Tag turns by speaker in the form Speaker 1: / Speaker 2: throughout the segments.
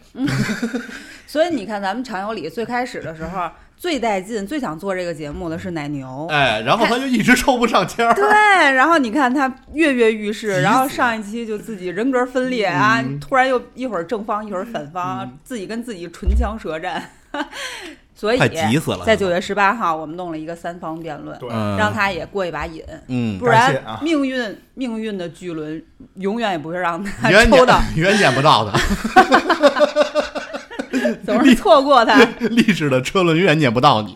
Speaker 1: 所以你看，咱们常有理最开始的时 候，最带劲、最想做这个节目的是奶牛。
Speaker 2: 哎，然后他就一直抽不上签
Speaker 1: 对
Speaker 2: 儿。，
Speaker 1: 然后你看他跃跃欲试，
Speaker 2: 急
Speaker 1: 然后
Speaker 2: 死嗯
Speaker 1: 上一期就自己人格分裂啊，突然又一会儿正方一会儿反方，自己跟自己唇枪舌战， 所以
Speaker 2: 快急死了
Speaker 1: 在九月十八号，我们弄了一个三方辩论，
Speaker 3: 对
Speaker 2: 嗯，
Speaker 1: 让他也过一把瘾，
Speaker 2: 嗯
Speaker 1: 不
Speaker 3: 感谢
Speaker 1: 然
Speaker 3: 啊
Speaker 1: 命运、命运的巨轮永远也不会让他
Speaker 2: 远
Speaker 1: 抽到，
Speaker 2: 撵远撵不到的，
Speaker 1: 总是错过他。
Speaker 2: 历史的车轮永远撵不到 你。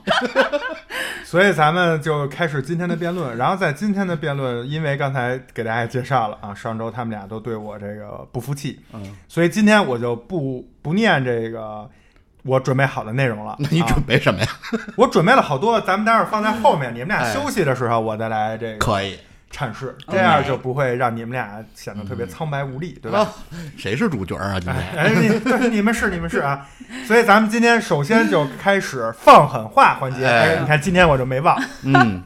Speaker 3: 所以咱们就开始今天的辩论。然后在今天的辩论，因为刚才给大家介绍了啊，上周他们俩都对我这个不服气，
Speaker 2: 嗯，
Speaker 3: 所以今天我就不不念这个我准备好的内容了。
Speaker 2: 那你
Speaker 3: 啊
Speaker 2: 准备什么呀？
Speaker 3: 我准备了好多，咱们待会儿放在后面，你们俩
Speaker 2: 哎
Speaker 3: 休息的时候我再来这个
Speaker 2: 可以，
Speaker 3: 阐释，这
Speaker 2: 嗯
Speaker 1: OK
Speaker 3: 样就不会让你们俩显得特别苍白无力，对吧？
Speaker 2: 啊？谁是主角啊？今天
Speaker 3: 哎，你对你们是你们是啊，所以咱们今天首先就开始放狠话环节。
Speaker 2: 哎
Speaker 3: 哎，你看今天我就没忘。
Speaker 2: 嗯，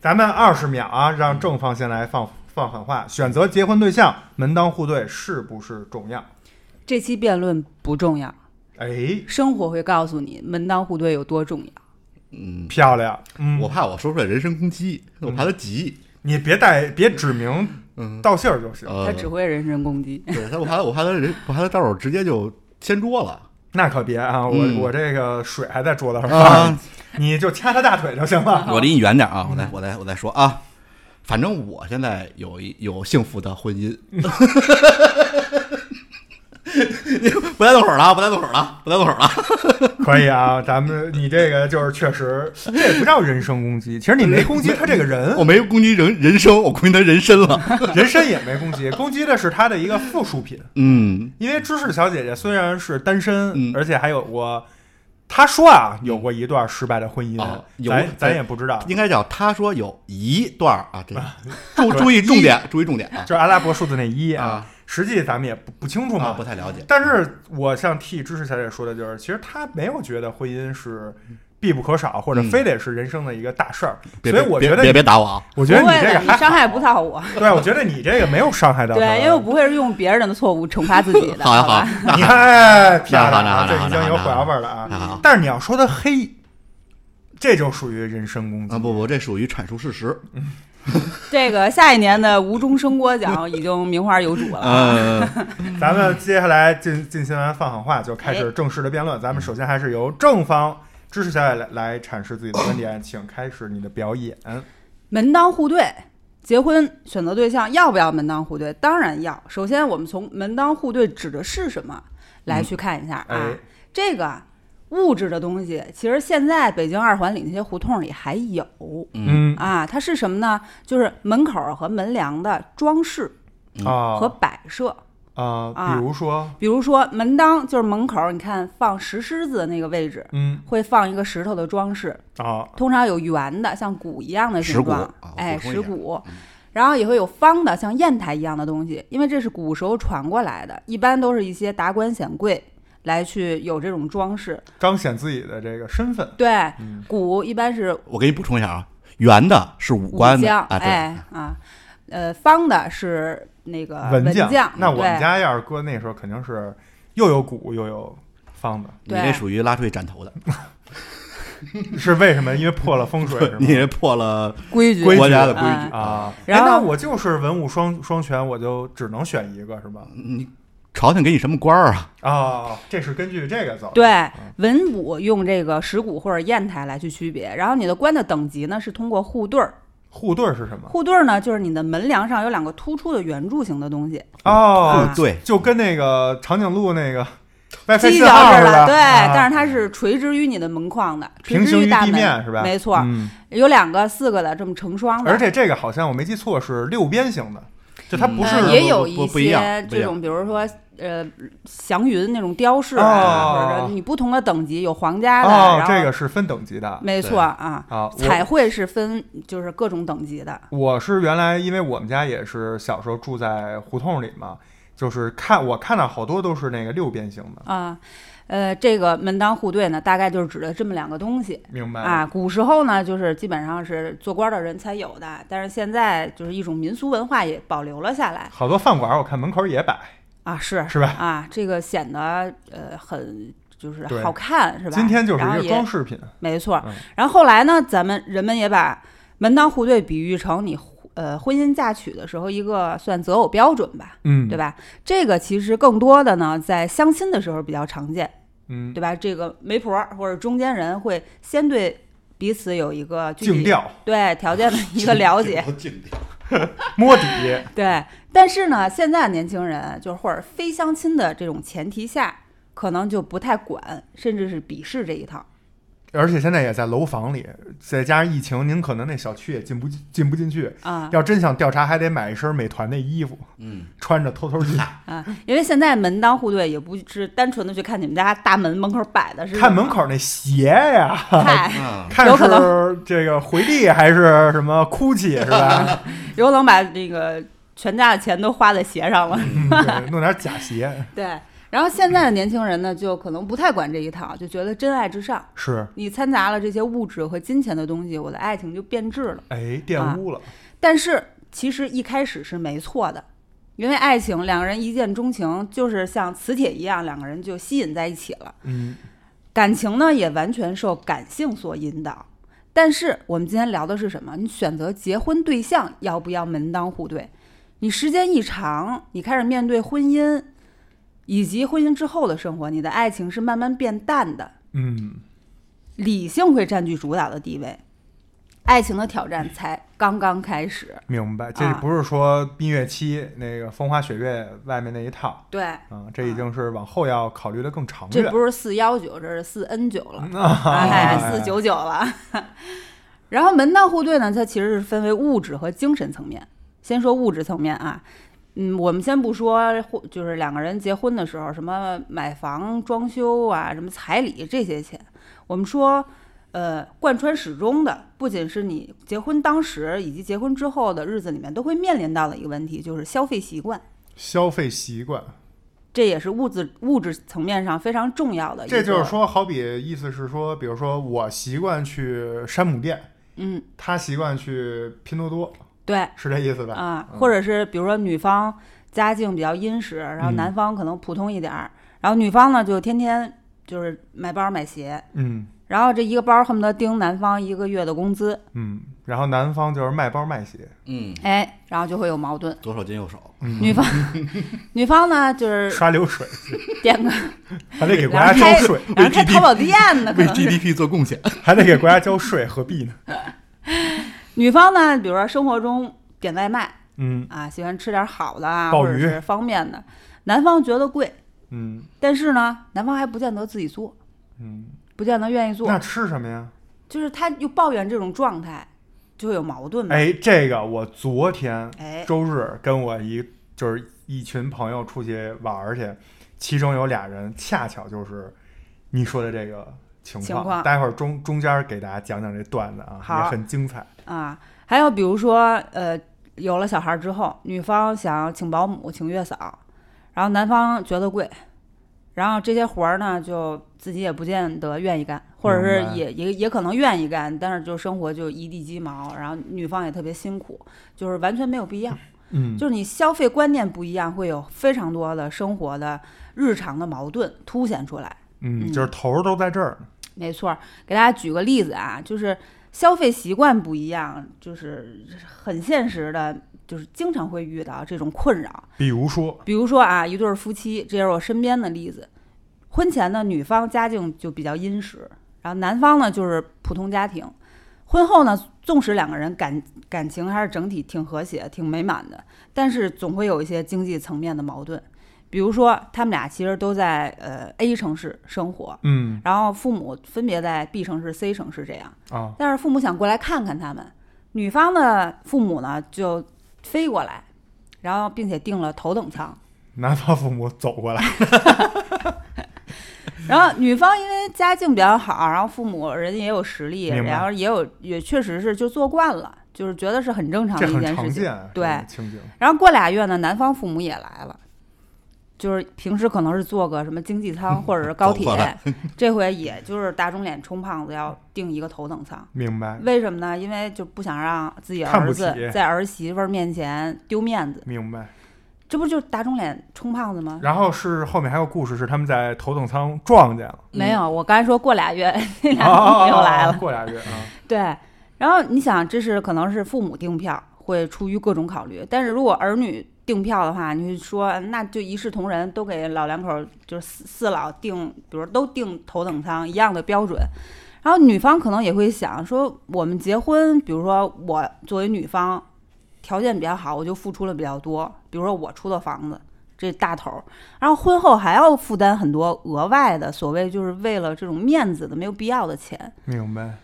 Speaker 3: 咱们二十秒啊，让正方先来放放狠话，选择结婚对象，门当户对是不是重要？
Speaker 1: 这期辩论不重要，
Speaker 3: 哎，
Speaker 1: 生活会告诉你门当户对有多重要。
Speaker 3: 漂亮，嗯，
Speaker 2: 我怕我说出来人身攻击，我怕他急。
Speaker 3: 你别带别指名
Speaker 2: 嗯，
Speaker 3: 道姓儿就行，
Speaker 2: 他
Speaker 1: 他只会人身攻击，
Speaker 2: 对他，我怕他，我怕他人，我怕他到时候直接就掀桌了
Speaker 3: 那可别啊，我、
Speaker 2: 嗯
Speaker 3: 我这个水还在桌子上放着，！你就掐他大腿就行了。
Speaker 2: 我离你远点啊！我再我再我再说啊！反正我现在有一有幸福的婚姻。 你不再动手了啊，不再动手了，不再动手了。啊
Speaker 3: 可以啊，咱们你这个就是确实，这也不叫人身攻击，其实你没攻击他这个人
Speaker 2: 我，没攻击人人生，我攻击他人参了。
Speaker 3: 人身也没攻击，攻击的是他的一个附属品。
Speaker 2: 嗯，
Speaker 3: 因为芝士小姐姐虽然是单身，
Speaker 2: 嗯
Speaker 3: 而且还有过，她说啊，有过一段失败的婚姻，
Speaker 2: 哦有
Speaker 3: 咱
Speaker 2: 哎
Speaker 3: 咱也不知道，
Speaker 2: 应该叫他说有一段儿啊，这注注意重点，注意重点啊
Speaker 3: 就是阿拉伯数字那一
Speaker 2: 啊
Speaker 3: 实际咱们也不不清楚嘛。
Speaker 2: 啊，不太了解。
Speaker 3: 但是我想替芝士小姐说的就是，其实她没有觉得婚姻是必不可少，或者
Speaker 2: 嗯
Speaker 3: 非得是人生的一个大事儿，
Speaker 2: 别
Speaker 3: 所
Speaker 2: 别
Speaker 3: 以我
Speaker 2: 别
Speaker 3: 觉得
Speaker 2: 别
Speaker 3: 你，
Speaker 2: 别打我啊！
Speaker 3: 我
Speaker 1: 不
Speaker 3: 觉得
Speaker 1: 会
Speaker 3: 这
Speaker 1: 的，
Speaker 3: 个
Speaker 1: 你
Speaker 3: 还
Speaker 1: 伤
Speaker 3: 好
Speaker 1: 害不。到我。
Speaker 3: 对，我觉得你这个没有伤害到她
Speaker 1: 对，因为我不会用别人的错误惩罚自己的。
Speaker 2: 好呀
Speaker 1: 好
Speaker 2: 好
Speaker 1: 吧，，
Speaker 2: 那
Speaker 3: 你看，哎，
Speaker 2: 那
Speaker 3: 漂
Speaker 2: 好
Speaker 3: 亮
Speaker 2: 那
Speaker 3: 啊，
Speaker 2: 好
Speaker 3: 这
Speaker 2: 那
Speaker 3: 已
Speaker 2: 好
Speaker 3: 经有
Speaker 2: 那好
Speaker 3: 火药味儿了
Speaker 2: 那好
Speaker 3: 啊！但是你要说她黑，这就属于人身攻击
Speaker 2: 啊不不，这属于阐述事实。
Speaker 1: 这个下一年的无中生锅奖已经名花有主了啊。
Speaker 2: 嗯，
Speaker 3: 咱们接下来进进行完放狠话，就开始正式的辩
Speaker 2: 嗯
Speaker 3: 论。咱们首先还是由正方支持小姐来来阐释自己的观点，请开始你的表演。哎
Speaker 1: 门当户对，结婚选择对象要不要门当户对？当然要。首先，我们从门当户对指的是什么来去看一下啊。
Speaker 3: 哎，
Speaker 1: 这个啊物质的东西，其实现在北京二环里那些胡同里还有
Speaker 3: 嗯
Speaker 1: 啊。它是什么呢？就是门口儿和门梁的装饰
Speaker 2: 嗯
Speaker 1: 和
Speaker 3: 啊
Speaker 1: 摆设。
Speaker 3: 啊，
Speaker 1: 啊
Speaker 3: 比如说，
Speaker 1: 比如说门当就是门口儿，你看放石狮子的那个位置，
Speaker 3: 嗯
Speaker 1: 会放一个石头的装饰，
Speaker 3: 啊，
Speaker 1: 通常有圆的，像鼓一样的形状
Speaker 2: 石鼓啊，
Speaker 1: 哎，
Speaker 2: 补充一
Speaker 1: 石
Speaker 2: 点
Speaker 1: 鼓。然后也会有方的，像砚台一样的东西，因为这是古时候传过来的，一般都是一些达官显贵来去有这种装饰。
Speaker 3: 彰显自己的这个身份。
Speaker 1: 对
Speaker 3: 嗯，
Speaker 1: 鼓一般是
Speaker 2: 我给你补充一下啊，圆的是五
Speaker 1: 武
Speaker 2: 官的
Speaker 1: 将，
Speaker 2: 啊，对，
Speaker 1: 哎啊，呃，方的是那个
Speaker 3: 文
Speaker 1: 匠。
Speaker 3: 那我们
Speaker 1: 对
Speaker 3: 家要是搁那时候，肯定是又有鼓又有方的，
Speaker 2: 你
Speaker 1: 对
Speaker 2: 那属于拉出去斩头的，
Speaker 3: 是为什么？因为破了 风水是吗？
Speaker 2: 你这破了
Speaker 1: 规矩
Speaker 3: 规矩
Speaker 2: 国家的规
Speaker 1: 哎
Speaker 2: 矩。
Speaker 3: 啊，哎
Speaker 1: 然后
Speaker 3: 那我就是文武双双全，我就只能选一个是吧？
Speaker 2: 你朝廷给你什么官儿啊？
Speaker 3: 啊，这是根据这个走的。
Speaker 1: 对，文武用这个石鼓或者砚台来去区别，然后你的官的等级呢是通过户对儿
Speaker 3: 护对儿是什么？
Speaker 1: 护对儿呢，就是你的门梁上有两个突出的圆柱形的东西，
Speaker 3: 哦，
Speaker 1: 啊
Speaker 2: 嗯对，
Speaker 3: 就跟那个长颈鹿那 个 WiFi
Speaker 1: 击
Speaker 3: 信
Speaker 1: 到这
Speaker 3: 号
Speaker 1: 儿
Speaker 3: 似
Speaker 1: 了，
Speaker 3: 的，
Speaker 1: 对，
Speaker 3: 啊
Speaker 1: 但是它是垂直于你的门框的，垂
Speaker 3: 平
Speaker 1: 直
Speaker 3: 行于
Speaker 1: 大
Speaker 3: 地
Speaker 1: 门
Speaker 3: 面是吧？
Speaker 1: 没错，
Speaker 3: 嗯
Speaker 1: 有两个四个的这么成双的，
Speaker 3: 而且这个好像我没记错是六边形的，就它不是
Speaker 1: 呃也有一
Speaker 2: 不不一样
Speaker 1: 些
Speaker 2: 不一
Speaker 1: 这
Speaker 2: 样
Speaker 1: 种，比如说呃祥云那种雕饰啊，
Speaker 3: 哦
Speaker 1: 或者你不同的等级有皇家的，
Speaker 3: 哦
Speaker 1: 然，后
Speaker 3: 这个是分等级的
Speaker 1: 没错啊，
Speaker 3: 啊。
Speaker 1: 彩
Speaker 3: 我
Speaker 1: 绘是分就是各种等级的，
Speaker 3: 我是原来因为我们家也是小时候住在胡同里嘛，就是看我看到好多都是那个六边形的，
Speaker 1: 啊，呃，这个门当户对呢，大概就是指的这么两个东西
Speaker 3: 明白？
Speaker 1: 啊。古时候呢，就是基本上是做官的人才有的，但是现在就是一种民俗文化也保留了下来
Speaker 3: 好多饭馆我看门口也摆，
Speaker 1: 啊，是
Speaker 3: 是吧？
Speaker 1: 啊，这个显得呃很就是
Speaker 3: 对
Speaker 1: 好看是吧？
Speaker 3: 今天就是
Speaker 1: 然后
Speaker 3: 一个
Speaker 1: 也
Speaker 3: 装饰品，
Speaker 1: 没错儿
Speaker 3: 嗯。
Speaker 1: 然后后来呢，咱们人们也把门当户对比喻成你呃婚姻嫁娶的时候一个算择偶标准吧，
Speaker 3: 嗯，
Speaker 1: 对？吧？这个其实更多的呢，在相亲的时候比较常见，
Speaker 3: 嗯，
Speaker 1: 对吧？这个媒婆儿或者中间人会先对彼此有一个具
Speaker 3: 竞
Speaker 1: 体
Speaker 3: 调
Speaker 1: 对条件的 一个了解，
Speaker 3: 摸底，
Speaker 1: 对。但是呢，现在年轻人就是或者非相亲的这种前提下，可能就不太管，甚至是鄙视这一套。
Speaker 3: 而且现在也在楼房里，再加上疫情，您可能那小区也进不进进不进去
Speaker 1: 啊
Speaker 3: 要真想调查，还得买一身美团的衣服，
Speaker 2: 嗯，
Speaker 3: 穿着偷偷 进。
Speaker 1: 啊，因为现在门当户对也不是单纯的去看你们家大门门口摆的是
Speaker 3: 看门口那鞋呀，
Speaker 1: 嗨，
Speaker 2: 啊，
Speaker 3: 看
Speaker 1: 有可
Speaker 3: 是这个回力还是什么 GUCCI 是 吧？
Speaker 1: 有可能把这个全家的钱都花在鞋上了。
Speaker 3: 嗯对弄点假鞋
Speaker 1: 对，然后现在的年轻人呢，就可能不太管这一套，就觉得真爱至上。
Speaker 3: 是，
Speaker 1: 你掺杂了这些物质和金钱的东西，我的爱情就变质了。
Speaker 3: 哎，玷污了，
Speaker 1: 但是其实一开始是没错的，因为爱情两个人一见钟情，就是像磁铁一样，两个人就吸引在一起了。
Speaker 3: 嗯，
Speaker 1: 感情呢也完全受感性所引导。但是我们今天聊的是什么？你选择结婚对象要不要门当户对？你时间一长，你开始面对婚姻，以及婚姻之后的生活，你的爱情是慢慢变淡的，
Speaker 3: 嗯，
Speaker 1: 理性会占据主导的地位，爱情的挑战才刚刚开始。
Speaker 3: 明白，这
Speaker 1: 啊
Speaker 3: 不是说蜜月期那个风花雪月外面那一套
Speaker 1: 对，
Speaker 3: 啊，这已经是往后要考虑的更长
Speaker 1: 这
Speaker 3: 远。
Speaker 1: 不是四幺九，这是四 N 九 了。哎，
Speaker 3: 哎
Speaker 1: 四九九了。 然后门当户对呢，它其实是分为物质和精神层面。先说物质层面啊，嗯，我们先不说或，就是两个人结婚的时候什么买房、装修啊、什么彩礼这些钱，我们说。呃，贯穿始终的不仅是你结婚当时以及结婚之后的日子里面都会面临到的一个问题，就是消费习惯，
Speaker 3: 消费习惯，
Speaker 1: 这也是物质物质层面上非常重要呃的一个。
Speaker 3: 这就是，说，好比意思是说，比如说我习惯去山姆店，
Speaker 1: 嗯，
Speaker 3: 他习惯去拼多多，
Speaker 1: 对，
Speaker 3: 是这意思吧？
Speaker 1: 啊，
Speaker 3: 嗯
Speaker 1: 或者是比如说女方家境比较殷实，然后
Speaker 3: 嗯
Speaker 1: 男方可能普通一点儿，然后女方呢就天天就是买包买鞋，
Speaker 3: 嗯
Speaker 1: 然后这一个包恨不得盯男方一个月的工资，
Speaker 3: 嗯，然后男方就是卖包卖鞋，
Speaker 2: 嗯，
Speaker 1: 哎，然后就会有矛盾。
Speaker 2: 左手进右手，
Speaker 1: 女方女方呢就是
Speaker 3: 嗯刷流 水，
Speaker 1: 点个，
Speaker 3: 还得给国
Speaker 1: 然
Speaker 3: 家
Speaker 1: 后
Speaker 3: 交
Speaker 1: 开
Speaker 3: 税，
Speaker 1: 然后开淘宝店呢，可
Speaker 2: 为
Speaker 1: 能是
Speaker 2: GDP 做贡献。
Speaker 3: 还得给国家交税，何必呢？
Speaker 1: 女方呢，比如说生活中点外卖
Speaker 3: 嗯
Speaker 1: 啊，喜欢吃点好的啊，
Speaker 3: 鲍
Speaker 1: 或者
Speaker 3: 鱼
Speaker 1: 是方便的，男方觉得贵，
Speaker 3: 嗯
Speaker 1: 但是呢，男方还不见得自己做，
Speaker 3: 嗯，
Speaker 1: 不见得愿意做。
Speaker 3: 那吃什么呀？
Speaker 1: 就是他又抱怨这种状态，就会有矛盾嘛。
Speaker 3: 哎，这个我昨天
Speaker 1: 哎
Speaker 3: 周日跟我一就是一群朋友出去玩儿去，其中有俩人恰巧就是你说的这个情况，
Speaker 1: 情况
Speaker 3: 待会儿中中间给大家讲讲这段子啊，
Speaker 1: 好
Speaker 3: 也很精彩。
Speaker 1: 啊，还有比如说，呃，有了小孩之后，女方想请保姆、请月嫂，然后男方觉得贵，然后这些活儿呢，就自己也不见得愿意干，或者
Speaker 3: 明白
Speaker 1: 是也也也可能愿意干，但是就生活就一地鸡毛，然后女方也特别辛苦，就是完全没有必要。
Speaker 3: 嗯，
Speaker 1: 就是你消费观念不一样，会有非常多的生活的日常的矛盾凸显出来。
Speaker 3: 嗯，
Speaker 1: 嗯
Speaker 3: 就是头儿都在这儿呢。
Speaker 1: 没错儿，给大家举个例子啊，就是消费习惯不一样，就是很现实的，就是经常会遇到这种困扰。
Speaker 3: 比如说，
Speaker 1: 比如说啊，一对儿夫妻，这是我身边的例子。婚前呢，女方家境就比较殷实，然后男方呢就是普通家庭。婚后呢，纵使两个人感感情还是整体挺和谐、挺美满的，但是总会有一些经济层面的矛盾。比如说，他们俩其实都在呃 A 城市生活，
Speaker 3: 嗯
Speaker 1: 然后父母分别在 B 城市、C 城市这样，
Speaker 3: 啊，
Speaker 1: 但是父母想过来看看他们，女方的父母呢就飞过来，然后并且订了头等舱。
Speaker 3: 男方父母走过来，
Speaker 1: 然后女方因为家境比较好，然后父母人家也有实力，
Speaker 3: 明白
Speaker 1: 然后也有也确实是就做惯了，就是觉得是很正常
Speaker 3: 这
Speaker 1: 的一
Speaker 3: 很
Speaker 1: 件
Speaker 3: 常
Speaker 1: 事
Speaker 3: 见
Speaker 1: 情。
Speaker 3: 啊，
Speaker 1: 对
Speaker 3: 这种情景，
Speaker 1: 然后过俩月呢，男方父母也来了，就是平时可能是坐个什么经济舱或者是高铁
Speaker 2: 走过来，
Speaker 1: 这回也就是打肿脸充胖子，要订一个头等舱。
Speaker 3: 明白
Speaker 1: 为什么呢？因为就不想让自己
Speaker 3: 看不
Speaker 1: 儿子
Speaker 3: 起
Speaker 1: 在儿媳妇儿面前丢面子，
Speaker 3: 明白。
Speaker 1: 这不就是打肿脸充胖子吗？
Speaker 3: 然后是后面还有故事，是他们在头等舱撞见了，
Speaker 1: 没有，我刚才说过俩月，那俩
Speaker 3: 啊，
Speaker 1: 人 又来了。
Speaker 3: 过俩月啊，
Speaker 1: 对，然后你想，这是可能是父母订票，会出于各种考虑。但是如果儿女订票的话，你会说那就一视同仁，都给老两口儿就是四四老订，比如都订头等舱一样的标准。然后女方可能也会想说，我们结婚，比如说我作为女方，条件比较好，我就付出了比较多，比如说我出的房子。这大头儿，然后婚后还要负担很多额外的，所谓就是为了这种面子的没有必要的钱，
Speaker 3: 明白。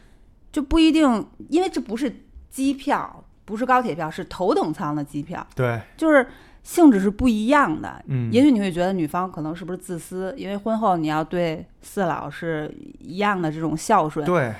Speaker 1: 就不一定，因为这不是机票，不是高铁票，是头等舱的机票，
Speaker 3: 对，
Speaker 1: 就是性质是不一样的。
Speaker 3: 嗯，
Speaker 1: 也许你会觉得女方可能是不是自私，因为婚后你要对四老是一样的这种孝顺。
Speaker 3: 对，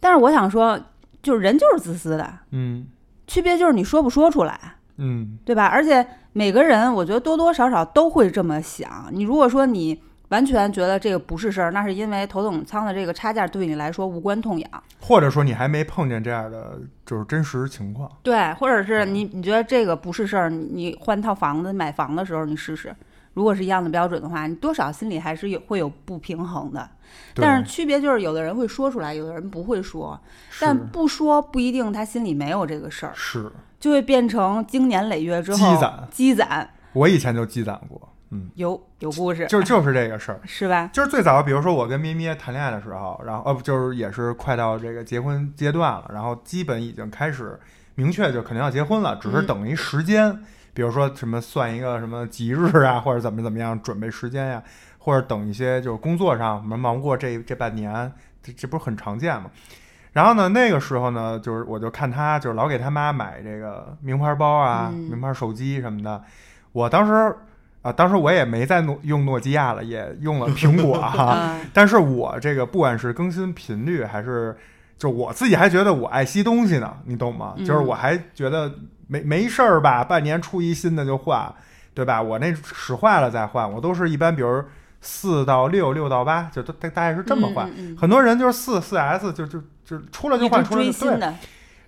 Speaker 1: 但是我想说，就是人就是自私的，
Speaker 3: 嗯
Speaker 1: 区别就是你说不说出来，
Speaker 3: 嗯，
Speaker 1: 对吧？而且每个人，我觉得多多少少都会这么想。你如果说你完全觉得这个不是事儿，那是因为头等舱的这个差价对你来说无关痛痒。
Speaker 3: 或者说你还没碰见这样的就是真实情况，
Speaker 1: 对，或者是
Speaker 3: 嗯
Speaker 1: 你你觉得这个不是事儿，你你换套房子买房的时候你试试，如果是一样的标准的话，你多少心里还是有会有不平衡的。
Speaker 3: 对
Speaker 1: 但是区别就是有的人会说出来，有的人不会说，
Speaker 3: 是
Speaker 1: 但不说不一定他心里没有这个事儿，
Speaker 3: 是
Speaker 1: 就会变成经年累月之后
Speaker 3: 积攒
Speaker 1: 积攒
Speaker 3: 我以前就积攒过，嗯，
Speaker 1: 有有故事，
Speaker 3: 就就是这个事儿。
Speaker 1: 是吧？
Speaker 3: 就是最早，比如说我跟咩咩谈恋爱的时候，然后呃，不就是也是快到这个结婚阶段了，然后基本已经开始明确就肯定要结婚
Speaker 1: 嗯
Speaker 3: 了，只是等一时间，比如说什么算一个什么吉日啊， 或者怎么怎么样准备时间呀、或者等一些就是工作上我们忙过这这半年，这这不是很常见吗？然后呢，那个时候呢，就是我就看他就是老给他妈买这个名牌包啊、
Speaker 1: 嗯
Speaker 3: 名牌手机什么的，我当时。啊，当时我也没在诺用诺基亚了，也用了苹果哈、
Speaker 1: 啊，
Speaker 3: 但是我这个不管是更新频率还是，就我自己还觉得我爱惜东西呢，你懂吗？
Speaker 1: 嗯
Speaker 3: 就是我还觉得没没事儿吧，半年出一新的就换，对吧？我那使坏了再换，我都是一般，比如四到六、六到八，就都大大概是这么换。
Speaker 1: 嗯，嗯
Speaker 3: 很多人就是四四 S 就就就出了
Speaker 1: 嗯
Speaker 3: 就
Speaker 1: 一
Speaker 3: 换，
Speaker 1: 直
Speaker 3: 出了就
Speaker 1: 追新
Speaker 3: 对。
Speaker 1: 的，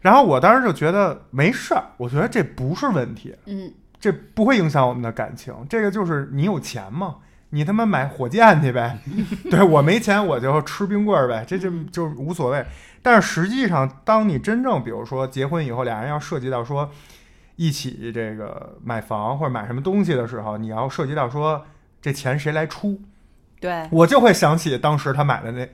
Speaker 3: 然后我当时就觉得没事儿，我觉得这不是问题，
Speaker 1: 嗯，
Speaker 3: 这不会影响我们的感情。这个就是你有钱嘛，你他妈买火箭去呗。对我没钱，我就吃冰棍儿呗，这这就无所谓。但是实际上，当你真正比如说结婚以后，俩人要涉及到说一起这个买房或者买什么东西的时候，你要涉及到说这钱谁来出，
Speaker 1: 对，
Speaker 3: 我就会想起当时他买的那。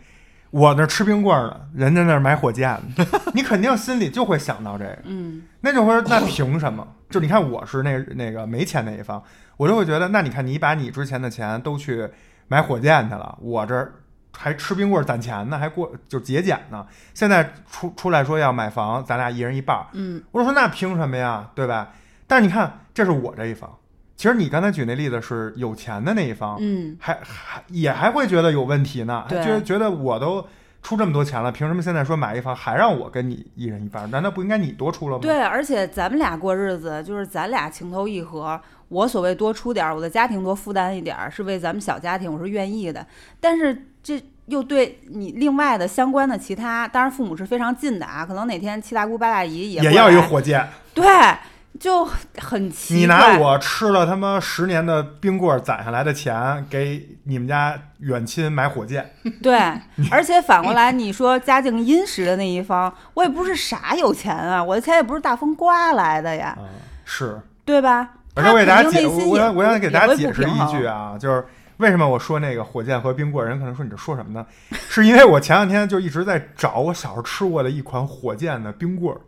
Speaker 3: 我那吃冰棍儿呢，人家那儿买火箭 呢，你肯定心里就会想到这个。
Speaker 1: 嗯，
Speaker 3: 那就会说，那凭什么？就你看，我是那那个没钱那一方，我就会觉得，那你看你把你之前的钱都去买火箭去了，我这儿还吃冰棍儿攒钱呢，还过就节俭呢。现在出出来说要买房，咱俩一人一半儿，
Speaker 1: 嗯，
Speaker 3: 我就说那凭什么呀？对吧？但是你看，这是我这一方。其实你刚才举那例子是有钱的那一方，
Speaker 1: 嗯，
Speaker 3: 还还也还会觉得有问题呢，还
Speaker 1: 对
Speaker 3: 觉觉得我都出这么多钱了，凭什么现在说买一房还让我跟你一人一半儿？难道不应该你多出了吗？
Speaker 1: 对，而且咱们俩过日子，就是咱俩情投意合。我所谓多出点儿，我的家庭多负担一点儿，是为咱们小家庭，我是愿意的。但是这又对你另外的相关的其他，当然父母是非常近的啊，可能哪天七大姑八大姨也
Speaker 3: 也
Speaker 1: 过
Speaker 3: 要一
Speaker 1: 来
Speaker 3: 火箭。
Speaker 1: 对，就很奇怪。
Speaker 3: 你拿我吃了他妈十年的冰棍儿攒下来的钱，给你们家远亲买火箭，
Speaker 1: 对，而且反过来，你说家境殷实的那一方，我也不是啥有钱啊，我的钱也不是大风刮来的呀，
Speaker 3: 是。
Speaker 1: 对吧？
Speaker 3: 啊而且我给大
Speaker 1: 他
Speaker 3: 家
Speaker 1: 肯定
Speaker 3: 解，
Speaker 1: 内心
Speaker 3: 我
Speaker 1: 也
Speaker 3: 我想给大
Speaker 1: 也
Speaker 3: 家
Speaker 1: 会
Speaker 3: 解
Speaker 1: 不
Speaker 3: 释
Speaker 1: 平
Speaker 3: 一
Speaker 1: 衡
Speaker 3: 句啊，就是为什么我说那个火箭和冰棍儿？人可能说你这说什么呢？是因为我前两天就一直在找我小时候吃过的一款火箭的冰 棍儿，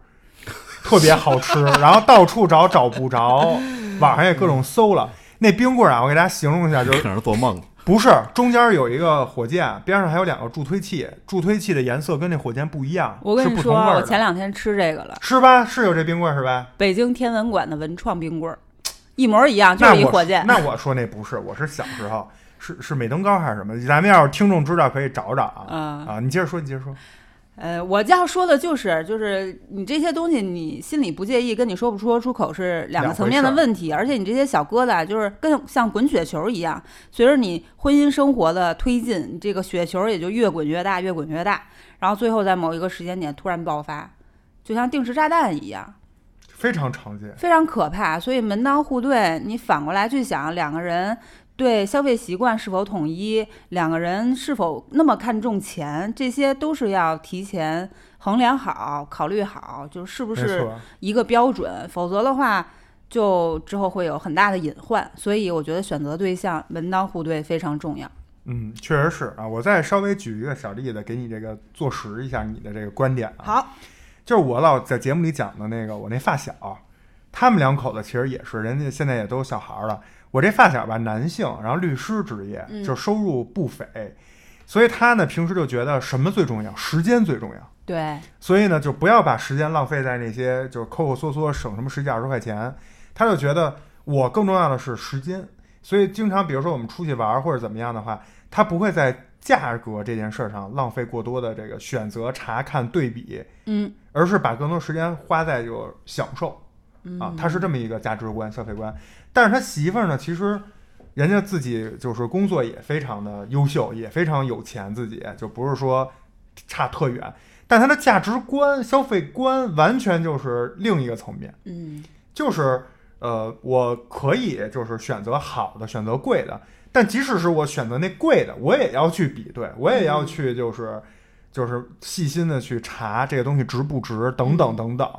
Speaker 3: 特别好吃，然后到处找找不着，网上也各种搜了。那冰棍儿啊，我给大家形容一下，就是
Speaker 2: 可能是做梦了。
Speaker 3: 不是，中间有一个火箭，边上还有两个助推器，助推器的颜色跟那火箭不一样，
Speaker 1: 我跟
Speaker 3: 是
Speaker 1: 你
Speaker 3: 不
Speaker 1: 说
Speaker 3: 同味
Speaker 1: 啊，我
Speaker 3: 儿
Speaker 1: 前
Speaker 3: 的。
Speaker 1: 两天吃这个了，
Speaker 3: 是吧？是有这冰棍儿是吧？
Speaker 1: 北京天文馆的文创冰棍儿，一模一样，就
Speaker 3: 那
Speaker 1: 是一
Speaker 3: 我
Speaker 1: 火箭。
Speaker 3: 那我说那不是，我是小时候，是是美登高还是什么？咱们要是听众知道可以找找啊
Speaker 1: 啊
Speaker 3: 啊！你接着说，你接着说。
Speaker 1: 呃，我要说的就是，就是你这些东西，你心里不介意，跟你说不说出口是两个
Speaker 3: 两
Speaker 1: 层
Speaker 3: 回
Speaker 1: 面的
Speaker 3: 事儿
Speaker 1: 问题。而且你这些小疙瘩，就是更像滚雪球一样，随着你婚姻生活的推进，你这个雪球也就越滚越大，越滚越大，然后最后在某一个时间点突然爆发，就像定时炸弹一样，
Speaker 3: 非常常见，
Speaker 1: 非常可怕。所以门当户对，你反过来去想，两个人对消费习惯是否统一，两个人是否那么看重钱，这些都是要提前衡量好、考虑好，就是不
Speaker 3: 没
Speaker 1: 是
Speaker 3: 错，
Speaker 1: 一个标准，否则的话。就之后会有很大的隐患，所以我觉得选择对象门当户对非常重要。
Speaker 3: 嗯，确实是啊。我再稍微举一个小例子，给你这个坐实一下你的这个观点啊。
Speaker 1: 好，
Speaker 3: 就是我老在节目里讲的那个我那发小，他们两口子其实也是，人家现在也都有小孩了。我这发小吧，男性，然后律师职业，就是收入不菲，所以他呢平时就觉得什么最重要，时间最重要。
Speaker 1: 对，
Speaker 3: 所以呢，就不要把时间浪费在那些就是抠抠缩缩省什么十几二十块钱。他就觉得我更重要的是时间，所以经常比如说我们出去玩儿或者怎么样的话，他不会在价格这件事儿上浪费过多的这个选择、查看、对比，
Speaker 1: 嗯，
Speaker 3: 而是把更多时间花在有享受。啊，他是这么一个价值观、消费观。但是他媳妇儿呢，其实人家自己就是工作也非常的优秀，也非常有钱，自己就不是说差特远。但他的价值观、消费观完全就是另一个层面，
Speaker 1: 嗯，
Speaker 3: 就是呃，我可以就是选择好的，选择贵的，但即使是我选择那贵的，我也要去比对，我也要去就是、就是细心的去查这个东西值不值，等等等等。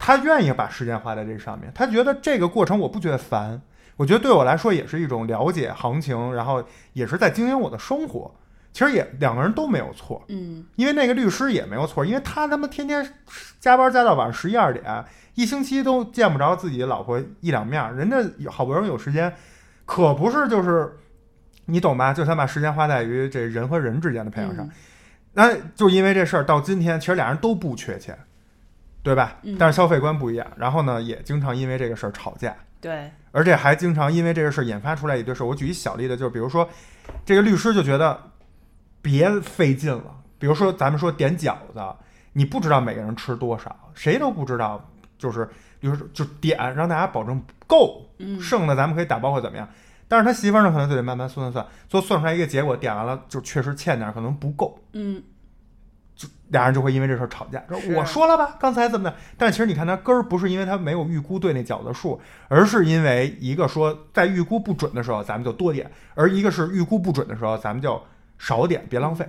Speaker 3: 他愿意把时间花在这上面，他觉得这个过程我不觉得烦，我觉得对我来说也是一种了解行情，然后也是在经营我的生活。其实也两个人都没有错，
Speaker 1: 嗯，
Speaker 3: 因为那个律师也没有错，因为他他妈天天加班加到晚上十一二点，一星期都见不着自己老婆一两面儿，人家有好不容易有时间，可不是就是你懂吧？就想把时间花在于这人和人之间的
Speaker 1: 嗯
Speaker 3: 培养上。那就因为这事儿，到今天其实俩人都不缺钱，对吧？但是消费观不一样，然后呢，也经常因为这个事儿吵架，
Speaker 1: 对，
Speaker 3: 而且还经常因为这个事儿引发出来一堆事儿。我举一小例子，就是比如说，这个律师就觉得别费劲了，比如说咱们说点饺子，你不知道每个人吃多少，谁都不知道，就是就是就点，让大家保证够，剩的咱们可以打包或怎么样。但是他媳妇儿呢，可能就得慢慢算算算，最后算出来一个结果，点完了就确实欠点儿，可能不够。
Speaker 1: 嗯，
Speaker 3: 俩人就会因为这事儿吵架，说
Speaker 1: 是
Speaker 3: 我说了吧，刚才怎么的？但其实你看，他根儿不是因为他没有预估对那饺子数，而是因为一个说在预估不准的时候咱们就多点，而一个是预估不准的时候咱们就少点，别浪费。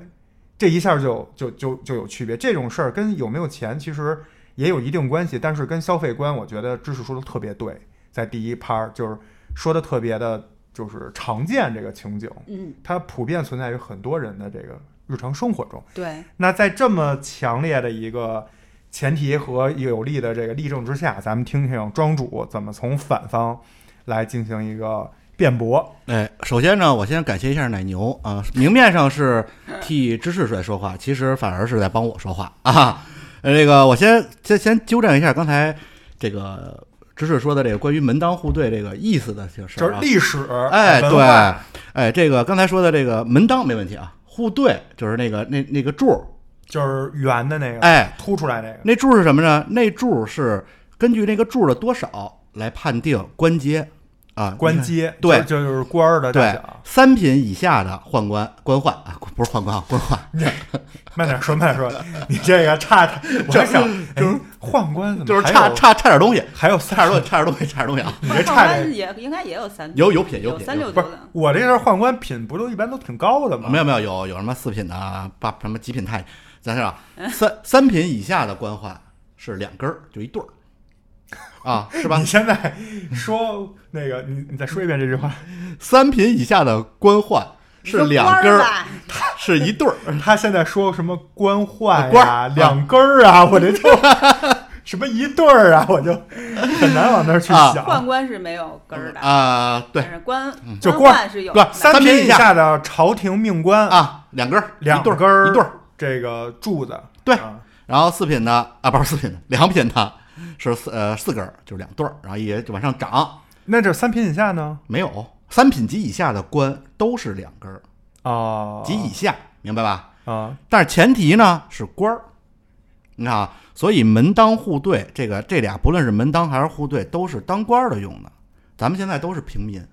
Speaker 3: 这一下就就就就有区别。这种事儿跟有没有钱其实也有一定关系，但是跟消费观，我觉得知识说的特别对，在第一趴儿就是说的特别的，就是常见这个情景，
Speaker 1: 嗯，
Speaker 3: 它普遍存在于很多人的这个日常生活中。
Speaker 1: 对，
Speaker 3: 那在这么强烈的一个前提和有力的这个例证之下，咱们听听庄主怎么从反方来进行一个辩驳。
Speaker 2: 哎，首先呢，我先感谢一下奶牛啊，明面上是替芝士帅说话，其实反而是在帮我说话啊。呃，这个我先先先纠正一下刚才这个芝士说的这个关于门当户对这个意思的这个事
Speaker 3: 就
Speaker 2: 儿
Speaker 3: 是
Speaker 2: 啊。
Speaker 3: 历史，
Speaker 2: 哎，
Speaker 3: 文
Speaker 2: 对
Speaker 3: 化，
Speaker 2: 哎，这个刚才说的这个门当没问题啊，户对就是那个那那个柱儿，
Speaker 3: 就是圆的那个，
Speaker 2: 哎，
Speaker 3: 凸出来那个，
Speaker 2: 那柱是什么呢？那柱是根据那个柱的多少来判定官阶啊，
Speaker 3: 官阶，
Speaker 2: 你看对
Speaker 3: 就就是官儿的大
Speaker 2: 对
Speaker 3: 小。，啊
Speaker 2: 三品以下的宦官官宦啊，不是宦官啊，官宦。
Speaker 3: 嗯慢点说，慢点说，你这个 差太，我还想，就是宦官怎么
Speaker 2: 就是
Speaker 3: 还
Speaker 2: 差
Speaker 3: 有，
Speaker 2: 差差点东西，
Speaker 3: 还有
Speaker 2: 差
Speaker 3: 三
Speaker 2: 点
Speaker 3: 十
Speaker 2: 东
Speaker 3: 多
Speaker 2: 西，，差点东西，差点东西 啊！
Speaker 3: 你这
Speaker 1: 上
Speaker 3: 差点
Speaker 1: 班。也应该也有三
Speaker 2: 有有品有
Speaker 1: 有
Speaker 2: 品
Speaker 1: 三六
Speaker 2: 有
Speaker 3: 不
Speaker 1: 九
Speaker 3: 是
Speaker 1: 的，
Speaker 3: 我这是宦官品不都一般都挺高的吗？
Speaker 2: 没有没有，有有什么四品的啊，八什么几品太，咱是啊，三三品以下的官宦是两根儿，就一对儿啊，是吧
Speaker 3: 你？现在说那个，你你再说一遍这句话。
Speaker 2: 三品以下的官宦是两根
Speaker 1: 儿
Speaker 2: 儿，，是一对儿。
Speaker 3: 他现在说什么官宦
Speaker 2: 啊官
Speaker 3: 呀、
Speaker 2: 儿
Speaker 3: 两根儿啊， 我这就什么一对儿啊，我就很难往那儿去
Speaker 2: 啊
Speaker 3: 想。
Speaker 1: 宦官是没有根
Speaker 3: 嗯
Speaker 1: 儿的，
Speaker 2: 啊，对
Speaker 1: 但是官
Speaker 3: 就
Speaker 1: 官
Speaker 3: 官
Speaker 1: 宦是有
Speaker 2: 对
Speaker 1: 的。
Speaker 3: 三
Speaker 2: 三
Speaker 3: 品
Speaker 2: 品
Speaker 3: 以
Speaker 2: 以
Speaker 3: 下的朝廷命官，
Speaker 2: 啊，两根儿，
Speaker 3: 两
Speaker 2: 一对儿
Speaker 3: 根儿
Speaker 2: 一对儿。
Speaker 3: 这个柱子，
Speaker 2: 对
Speaker 3: 啊
Speaker 2: 然后四品的啊，不是四品的，两品的是四呃四根儿，就是两对儿，然后也就往上涨。
Speaker 3: 那这三品以下呢？
Speaker 2: 没有三品及以下的官都是两根儿，
Speaker 3: 啊，
Speaker 2: 及以下，明白吧？
Speaker 3: 啊，
Speaker 2: 但是前提呢是官儿，你看啊，所以门当户对这个这俩，不论是门当还是户对，都是当官儿的用的。咱们现在都是平民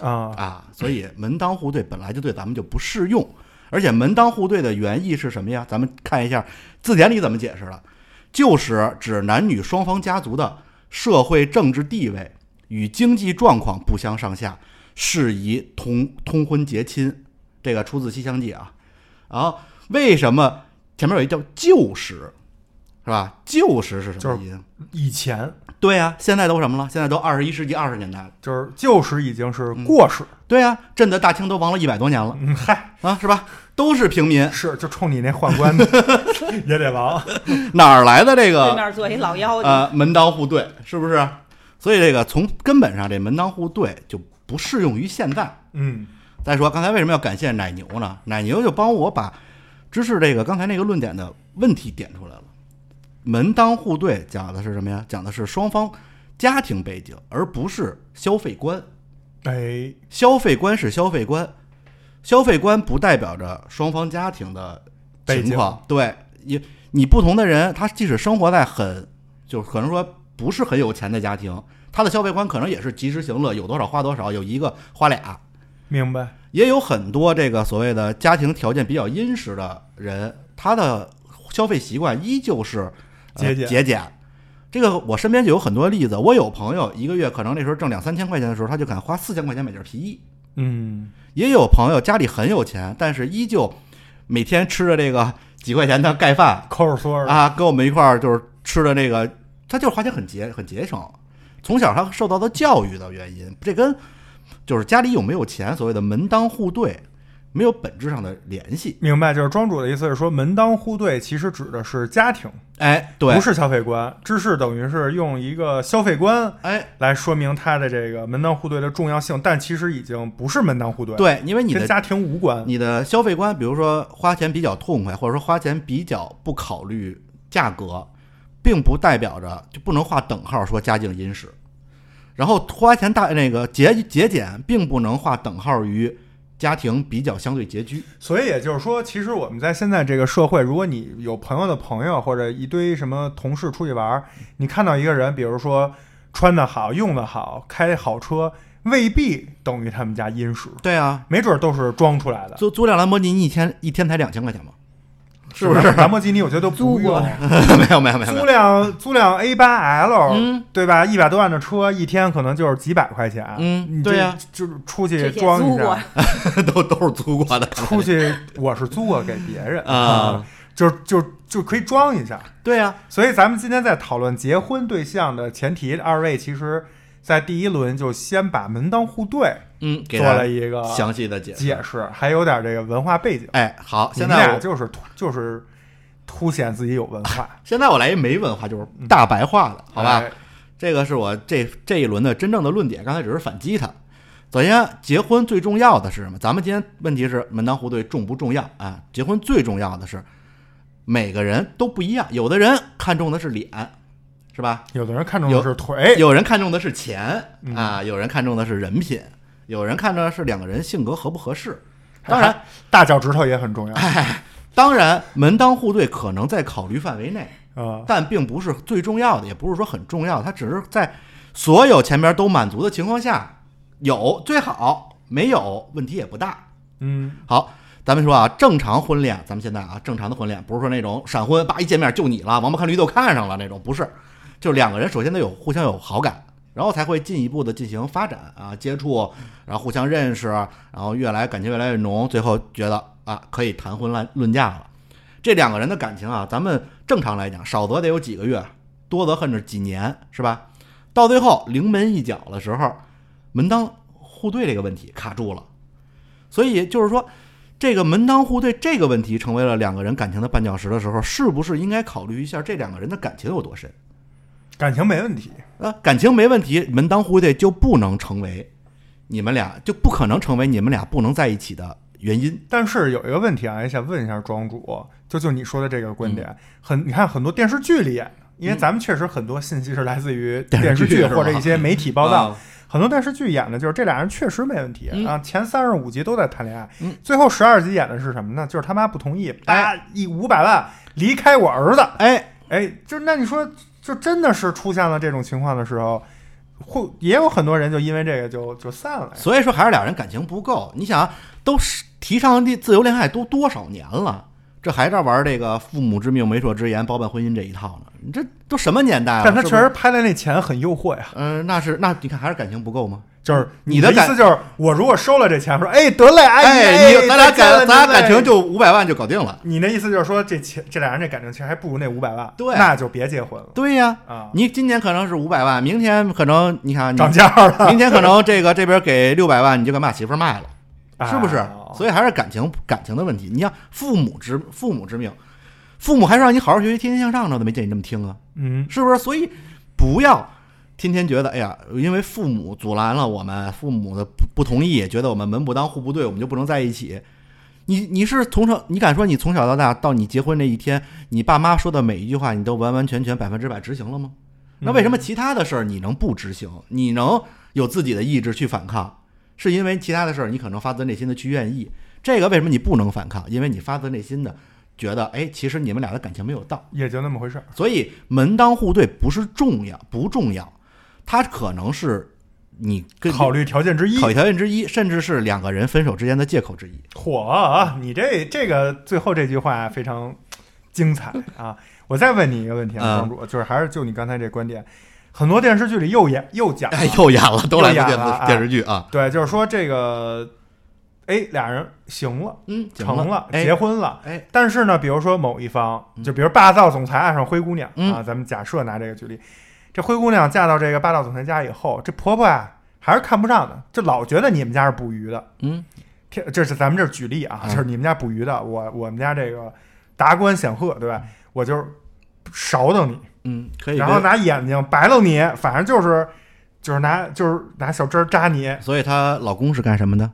Speaker 3: 啊
Speaker 2: 啊，所以门当户对本来就对咱们就不适用。而且门当户对的原意是什么呀？咱们看一下字典里怎么解释了，就是指男女双方家族的社会政治地位与经济状况不相上下，适宜通通婚结亲。这个出自《西厢记》啊。啊，为什么前面有一叫旧时，是吧？旧时是什
Speaker 3: 就
Speaker 2: 么
Speaker 3: 是
Speaker 2: 意思？
Speaker 3: 以前
Speaker 2: 对呀、现在都什么了？现在都二十一世纪二十年代了。
Speaker 3: 就是旧时已经是过时，
Speaker 2: 对呀、朕的大清都亡了一百多年了
Speaker 3: 嗯，嗨，
Speaker 2: 啊，是吧？都是平民，
Speaker 3: 是就冲你那宦 官的也得亡，
Speaker 2: 哪儿来的这
Speaker 1: 对
Speaker 2: 个
Speaker 1: 面坐一老妖精，
Speaker 2: 呃门当户对，是不是？所以这个从根本上，这门当户对就不适用于现在。
Speaker 3: 嗯
Speaker 2: 再说刚才为什么要感谢奶牛呢？奶牛就帮我把知识这个刚才那个论点的问题点出来了。门当户对讲的是什么呀？讲的是双方家庭背景，而不是消费观。
Speaker 3: 哎，
Speaker 2: 消费观是消费观，消费观不代表着双方家庭的
Speaker 3: 背景
Speaker 2: 情况。对，你你不同的人，他即使生活在很就可能说不是很有钱的家庭，他的消费观可能也是及时行乐，有多少花多少，有一个花俩。
Speaker 3: 明白，
Speaker 2: 也有很多这个所谓的家庭条件比较殷实的人，他的消费习惯依旧是、呃、
Speaker 3: 节俭
Speaker 2: 节俭。这个我身边就有很多例子，我有朋友一个月可能那时候挣两三千块钱的时候，他就敢花四千块钱买件皮衣。
Speaker 3: 嗯，
Speaker 2: 也有朋友家里很有钱，但是依旧每天吃着这个几块钱的盖饭
Speaker 3: 抠着缩着，
Speaker 2: 啊，跟我们一块儿就是吃着那个，他就是花钱很节很节省。从小他受到的教育的原因，这跟就是家里有没有钱，所谓的门当户对，没有本质上的联系。
Speaker 3: 明白，就是庄主的意思是说，门当户对其实指的是家庭，
Speaker 2: 哎，对，
Speaker 3: 不，是消费观。知识等于是用一个消费观
Speaker 2: 哎，
Speaker 3: 来说明它的这个门当户对的重要性，但其实已经不是门当户对，
Speaker 2: 对，因为你
Speaker 3: 跟
Speaker 2: 的
Speaker 3: 家庭无关。
Speaker 2: 你的消费观，比如说花钱比较痛快，或者说花钱比较不考虑价格，并不代表着就不能划等号说家境殷实。然后花钱大那个节节俭，并不能划等号于家庭比较相对拮据。
Speaker 3: 所以也就是说，其实我们在现在这个社会，如果你有朋友的朋友或者一堆什么同事出去玩儿，你看到一个人，比如说穿得好、用得好、开好车，未必等于他们家殷实，
Speaker 2: 对啊，
Speaker 3: 没准儿都是装出来的。
Speaker 2: 租租辆兰博基尼一天一天才两千块钱嘛，是不是？
Speaker 3: 兰博基尼，我觉得都不
Speaker 1: 租过
Speaker 3: 用。
Speaker 2: 没有没有没有
Speaker 3: 租
Speaker 2: 没有，
Speaker 3: 辆租辆 A 八 L，、
Speaker 2: 嗯
Speaker 3: 对吧？一百多万的车，一天可能就是几百块钱。
Speaker 2: 嗯
Speaker 3: 你这
Speaker 2: 对呀
Speaker 3: 就是出去
Speaker 1: 这些
Speaker 3: 装
Speaker 1: 租
Speaker 3: 一
Speaker 1: 过
Speaker 3: 下，，
Speaker 2: 都都是租过的。
Speaker 3: 出去我是租过给别人
Speaker 2: 啊，
Speaker 3: 就就就可以装一下。
Speaker 2: 对啊，
Speaker 3: 所以咱们今天在讨论结婚对象的前提，二位其实在第一轮就先把门当户对
Speaker 2: 嗯，给
Speaker 3: 做
Speaker 2: 大
Speaker 3: 了
Speaker 2: 家
Speaker 3: 一个
Speaker 2: 详细的解释。
Speaker 3: 解释，还有点这个文化背景。
Speaker 2: 哎，好，
Speaker 3: 你
Speaker 2: 现
Speaker 3: 们
Speaker 2: 在
Speaker 3: 俩
Speaker 2: 我
Speaker 3: 就是突就是凸显自己有文化，
Speaker 2: 现在我来一没文化，就是大白话的，好吧？
Speaker 3: 哎？
Speaker 2: 这个是我这这一轮的真正的论点，刚才只是反击他。首先，结婚最重要的是什么？咱们今天问题是门当户对重不重要啊？结婚最重要的是每个人都不一样，有的人看重的是脸，是吧？
Speaker 3: 有的人看重
Speaker 2: 有
Speaker 3: 的是腿，哎
Speaker 2: 有人看重的是钱啊，有人看重的是人品，有人看重的是两个人性格合不合适。当然，
Speaker 3: 大脚趾头也很重要。
Speaker 2: 当然，门当户对可能在考虑范围内，
Speaker 3: 啊，
Speaker 2: 但并不是最重要的，也不是说很重要，它只是在所有前面都满足的情况下有最好，没有问题也不大。
Speaker 3: 嗯，
Speaker 2: 好，咱们说啊，正常婚恋，咱们现在啊，正常的婚恋不是说那种闪婚，叭一见面就你了，王八看绿豆看上了那种，不是，就两个人首先得有互相有好感，然后才会进一步的进行发展啊，接触，然后互相认识，然后越来感情越来越浓，最后觉得啊，可以啊谈婚论论嫁了。这两个人的感情啊，咱们正常来讲，少则得有几个月，多则恨着几年，是吧？到最后临门一脚的时候，门当户对这个问题卡住了，所以就是说，这个门当户对这个问题成为了两个人感情的绊脚石的时候，是不是应该考虑一下这两个人的感情有多深？
Speaker 3: 感情没问题，
Speaker 2: 啊，感情没问题，门当户对就不能成为你们俩就不可能成为你们俩不能在一起的原因。
Speaker 3: 但是有一个问题啊，也想问一下庄主，就就你说的这个观
Speaker 2: 嗯
Speaker 3: 点，很你看很多电视剧里演的，因为咱们确实很多信息是来自于
Speaker 2: 电视
Speaker 3: 电视
Speaker 2: 剧
Speaker 3: 剧
Speaker 2: 是吧
Speaker 3: 或者一些媒体报道，
Speaker 2: 啊
Speaker 3: 很多电视剧演的就是这俩人确实没问题、
Speaker 2: 嗯
Speaker 3: 啊，前三十五集都在谈恋爱，
Speaker 2: 嗯
Speaker 3: 最后十二集演的是什么呢？就是他妈不同意，啪
Speaker 2: 哎
Speaker 3: 一五百万离开我儿子，
Speaker 2: 哎，
Speaker 3: 哎，就那你说，就真的是出现了这种情况的时候，会也有很多人就因为这个就就散了呀。
Speaker 2: 所以说还是俩人感情不够。你想啊，都是提倡的自由恋爱都多少年了，这还这玩这个父母之命媒妁之言包办婚姻这一套呢？你这都什么年代了？
Speaker 3: 但他
Speaker 2: 是
Speaker 3: 确
Speaker 2: 哎不是
Speaker 3: 实，拍的那钱很诱惑呀，
Speaker 2: 嗯、那是那你看还是感情不够吗？
Speaker 3: 就是
Speaker 2: 嗯你
Speaker 3: 的
Speaker 2: 的
Speaker 3: 意
Speaker 2: 感
Speaker 3: 思就是，我如果收了这钱，说哎得嘞，阿姨
Speaker 2: 哎，
Speaker 3: 哎
Speaker 2: 你咱俩
Speaker 3: 再见了
Speaker 2: 感咱俩
Speaker 3: 您再
Speaker 2: 感情就五百万就搞定了。
Speaker 3: 你那意思就是说，这钱这俩人这感情其实还不如那五百万，
Speaker 2: 对
Speaker 3: 那就别结婚了
Speaker 2: 对呀、
Speaker 3: 啊，
Speaker 2: 你今年可能是五百万，明天可能你看你
Speaker 3: 涨价了，
Speaker 2: 明天 可能这个这边给六百万，你就敢把媳妇儿卖了，是不是？
Speaker 3: 啊
Speaker 2: 所以还是感情感情的问题。你像父母之父母之命，父母还是让你好好学习，天天向上呢，都没见你这么听啊，
Speaker 3: 嗯，
Speaker 2: 是不是？所以不要天天觉得，哎呀，因为父母阻拦了我们，父母的不不同意，觉得我们门不当户不对，我们就不能在一起。你你是从小，你敢说你从小到大到你结婚那一天，你爸妈说的每一句话，你都完完全全百分之百执行了吗？那为什么其他的事儿你能不执行？你能有自己的意志去反抗，是因为其他的事儿你可能发自内心的去愿意。这个为什么你不能反抗？因为你发自内心的觉得，哎，其实你们俩的感情没有到。
Speaker 3: 也就那么回事儿？
Speaker 2: 所以门当户对不是重要，不重要，它可能是你跟
Speaker 3: 考虑条件之一
Speaker 2: 考。虑条件之一，甚至是两个人分手之间的借口之一。
Speaker 3: 嚯啊，你这这个最后这句话非常精 彩啊！我再问你一个问题啊，
Speaker 2: 嗯
Speaker 3: 庄主，就是还是就你刚才这观点，很多电视剧里又演又讲了，
Speaker 2: 哎，又演了，都来自
Speaker 3: 又演
Speaker 2: 电
Speaker 3: 了啊
Speaker 2: 视电视剧啊。
Speaker 3: 对，就是说这个，哎，俩人行了，
Speaker 2: 嗯，行
Speaker 3: 成
Speaker 2: 了，哎
Speaker 3: 结婚了。
Speaker 2: 哎，
Speaker 3: 但是呢，比如说某一方，
Speaker 2: 嗯
Speaker 3: 就比如霸道总裁爱上灰姑娘、
Speaker 2: 嗯
Speaker 3: 啊，咱们假设拿这个举例，这灰姑娘嫁到这个霸道总裁家以后，这婆婆啊还是看不上的，就老觉得你们家是捕鱼的。
Speaker 2: 嗯，
Speaker 3: 天，这是咱们这儿举例啊，
Speaker 2: 嗯
Speaker 3: 就是你们家捕鱼的，我我们家这个达官显赫，对吧？我就是勺到你，
Speaker 2: 嗯，可以。
Speaker 3: 然后拿眼睛白了你，反正就是就是拿就是拿小针儿扎你，
Speaker 2: 所以她老公是干什么的？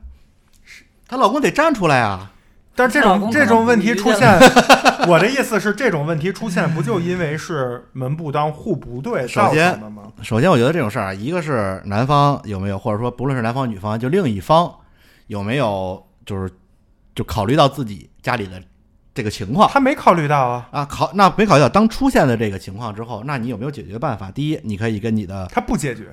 Speaker 2: 她老公得站出来啊！
Speaker 3: 但这
Speaker 1: 老
Speaker 3: 种
Speaker 1: 公
Speaker 3: 这
Speaker 1: 可
Speaker 3: 种
Speaker 1: 能
Speaker 3: 问
Speaker 1: 不
Speaker 3: 题
Speaker 1: 一
Speaker 3: 出
Speaker 1: 定
Speaker 3: 现， 我的意思是，这种问题出现不就因为是门不当户不对
Speaker 2: 首
Speaker 3: 造
Speaker 2: 先
Speaker 3: 成的吗？
Speaker 2: 首先，我觉得这种事儿啊，一个是男方有没有，或者说不论是男方女方，就另一方有没有，就是就考虑到自己家里的这个情况
Speaker 3: 他没考虑到啊，
Speaker 2: 啊，考那没考虑到当出现了这个情况之后，那你有没有解决办法？第一，你可以跟你的，
Speaker 3: 他不解决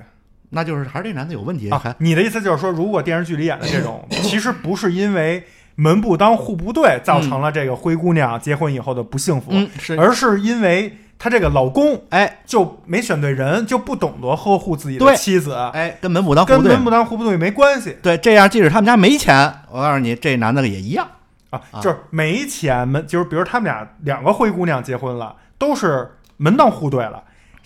Speaker 2: 那就是还是这男的有问题，还
Speaker 3: 啊。你的意思就是说，如果电视剧里演的这种，其实不是因为门不当户不对造
Speaker 1: 嗯
Speaker 3: 成了这个灰姑娘结婚以后的不幸福，
Speaker 2: 嗯是
Speaker 3: 而是因为她这个老公
Speaker 2: 哎
Speaker 3: 就没选对人，就不懂得呵护自己的
Speaker 2: 对
Speaker 3: 妻子，
Speaker 2: 哎，跟门不当户
Speaker 3: 跟
Speaker 2: 不对
Speaker 3: 门。不当户不对没关系。
Speaker 2: 对，这样即使他们家没钱，我告诉你，这男的也一样。
Speaker 3: 啊
Speaker 2: 啊，
Speaker 3: 就是没钱门，就是比如他们俩两个灰姑娘结婚了，都是门当户对了，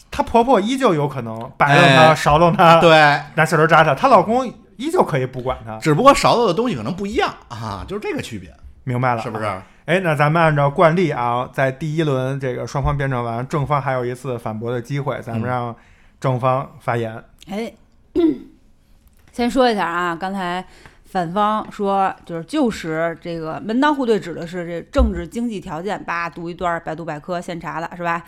Speaker 3: 她婆婆依旧有可能摆弄她、
Speaker 2: 哎
Speaker 3: 勺弄她，
Speaker 2: 对，
Speaker 3: 拿小刀扎她，她老公依旧可以不管她。
Speaker 2: 只不过勺子的东西可能不一样啊，就是这个区别，
Speaker 3: 明白了，
Speaker 2: 是不是？？
Speaker 3: 哎，那咱们按照惯例啊，在第一轮这个双方辩证完，正方还有一次反驳的机会，咱
Speaker 2: 嗯
Speaker 3: 们让正方发言。
Speaker 1: 哎， 先说一下啊，刚才反方说就是旧时这个门当户对指的是这政治经济条件，叭读一段儿百度百科现查了是吧？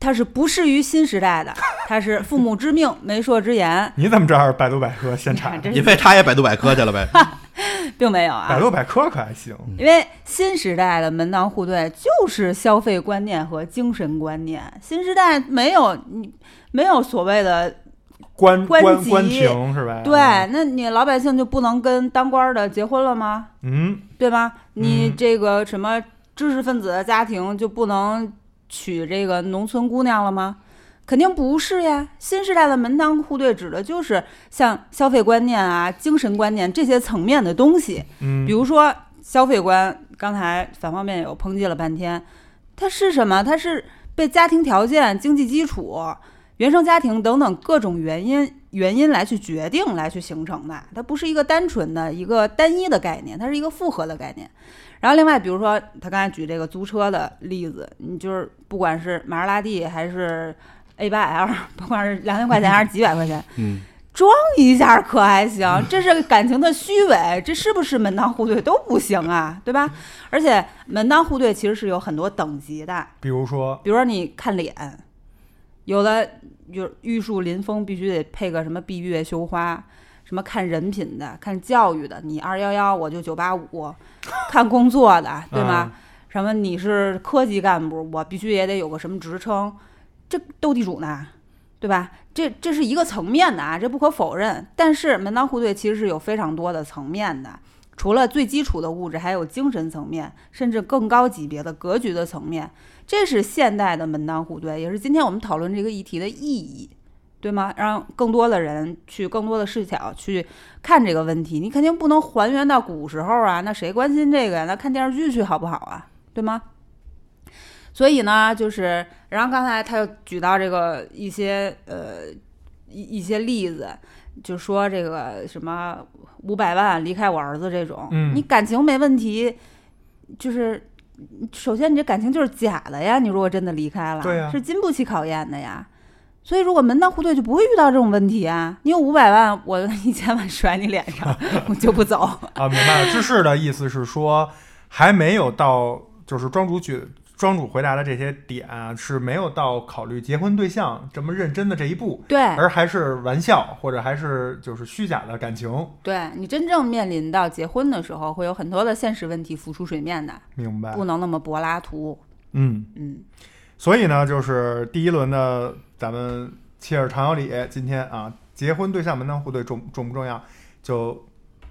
Speaker 1: 它是不适于新时代的， 它是父母之命媒妁之言，
Speaker 3: 你怎么知道是百度百科现查
Speaker 1: 你看？真
Speaker 2: 因为他也百度百科去了呗。
Speaker 1: 并没有啊。
Speaker 3: 百度百科可还行？
Speaker 2: 嗯
Speaker 1: 因为新时代的门当户对就是消费观念和精神观念，新时代没有你没有所谓的
Speaker 3: 官
Speaker 1: 官
Speaker 3: 官
Speaker 1: 籍
Speaker 3: 官庭是吧？
Speaker 1: 对，那你老百姓就不能跟当官的结婚了吗？
Speaker 3: 嗯，
Speaker 1: 对吧？你
Speaker 3: 嗯
Speaker 1: 这个什么知识分子的家庭就不能娶这个农村姑娘了吗？肯定不是呀！新时代的门当户对指的就是像消费观念啊、精神观念这些层面的东西。
Speaker 3: 嗯
Speaker 1: 比如说消费观，刚才反方面有抨击了半天，它是什么？它是被家庭条件、经济基础、原生家庭等等各种原因原因来去决定、来去形成的。它不是一个单纯的一个呃单一的概念，它是一个复合的概念。然后另外，比如说他刚才举这个租车的例子，你就是不管是玛莎拉蒂还是 A 八 L，不 管是两千块钱还是几百块钱，
Speaker 2: 嗯，
Speaker 1: 装一下可还行，这是感情的虚伪，这是不是门当户对都不行啊，对吧？而且门当户对其实是有很多等级的，
Speaker 3: 比如说，
Speaker 1: 比如说你看脸，有的有玉树临风，必须得配个什么闭月羞花，什么看人品的，看教育的，你二幺幺我就九八五，看工作的，对吗？什么你是科级干部，我必须也得有个什么职称，这斗地主呢，对吧？这这是一个层面的啊，这不可否认。但是门当户对其实是有非常多的层面的，除了最基础的物质，还有精神层面，甚至更高级别的格局的层面。这是现代的门当户对，也是今天我们讨论这个议题的意义，对吗？让更多的人去更多的视角去看这个问题。你肯定不能还原到古时候啊，那谁关心这个呀？那看电视剧去好不好啊？对吗？所以呢，就是，然后刚才他又举到这个一些呃一一些例子，就说这个什么五百万离开我儿子这种，
Speaker 3: 嗯
Speaker 1: 你感情没问题，就是首先你这感情就是假的呀，你如果真的离开了，
Speaker 3: 对啊呀
Speaker 1: 是经不起考验的呀。所以如果门当户对，就不会遇到这种问题啊。你有五百万，我一千万甩你脸 上，我就不走。
Speaker 3: 啊，明白了。芝士的意思是说，还没有到，就是庄主举庄主回答的这些点啊是没有到考虑结婚对象这么认真的这一步，
Speaker 1: 对，
Speaker 3: 而还是玩笑或者还是就是虚假的感情。
Speaker 1: 对你真正面临到结婚的时候，会有很多的现实问题浮出水面的，
Speaker 3: 明白
Speaker 1: 不？能那么柏拉图。
Speaker 3: 嗯，
Speaker 1: 嗯，
Speaker 3: 所以呢，就是第一轮的咱们切尔长有理，今天啊，结婚对象门当户对重重不重要，就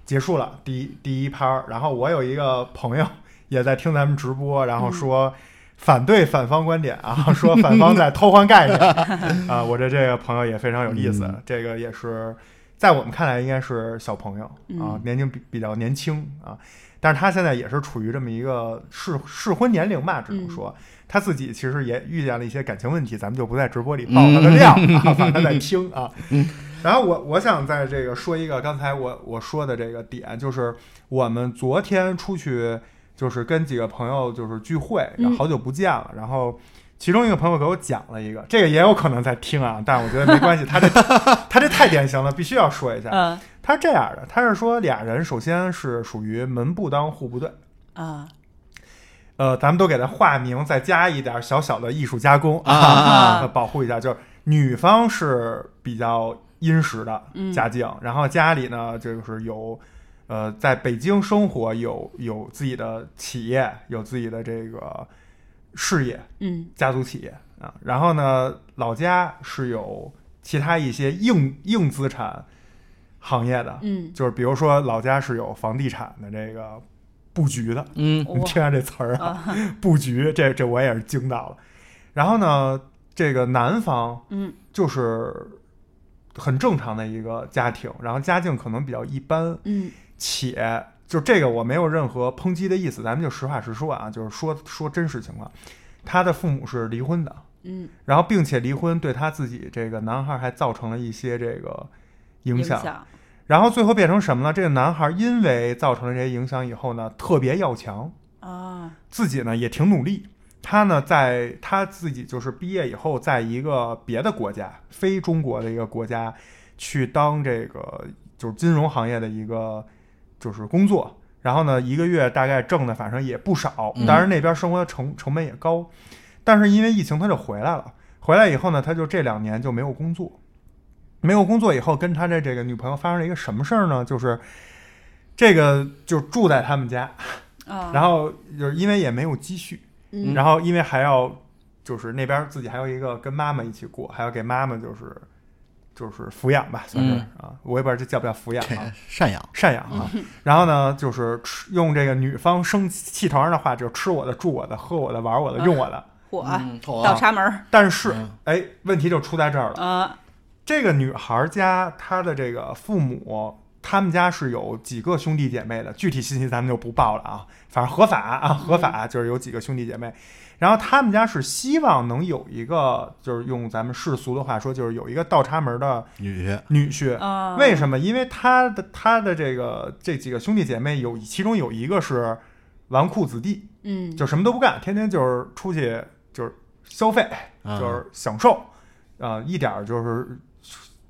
Speaker 3: 结束了第一第一趴儿。然后我有一个朋友也在听咱们直播，然后说。反对反方观点啊，说反方在偷换概念 啊，我的这个朋友也非常有意思，这个也是在我们看来应该是小朋友啊
Speaker 1: 嗯，
Speaker 3: 年龄比比较年轻啊，但是他现在也是处于这么一个适适婚年龄吧，只能说，他自己其实也遇见了一些感情问题，咱们就不在直播里爆他的料啊，反正在听啊。然后我我想在这个说一个刚才我我说的这个点，就是我们昨天出去就是跟几个朋友就是聚会，然后好久不见了，然后。其中一个朋友给我讲了一个，这个也有可能在听啊，但我觉得没关系，他这他这太典型了，必须要说一下。
Speaker 1: 呃
Speaker 3: 他是这样的，他是说俩人首先是属于门不当户不对，
Speaker 1: 啊
Speaker 3: 呃，咱们都给它化名，再加一点小小的艺术加工
Speaker 2: 啊啊
Speaker 3: 呃保护一下。就是女方是比较殷实的
Speaker 1: 嗯
Speaker 3: 家境，然后家里呢就是有，呃，在北京生活有有自己的企业，有自己的这个事业，
Speaker 1: 嗯
Speaker 3: 家族企业啊。然后呢，老家是有其他一些硬硬资产行业的，
Speaker 1: 嗯，
Speaker 3: 就是比如说老家是有房地产的这个布局的。
Speaker 2: 嗯
Speaker 3: 你
Speaker 1: 我
Speaker 3: 听下这词儿啊，布局，这这我也是惊到了。然后呢，这个男方
Speaker 1: 嗯
Speaker 3: 就是很正常的一个家庭，然后家境可能比较一般，
Speaker 1: 嗯
Speaker 3: 且就这个我没有任何抨击的意思，咱们就实话实说啊，就是说说真实情况。他的父母是离婚的，
Speaker 1: 嗯，
Speaker 3: 然后并且离婚对他自己这个男孩还造成了一些这个影响，
Speaker 1: 响
Speaker 3: 然后最后变成什么呢？这个男孩因为造成了这些影响以后呢，特别要强，
Speaker 1: 啊，
Speaker 3: 自己呢也挺努力。他呢，在他自己就是毕业以后，在一个别的国家，非中国的一个国家，去当这个就是金融行业的一个就是工作。然后呢，一个月大概挣的反正也不少，当然那边生活成成本也高。但是因为疫情，他就回来了。回来以后呢，他就这两年就没有工作，没有工作以后，跟他的这个女朋友发生了一个什么事儿呢？就是这个就住在他们家，
Speaker 1: 啊
Speaker 3: 然后就是因为也没有积蓄，
Speaker 1: 嗯
Speaker 3: 然后因为还要就是那边自己还有一个跟妈妈一起过，还要给妈妈就是就是抚养吧，算是、
Speaker 2: 嗯
Speaker 3: 啊，我也不知道这叫不叫抚养啊，
Speaker 2: 赡养，
Speaker 3: 赡养啊。
Speaker 1: 嗯
Speaker 3: 然后呢，就是吃用这个女方生气头上的话，就是吃我的、住我的、喝我的、玩我的、用我的。
Speaker 1: 火
Speaker 2: 嗯，好
Speaker 1: 倒
Speaker 2: 啊，
Speaker 1: 插门儿
Speaker 3: 但是
Speaker 2: 嗯，
Speaker 3: 哎，问题就出在这儿了。
Speaker 1: 啊，
Speaker 3: 这个女孩家她的这个父母，他们家是有几个兄弟姐妹的，具体信息咱们就不报了啊。反正合法啊，合法就是有几个兄弟姐妹。然后他们家是希望能有一个，就是用咱们世俗的话说，就是有一个倒插门的
Speaker 2: 女婿，
Speaker 3: 女婿。
Speaker 1: 啊，
Speaker 3: 为什么？因为他的他的这个这几个兄弟姐妹有，其中有一个是纨绔子弟，
Speaker 1: 嗯，
Speaker 3: 就什么都不干，天天就是出去就是消费，
Speaker 2: 啊
Speaker 3: 就是享受，啊、一点儿就是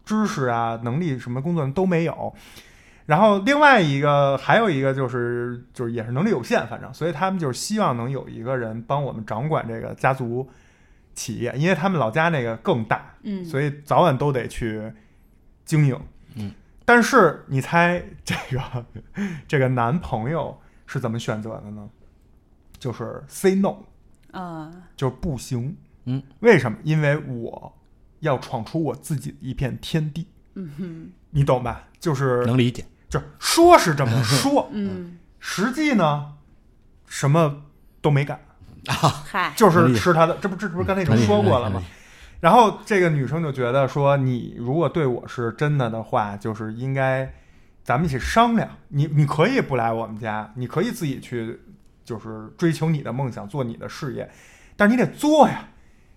Speaker 3: 知识啊、能力什么工作都没有。然后另外一个还有一个就是就是也是能力有限，反正所以他们就是希望能有一个人帮我们掌管这个家族企业，因为他们老家那个更大，
Speaker 1: 嗯，
Speaker 3: 所以早晚都得去经营。
Speaker 2: 嗯，
Speaker 3: 但是你猜这个 这个男朋友是怎么选择的呢？就是 say no，
Speaker 1: 啊，
Speaker 3: 就是不行。
Speaker 2: 嗯，
Speaker 3: 为什么？因为我要闯出我自己的一片天地，
Speaker 1: 嗯哼，，
Speaker 3: 你懂吧？就是
Speaker 2: 能理解。
Speaker 3: 就是说是这么说
Speaker 1: 嗯，
Speaker 3: 实际呢什么都没干，
Speaker 2: 啊
Speaker 1: 嗨，
Speaker 3: 就是吃他的。这不这不是刚才已经
Speaker 2: 能理解
Speaker 3: 说过了
Speaker 2: 能
Speaker 3: 吗
Speaker 2: 理？解
Speaker 3: 然后这个女生就觉得说，你如果对我是真的的话，就是应该咱们一起商量。你你可以不来我们家，你可以自己去，就是追求你的梦想，做你的事业，但是你得做呀，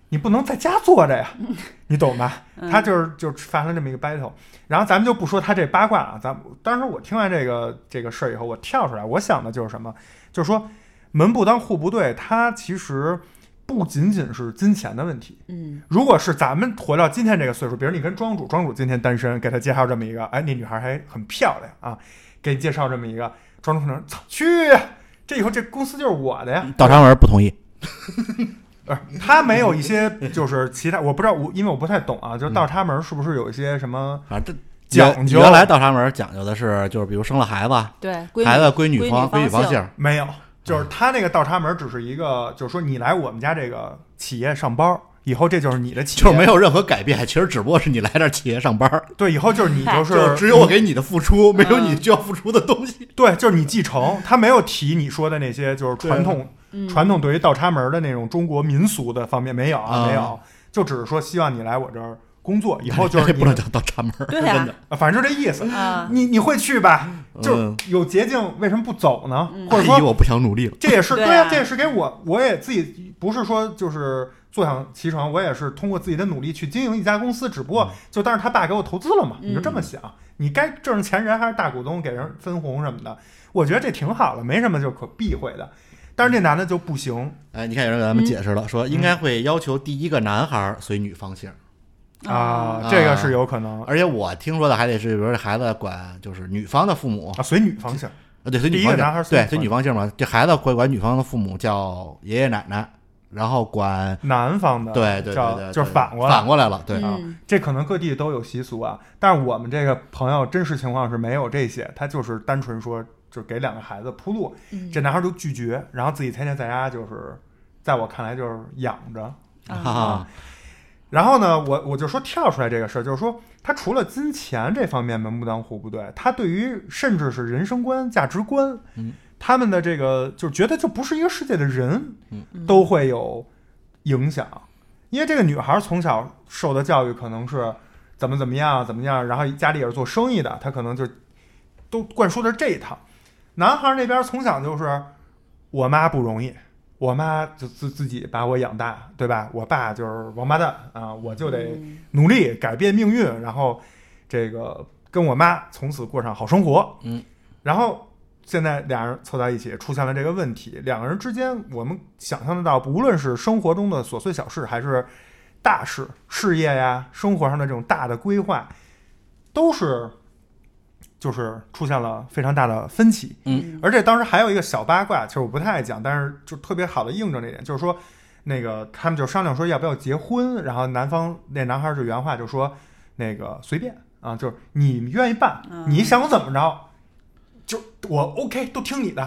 Speaker 3: 你不能在家坐着呀， 你懂吧？他就是就是发生这么一个 battle。然后咱们就不说他这八卦了，咱们当时我听完这个这个事儿以后，我跳出来，我想的就是什么，就是说门不当户不对，它其实不仅仅是金钱的问题。
Speaker 1: 嗯，
Speaker 3: 如果是咱们活到今天这个岁数，比如你跟庄主，庄主今天单身，给他介绍这么一个，哎，那女孩还很漂亮啊，给你介绍这么一个，庄主可能操去呀，这以后这公司就是我的呀。
Speaker 2: 倒插门不同意，
Speaker 3: 不是，他没有一些就是其他，我不知道，我因为我不太懂啊，
Speaker 2: 嗯
Speaker 3: 就是倒插门是不是有一些什么？
Speaker 2: 反正这
Speaker 3: 讲究
Speaker 2: 原原来倒插门讲究的是，就是比如生了孩子，
Speaker 1: 对，闺女
Speaker 2: 孩子归女
Speaker 1: 闺
Speaker 2: 方归
Speaker 1: 女
Speaker 2: 女方
Speaker 1: 姓，
Speaker 2: 姓，
Speaker 3: 没有，就是他那个倒插门只是一个，就是说你来我们家这个企业上班，以后这就是你的企业，
Speaker 2: 就是没有任何改变。其实只不过是你来这儿企业上班，
Speaker 3: 对，以后就是你就
Speaker 2: 就是只有我给你的付出，没有
Speaker 1: 嗯
Speaker 2: 你就要付出的东西。
Speaker 3: 对，就是你继承，他没有提你说的那些就是传统
Speaker 1: 嗯
Speaker 3: 传统对于倒插门的那种中国民俗的方面没有啊，
Speaker 2: 啊
Speaker 3: 没有，就只是说希望你来我这儿工作，以后就
Speaker 2: 这
Speaker 3: 是你
Speaker 2: 哎不能叫倒插门，
Speaker 1: 对呀
Speaker 2: 真的。
Speaker 3: 啊，反正就这意思。
Speaker 1: 啊，
Speaker 3: 你你会去吧？就
Speaker 2: 嗯哎
Speaker 3: 有捷径，为什么不走呢？或者
Speaker 2: 以
Speaker 3: 说
Speaker 2: 我不想努力了，
Speaker 3: 这也是
Speaker 1: 对
Speaker 3: 对
Speaker 1: 啊
Speaker 3: 呀，这也是给我，我也自己不是说就是坐享其成，我也是通过自己的努力去经营一家公司，只不
Speaker 2: 嗯
Speaker 3: 过就但是他爸给我投资了嘛，你就这么想，你该挣钱人还是大股东给人分红什么的，我觉得这挺好了，没什么就可避讳的。但是这男的就不行，
Speaker 2: 哎，你看有人给咱们解释了，
Speaker 1: 嗯
Speaker 2: 说应该会要求第一个男孩随女方姓，哦
Speaker 3: 啊，这个是有可能
Speaker 2: 嗯而且我听说的还得是，比如说这孩子管就是女方的父母，
Speaker 3: 啊，随女方向
Speaker 2: 啊，对，随女
Speaker 3: 第一个
Speaker 2: 方
Speaker 3: 男孩
Speaker 2: 姓，
Speaker 3: 随
Speaker 2: 对，
Speaker 3: 女
Speaker 2: 随女方姓嘛，这孩子会管女方的父母叫爷爷奶奶，然后管，
Speaker 3: 男方的
Speaker 2: 对对对
Speaker 3: 叫
Speaker 2: 对，对
Speaker 3: 就是反过来
Speaker 2: 反过来了，对，
Speaker 3: 啊
Speaker 1: 嗯，
Speaker 3: 这可能各地都有习俗啊，但是我们这个朋友真实情况是没有这些，他就是单纯说就给两个孩子铺路，这男孩就拒绝，然后自己天天在家就是，在我看来就是养着。
Speaker 1: 嗯
Speaker 2: 哈哈，
Speaker 3: 然后呢，我我就说跳出来这个事儿，就是说他除了金钱这方面门不当户不对，他对于甚至是人生观、价值观，他们的这个就是觉得就不是一个世界的人，都会有影响。因为这个女孩从小受的教育可能是怎么怎么样怎么样，然后家里也是做生意的，她可能就都灌输的是这一套。男孩那边从小就是我妈不容易，我妈就自自己把我养大，对吧？我爸就是王八蛋啊，我就得努力改变命运，然后这个跟我妈从此过上好生活。
Speaker 2: 嗯，
Speaker 3: 然后现在俩人凑在一起，出现了这个问题。两个人之间，我们想象得到，无论是生活中的琐碎小事，还是大事、事业呀、生活上的这种大的规划，都是就是出现了非常大的分歧。
Speaker 2: 嗯，
Speaker 3: 而且当时还有一个小八卦，其实我不太爱讲，但是就特别好的印证这点，就是说那个他们就商量说要不要结婚，然后男方那男孩就原话就说那个随便啊，就是你愿意办，
Speaker 2: 嗯
Speaker 3: 你想怎么着。就我 OK 都听你的，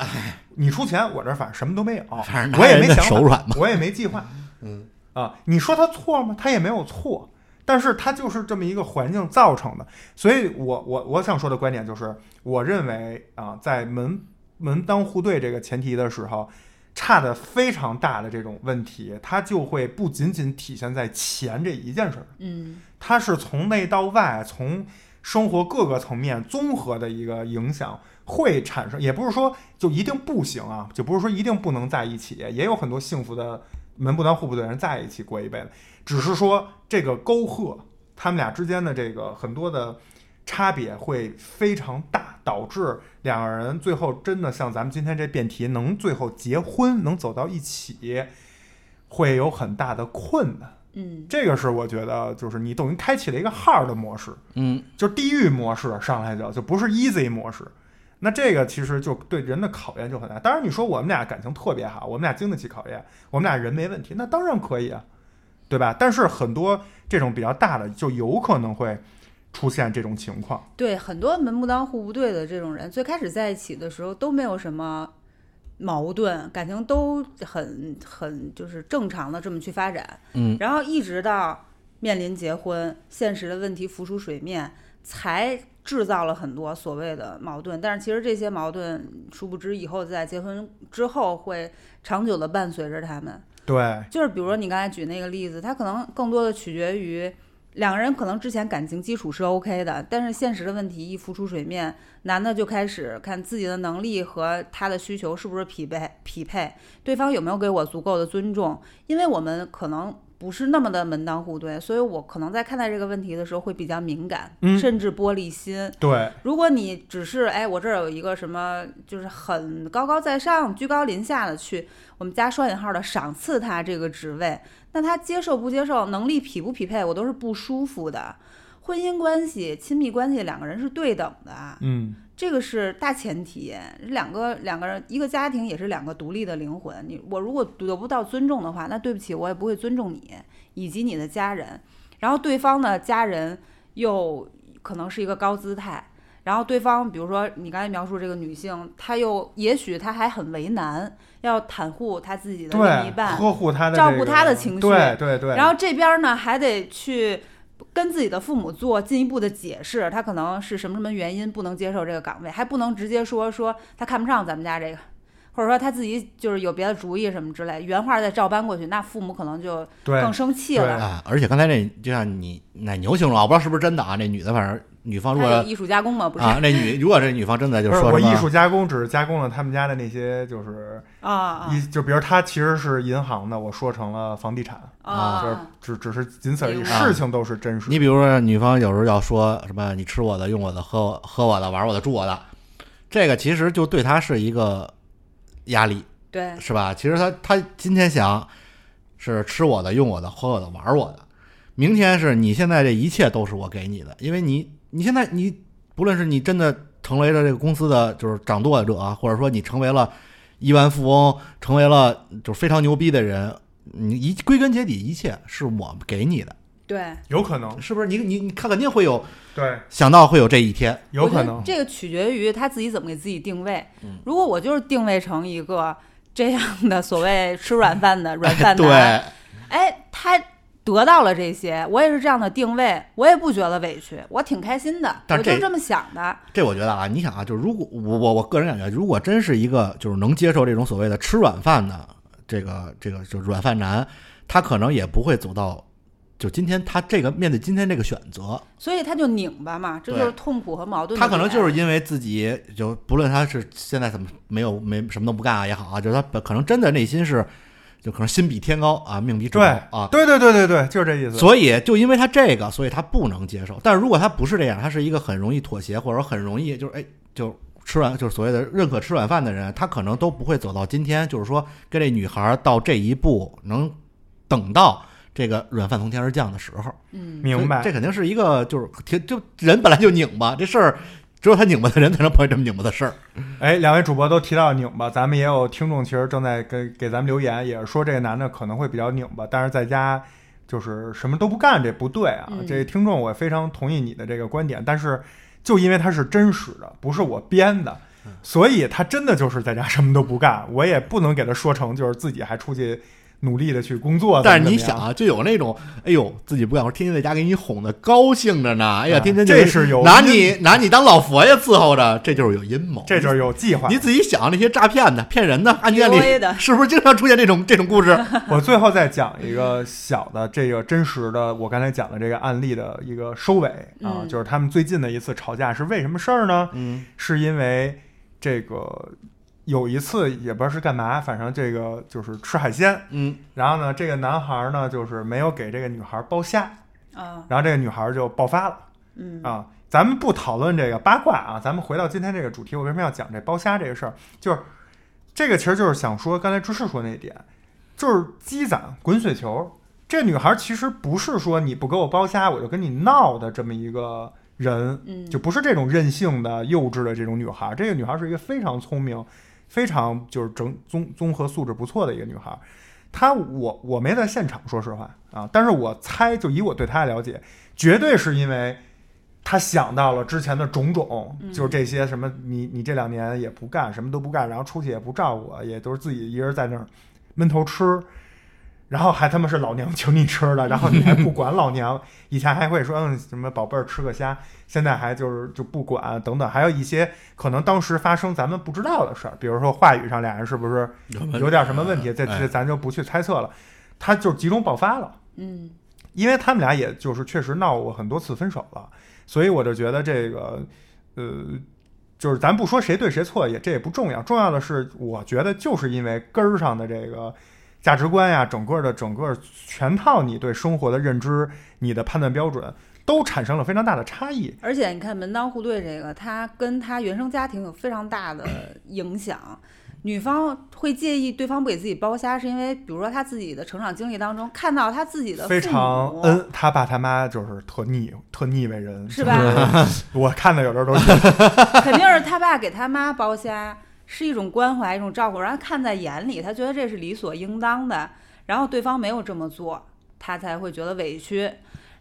Speaker 3: 你出钱，我这反正什么都没有，
Speaker 2: 哎反正
Speaker 3: 我也
Speaker 2: 男人
Speaker 3: 没
Speaker 2: 的
Speaker 3: 想法
Speaker 2: 手软嘛
Speaker 3: 我也没计划，嗯啊，你说他错吗？他也没有错，但是他就是这么一个环境造成的。所以我我我想说的观点就是，我认为啊，在门门当户对这个前提的时候，差的非常大的这种问题，它就会不仅仅体现在钱这一件事儿，
Speaker 1: 嗯
Speaker 3: 它是从内到外，从生活各个层面综合的一个影响，会产生，也不是说就一定不行啊，就不是说一定不能在一起，也有很多幸福的门不当户不对，人在一起过一辈子。只是说这个沟壑，他们俩之间的这个很多的差别会非常大，导致两个人最后真的像咱们今天这辩题，能最后结婚，能走到一起，会有很大的困难。
Speaker 1: 嗯，
Speaker 3: 这个是我觉得，就是你等于开启了一个 hard 的模式，
Speaker 2: 嗯，
Speaker 3: 就是地狱模式上来就就不是 easy 模式。那这个其实就对人的考验就很大。当然，你说我们俩感情特别好，我们俩经得起考验，我们俩人没问题，那当然可以啊，对吧？但是很多这种比较大的，就有可能会出现这种情况。
Speaker 1: 对，很多门不当户不对的这种人，最开始在一起的时候都没有什么矛盾，感情都很很就是正常的这么去发展，
Speaker 2: 嗯，
Speaker 1: 然后一直到面临结婚，现实的问题浮出水面，才制造了很多所谓的矛盾。但是其实这些矛盾，殊不知以后在结婚之后会长久的伴随着他们。
Speaker 3: 对，
Speaker 1: 就是比如说你刚才举那个例子，它可能更多的取决于两个人可能之前感情基础是 OK 的，但是现实的问题一浮出水面，男的就开始看自己的能力和他的需求是不是匹配匹配，对方有没有给我足够的尊重，因为我们可能。不是那么的门当户对，所以我可能在看待这个问题的时候会比较敏感，
Speaker 3: 嗯
Speaker 1: 甚至玻璃心。
Speaker 3: 对，
Speaker 1: 如果你只是哎，我这儿有一个什么，就是很高高在上、居高临下的去我们加双引号的赏赐他这个职位，那他接受不接受，能力匹不匹配，我都是不舒服的。婚姻关系、亲密关系，两个人是对等的啊，
Speaker 3: 嗯，
Speaker 1: 这个是大前提。两个两个人，一个家庭也是两个独立的灵魂。你我如果得不到尊重的话，那对不起，我也不会尊重你以及你的家人。然后对方的家人又可能是一个高姿态，然后对方比如说你刚才描述这个女性，她又也许她还很为难，要袒护她自己的另
Speaker 3: 对，
Speaker 1: 一 半，
Speaker 3: 呵护他的、这
Speaker 1: 照
Speaker 3: 个、
Speaker 1: 顾他的情绪
Speaker 3: 对对对。
Speaker 1: 然后这边呢还得去跟自己的父母做进一步的解释，他可能是什么什么原因不能接受这个岗位，还不能直接说说他看不上咱们家这个，或者说他自己就是有别的主意什么之类，原话再照搬过去，那父母可能就
Speaker 3: 对
Speaker 1: 更生气了。
Speaker 2: 啊，而且刚才那就像你奶牛形容啊，我不知道是不是真的啊，那女的反正女方如
Speaker 1: 他
Speaker 2: 果
Speaker 1: 有艺术加工嘛，不是
Speaker 2: 啊，那 女如果这女方真的就
Speaker 3: 不是
Speaker 2: 说
Speaker 3: 我
Speaker 2: 什么
Speaker 3: 艺术加工，只是加工了他们家的那些，就是
Speaker 1: 啊啊
Speaker 3: 一就比如他其实是银行的，我说成了房地产，就是
Speaker 1: 啊！
Speaker 3: 只只是仅此而已，
Speaker 1: 明
Speaker 2: 白
Speaker 3: 事情都是真实。
Speaker 2: 你比如说，女方有时候要说什么“你吃我的、用我的、喝我喝我的、玩我的、住我的”，这个其实就对她是一个压力，
Speaker 1: 对，
Speaker 2: 是吧？其实她她今天想是吃我的、用我的、喝我的、玩我的，明天是你现在这一切都是我给你的，因为你你现在你不论是你真的成为了这个公司的就是掌舵者啊，或者说你成为了亿万富翁，成为了就是非常牛逼的人，你一归根结底一切是我给你的。
Speaker 1: 对，
Speaker 3: 有可能，
Speaker 2: 是不是你你你看肯定会有
Speaker 3: 对，
Speaker 2: 想到会有这一天，
Speaker 3: 有
Speaker 1: 我
Speaker 3: 可
Speaker 1: 觉得
Speaker 3: 能，
Speaker 1: 这个取决于他自己怎么给自己定位。
Speaker 2: 嗯
Speaker 1: 如果我就是定位成一个这样的所谓吃软饭 的软饭男，
Speaker 2: 对，
Speaker 1: 哎，他得到了这些，我也是这样的定位，我也不觉得委屈，我挺开心的，我
Speaker 2: 但
Speaker 1: 就
Speaker 2: 这
Speaker 1: 这么想的。
Speaker 2: 这我觉得啊，你想啊，就是如果我我我个人感觉，如果真是一个就是能接受这种所谓的吃软饭的这个这个就是软饭男，他可能也不会走到就今天他这个面对今天这个选择，
Speaker 1: 所以他就拧巴嘛，这
Speaker 2: 对
Speaker 1: 就是痛苦和矛盾的
Speaker 2: 他
Speaker 1: 点。
Speaker 2: 可能就是因为自己就不论他是现在怎么没有没什么都不干啊也好啊，就是他本可能真的内心是就可能心比天高啊，命比纸
Speaker 3: 对
Speaker 2: 高啊，
Speaker 3: 对对对对对，就是这意思。
Speaker 2: 所以就因为他这个，所以他不能接受。但如果他不是这样，他是一个很容易妥协，或者说很容易就是哎就吃软就是所谓的认可吃软饭的人，他可能都不会走到今天，就是说跟这女孩到这一步，能等到这个软饭从天而降的时候。
Speaker 1: 嗯，
Speaker 3: 明白
Speaker 2: 所以这肯定是一个就是挺就人本来就拧巴，这事儿只有他拧巴的人才能碰见这么拧巴的事儿。
Speaker 3: 哎，两位主播都提到拧巴，咱们也有听众其实正在给给咱们留言，也是说这个男的可能会比较拧巴，但是在家就是什么都不干，这不对啊。
Speaker 1: 嗯
Speaker 3: 这个听众我非常同意你的这个观点，但是就因为他是真实的，不是我编的，
Speaker 2: 嗯
Speaker 3: 所以他真的就是在家什么都不干，我也不能给他说成就是自己还出去努力的去工作。
Speaker 2: 但
Speaker 3: 怎
Speaker 2: 是
Speaker 3: 么
Speaker 2: 你
Speaker 3: 怎么
Speaker 2: 想
Speaker 3: 样，
Speaker 2: 啊，就有那种哎呦自己不干活，天天在家给你哄的高兴着呢，哎呀，
Speaker 3: 啊
Speaker 2: 天天就
Speaker 3: 这是有
Speaker 2: 拿你拿你当老佛爷伺候着，这就是有阴谋，
Speaker 3: 这就是有计划。
Speaker 2: 你自己想那些诈骗的、骗人的案件
Speaker 1: PUA
Speaker 2: 里，
Speaker 1: 的
Speaker 2: 是不是经常出现这种这种 故事？
Speaker 3: 我最后再讲一个小的这个真实的，我刚才讲的这个案例的一个收尾啊，
Speaker 1: 嗯
Speaker 3: 就是他们最近的一次吵架是为什么事儿呢？
Speaker 2: 嗯，
Speaker 3: 是因为这个。有一次也不知道是干嘛，反正这个就是吃海鲜，
Speaker 2: 嗯，
Speaker 3: 然后呢，这个男孩呢就是没有给这个女孩剥虾，
Speaker 1: 啊，
Speaker 3: 然后这个女孩就爆发了，
Speaker 1: 嗯
Speaker 3: 啊，咱们不讨论这个八卦啊，咱们回到今天这个主题，我为什么要讲这包虾这个事儿？就是这个其实就是想说刚才芝士说那一点，就是积攒滚雪球。这女孩其实不是说你不给我包虾我就跟你闹的这么一个人，
Speaker 1: 嗯
Speaker 3: 就不是这种任性的、幼稚的这种女孩。这个女孩是一个非常聪明、非常就是整综综合素质不错的一个女孩。她我我没在现场，说实话啊，但是我猜，就以我对她的了解，绝对是因为她想到了之前的种种，就是这些什么你你这两年也不干，什么都不干，然后出去也不照顾我，也都是自己一人在那儿闷头吃。然后还他妈是老娘请你吃的，然后你还不管老娘，以前还会说嗯什么宝贝儿吃个虾，现在还就是就不管等等，还有一些可能当时发生咱们不知道的事儿，比如说话语上俩人是不是有点什么问题，这这咱就不去猜测了。他就集中爆发了，
Speaker 1: 嗯
Speaker 3: 因为他们俩也就是确实闹过很多次分手了，所以我就觉得这个呃，就是咱不说谁对谁错也这也不重要，重要的是我觉得就是因为根儿上的这个。价值观呀，整个的整个全套你对生活的认知、你的判断标准，都产生了非常大的差异。
Speaker 1: 而且你看门当户对这个，他跟他原生家庭有非常大的 影响。女方会介意对方不给自己剥虾，是因为比如说她自己的成长经历当中看到她自己的
Speaker 3: 非
Speaker 1: 父
Speaker 3: 常
Speaker 1: 母
Speaker 3: 恩，他爸他妈就是特腻，特腻歪人，
Speaker 1: 是吧？
Speaker 3: 我看的有时候都觉得
Speaker 1: 肯定是他爸给他妈剥虾，是一种关怀，一种照顾，然后看在眼里，他觉得这是理所应当的。然后对方没有这么做，他才会觉得委屈。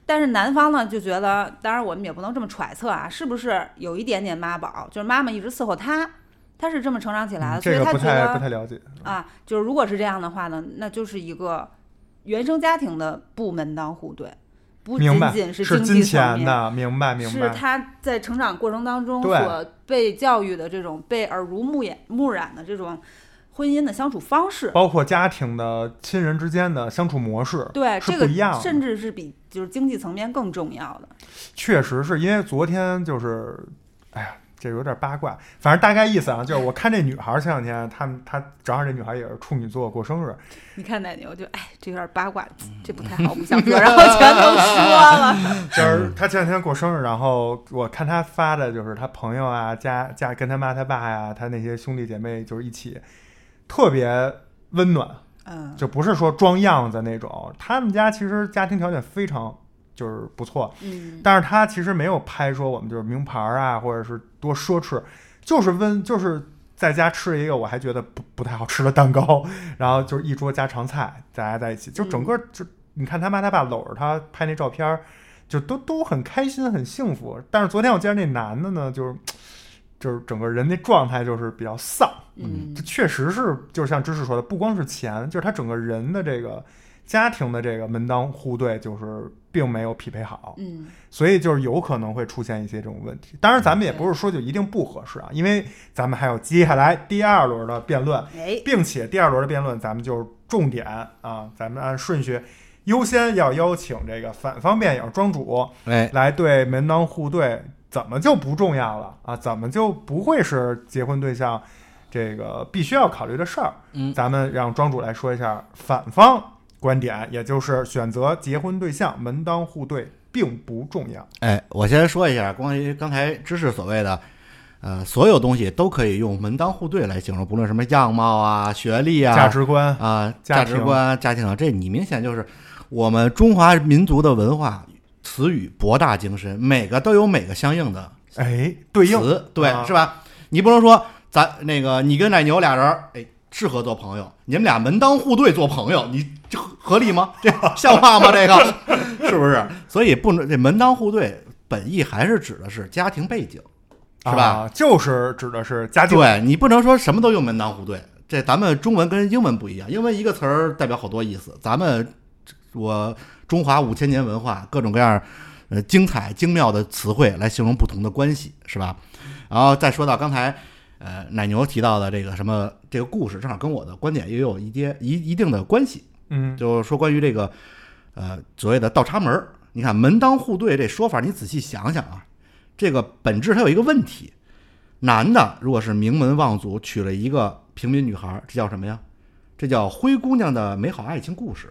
Speaker 1: 但是男方呢，就觉得，当然我们也不能这么揣测啊，是不是有一点点妈宝，就是妈妈一直伺候他，他是这么成长起来的，啊
Speaker 3: 嗯
Speaker 1: 所
Speaker 3: 这
Speaker 1: 以
Speaker 3: 个
Speaker 1: 他
Speaker 3: 不
Speaker 1: 觉
Speaker 3: 太
Speaker 1: 得
Speaker 3: 不太了解。
Speaker 1: 啊，就是如果是这样的话呢，那就是一个原生家庭的不门当户对，不
Speaker 3: 明
Speaker 1: 仅
Speaker 3: 白，
Speaker 1: 仅
Speaker 3: 是
Speaker 1: 经
Speaker 3: 金
Speaker 1: 济层
Speaker 3: 钱
Speaker 1: 面，
Speaker 3: 的，明白明
Speaker 1: 是
Speaker 3: 白。
Speaker 1: 他在成长过程当中
Speaker 3: 对
Speaker 1: 所被教育的这种被耳濡目眼目染的这种婚姻的相处方式，
Speaker 3: 包括家庭的亲人之间的相处模式，
Speaker 1: 对
Speaker 3: 是
Speaker 1: 这
Speaker 3: 不
Speaker 1: 个
Speaker 3: 一样的。
Speaker 1: 甚至是比就是经济层面更重要的。
Speaker 3: 确实是因为昨天就是，哎呀，这有点八卦，反正大概意思啊，就是我看这女孩儿前两天，他们她正好这女孩也是处女座过生日，
Speaker 1: 你看奶牛就哎，这有点八卦，
Speaker 3: 嗯
Speaker 1: 这不太好，不想说，然后全都说 了。
Speaker 3: 就是他前两天过生日，然后我看他发的就是他朋友啊、家家跟他妈、他爸呀、他那些兄弟姐妹就是一起，特别温暖，
Speaker 1: 嗯
Speaker 3: 就不是说装样子那种。他们家其实家庭条件非常就是不错，
Speaker 1: 嗯，
Speaker 3: 但是他其实没有拍说我们就是名牌啊，或者是多奢侈，就是温就是。在家吃一个我还觉得不不太好吃的蛋糕，然后就是一桌家常菜，大家在一起，就整个就你看他妈他爸搂着他拍那照片儿，就都都很开心很幸福。但是昨天我见着那男的呢，就是就是整个人那状态就是比较丧，
Speaker 1: 嗯
Speaker 3: 这确实是，就像知识说的，不光是钱，就是他整个人的这个家庭的这个门当户对，就是并没有匹配好，
Speaker 1: 嗯，
Speaker 3: 所以就是有可能会出现一些这种问题。当然，咱们也不是说就一定不合适啊，因为咱们还有接下来第二轮的辩论，
Speaker 1: 哎，
Speaker 3: 并且第二轮的辩论咱们就是重点啊，咱们按顺序优先要邀请这个反方辩友庄主
Speaker 2: 哎，
Speaker 3: 来对门当户对怎么就不重要了啊？怎么就不会是结婚对象这个必须要考虑的事儿？
Speaker 2: 嗯
Speaker 3: 咱们让庄主来说一下反方观点，也就是选择结婚对象门当户对并不重要。
Speaker 2: 哎，我先说一下关于刚才知识所谓的，呃，所有东西都可以用门当户对来形容，不论什么样貌啊、学历啊、
Speaker 3: 价值观
Speaker 2: 啊、
Speaker 3: 家
Speaker 2: 价值
Speaker 3: 庭
Speaker 2: 观、家庭啊，这你明显就是我们中华民族的文化词语博大精深，每个都有每个相应的
Speaker 3: 哎，对应
Speaker 2: 词，对，
Speaker 3: 啊
Speaker 2: 是吧？你不能说咱那个你跟奶牛俩人儿，哎，适合做朋友，你们俩门当户对做朋友，你这合合理吗？ 这像话吗？这个 是不是？所以不能这门当户对本意还是指的是家庭背景，是吧？
Speaker 3: 啊就是指的是家境。
Speaker 2: 对你不能说什么都用门当户对，这咱们中文跟英文不一样，英文一个词儿代表好多意思。咱们我中华五千年文化，各种各样呃精彩精妙的词汇来形容不同的关系，是吧？然后再说到刚才呃奶牛提到的这个什么这个故事，正好跟我的观点也有一些一一定的关系。
Speaker 3: 嗯，
Speaker 2: 就是说关于这个呃所谓的倒插门儿，你看门当户对这说法，你仔细想想啊，这个本质它有一个问题。男的如果是名门望族，娶了一个平民女孩儿，这叫什么呀？这叫《灰姑娘的美好爱情故事》，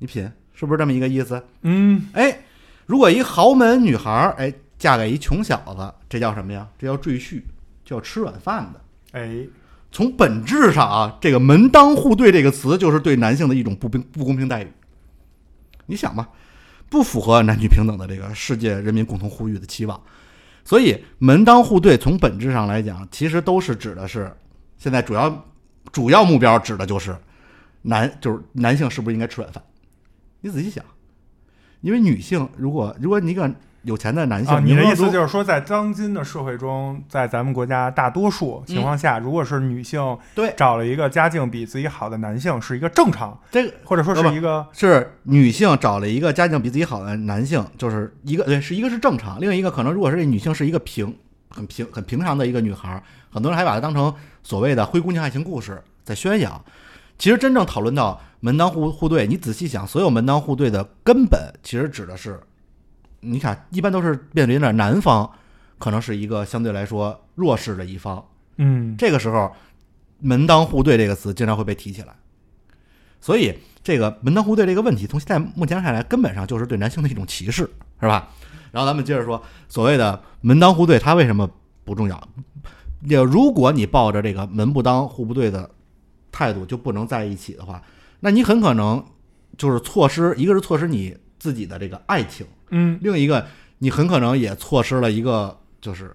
Speaker 2: 你品是不是这么一个意思？
Speaker 3: 嗯，
Speaker 2: 哎，如果一豪门女孩儿，哎，嫁给一穷小子，这叫什么呀？这叫赘婿，叫吃软饭的。
Speaker 3: 哎，
Speaker 2: 从本质上啊，这个“门当户对”这个词就是对男性的一种不平不公平待遇。你想吧，不符合男女平等的这个世界人民共同呼吁的期望。所以，门当户对从本质上来讲，其实都是指的是现在主要主要目标指的就是男就是男性是不是应该吃软饭？你仔细想，因为女性如果如果你一个有钱的男性，
Speaker 3: 啊，你的
Speaker 2: 如果
Speaker 3: 意思就是说，在当今的社会中，在咱们国家大多数情况下，如果是女性
Speaker 2: 嗯对
Speaker 3: 找了一个家境比自己好的男性，是一个正常，
Speaker 2: 这个
Speaker 3: 或者说
Speaker 2: 不
Speaker 3: 是
Speaker 2: 不
Speaker 3: 一个
Speaker 2: 是女性找了一个家境比自己好的男性，就是一个对，是一个是正常，另一个可能如果是这女性是一个平很平很平常的一个女孩儿，很多人还把她当成所谓的灰姑娘爱情故事在宣扬。其实真正讨论到门当户户对，你仔细想，所有门当户对的根本其实指的是，你看一般都是面临着男方可能是一个相对来说弱势的一方，
Speaker 3: 嗯
Speaker 2: 这个时候，“门当户对”这个词经常会被提起来，所以这个“门当户对”这个问题，从现在目前看来，根本上就是对男性的一种歧视，是吧？然后咱们接着说，所谓的门当户对，它为什么不重要？也如果你抱着这个门不当户不对的态度就不能在一起的话，那你很可能就是错失，一个是错失你自己的这个爱情，
Speaker 3: 嗯，
Speaker 2: 另一个，你很可能也错失了一个就是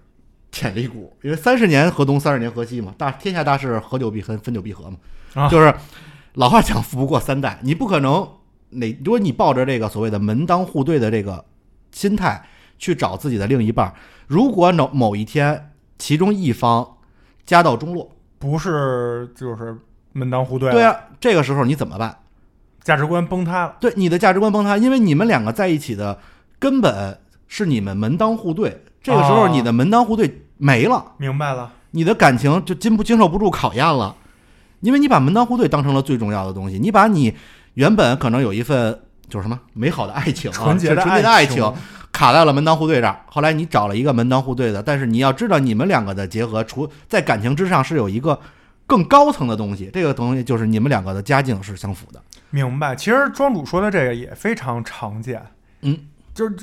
Speaker 2: 潜力股，因为三十年河东，三十年河西嘛，大天下大势，合久必分，分久必合嘛。
Speaker 3: 啊
Speaker 2: 就是老话讲，富不过三代，你不可能哪，如果你抱着这个所谓的门当户对的这个心态去找自己的另一半儿，如果某某一天其中一方家道中落，
Speaker 3: 不是就是门当户对了，
Speaker 2: 对啊，这个时候你怎么办？
Speaker 3: 价值观崩塌了，
Speaker 2: 对你的价值观崩塌，因为你们两个在一起的根本是你们门当户对。这个时候，
Speaker 3: 哦
Speaker 2: 你的门当户对没了，
Speaker 3: 明白了，
Speaker 2: 你的感情就经不经受不住考验了，因为你把门当户对当成了最重要的东西，你把你原本可能有一份就是什么美好的爱情、啊、
Speaker 3: 纯洁的
Speaker 2: 纯洁的爱
Speaker 3: 情，
Speaker 2: 卡在了门当户对这儿。后来你找了一个门当户对的，但是你要知道，你们两个的结合，除在感情之上是有一个更高层的东西，这个东西就是你们两个的家境是相符的。
Speaker 3: 明白。其实庄主说的这个也非常常见，
Speaker 2: 嗯，
Speaker 3: 就是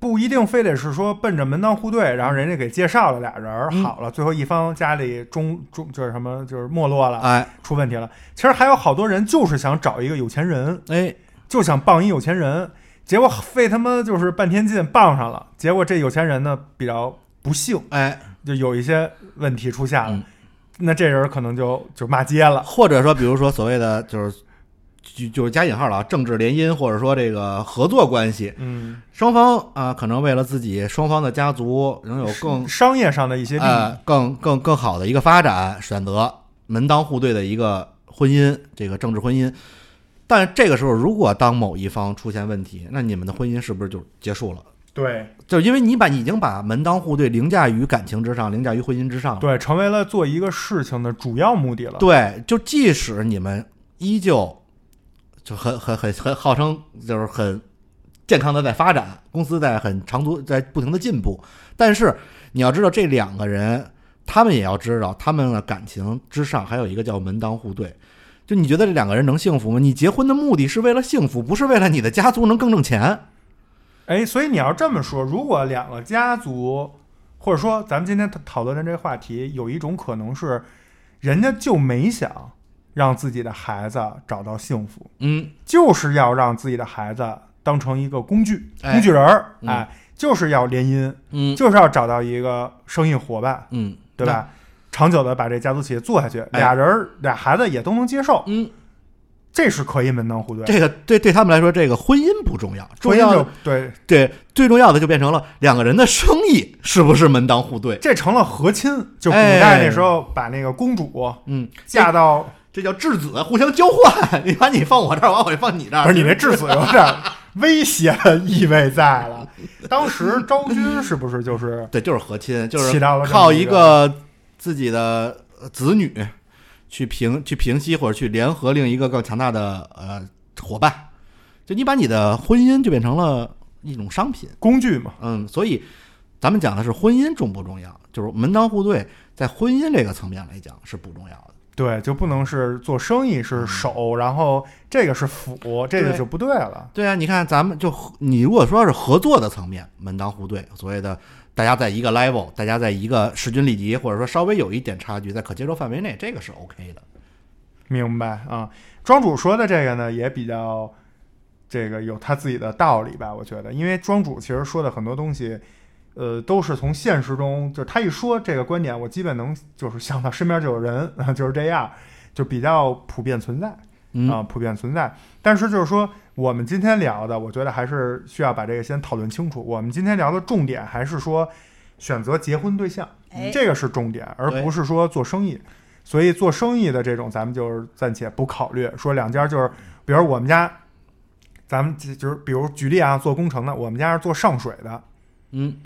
Speaker 3: 不一定非得是说奔着门当户对，然后人家给介绍了俩人儿
Speaker 2: 嗯
Speaker 3: 好了，最后一方家里中中就是什么就是没落了，
Speaker 2: 哎
Speaker 3: 出问题了。其实还有好多人就是想找一个有钱人，
Speaker 2: 哎，
Speaker 3: 就想傍一有钱人，结果费他妈就是半天劲傍上了，结果这有钱人呢比较不幸，
Speaker 2: 哎，
Speaker 3: 就有一些问题出现了，
Speaker 2: 嗯
Speaker 3: 那这人可能就就骂街了。
Speaker 2: 或者说，比如说所谓的就是就就是加引号了啊，政治联姻，或者说这个合作关系，
Speaker 3: 嗯，
Speaker 2: 双方啊、可能为了自己双方的家族能有更
Speaker 3: 商业上的一些利益，
Speaker 2: 呃更更更好的一个发展，选择门当户对的一个婚姻，这个政治婚姻。但这个时候，如果当某一方出现问题，那你们的婚姻是不是就结束了？
Speaker 3: 对
Speaker 2: 就是因为你把已经把门当户对凌驾于感情之上，凌驾于婚姻之上了。
Speaker 3: 对，成为了做一个事情的主要目的了。
Speaker 2: 啊对，就即使你们依旧就很很很很号称就是很健康的在发展，公司在很长足在不停的进步，但是你要知道这两个人，他们也要知道他们的感情之上还有一个叫门当户对。就你觉得这两个人能幸福吗？你结婚的目的是为了幸福，不是为了你的家族能更挣钱。
Speaker 3: 哎，所以你要这么说，如果两个家族，或者说咱们今天讨讨论的这个话题，有一种可能是，人家就没想让自己的孩子找到幸福，
Speaker 2: 嗯，
Speaker 3: 就是要让自己的孩子当成一个工具、
Speaker 2: 哎
Speaker 3: 工具人儿，
Speaker 2: 嗯
Speaker 3: 哎，就是要联姻，
Speaker 2: 嗯
Speaker 3: 就是要找到一个生意伙伴，
Speaker 2: 嗯，
Speaker 3: 对吧？长久的把这家族企业做下去，俩人儿俩孩子也都能接受，
Speaker 2: 那？嗯，
Speaker 3: 这是可以门当户对。
Speaker 2: 这个对对他们来说，这个婚姻不重要，重
Speaker 3: 婚
Speaker 2: 要
Speaker 3: 姻
Speaker 2: 的
Speaker 3: 就对，
Speaker 2: 对，最重要的就变成了两个人的生意是不是门当户对？
Speaker 3: 这成了和亲。就古
Speaker 2: 哎
Speaker 3: 代那时候，把那个公主
Speaker 2: 嗯，
Speaker 3: 嫁到
Speaker 2: 这叫质子，互相交换，你把你放我这儿，完我也放你这儿。
Speaker 3: 不是你这质子有点儿威胁的意味在了。当时昭君是不是就是
Speaker 2: 对，就是和亲，就
Speaker 3: 起
Speaker 2: 是
Speaker 3: 到了这么
Speaker 2: 靠
Speaker 3: 一
Speaker 2: 个自己的呃子女去平去平息或者去联合另一个更强大的呃伙伴，就你把你的婚姻就变成了一种商品。
Speaker 3: 工具嘛？
Speaker 2: 嗯，所以咱们讲的是婚姻重不重要，就是门当户对，在婚姻这个层面来讲是不重要的。
Speaker 3: 对，就不能是做生意是手，然后这个是辅，这个
Speaker 2: 嗯对
Speaker 3: 就不对了。
Speaker 2: 对啊，你看咱们就合你如果说是合作的层面，门当户对，所谓的大家在一个 level，大家在一个势均力敌，或者说稍微有一点差距，在可接受范围内，这个是 OK 的。
Speaker 3: 明白啊？庄主说的这个呢，也比较这个有他自己的道理吧，我觉得，因为庄主其实说的很多东西，呃，都是从现实中，就是他一说这个观点，我基本能就是想到身边就有人 就是这样，就比较普遍存在。
Speaker 2: 嗯
Speaker 3: 啊，普遍存在。但是就是说，我们今天聊的，我觉得还是需要把这个先讨论清楚。我们今天聊的重点还是说选择结婚对象，
Speaker 4: 哎
Speaker 3: 这个是重点，而
Speaker 2: 对
Speaker 3: 不是说做生意。所以做生意的这种，咱们就是暂且不考虑。说两家就是，比如我们家，咱们就就是比如举例啊，做工程的，我们家是做上水的，
Speaker 2: 嗯，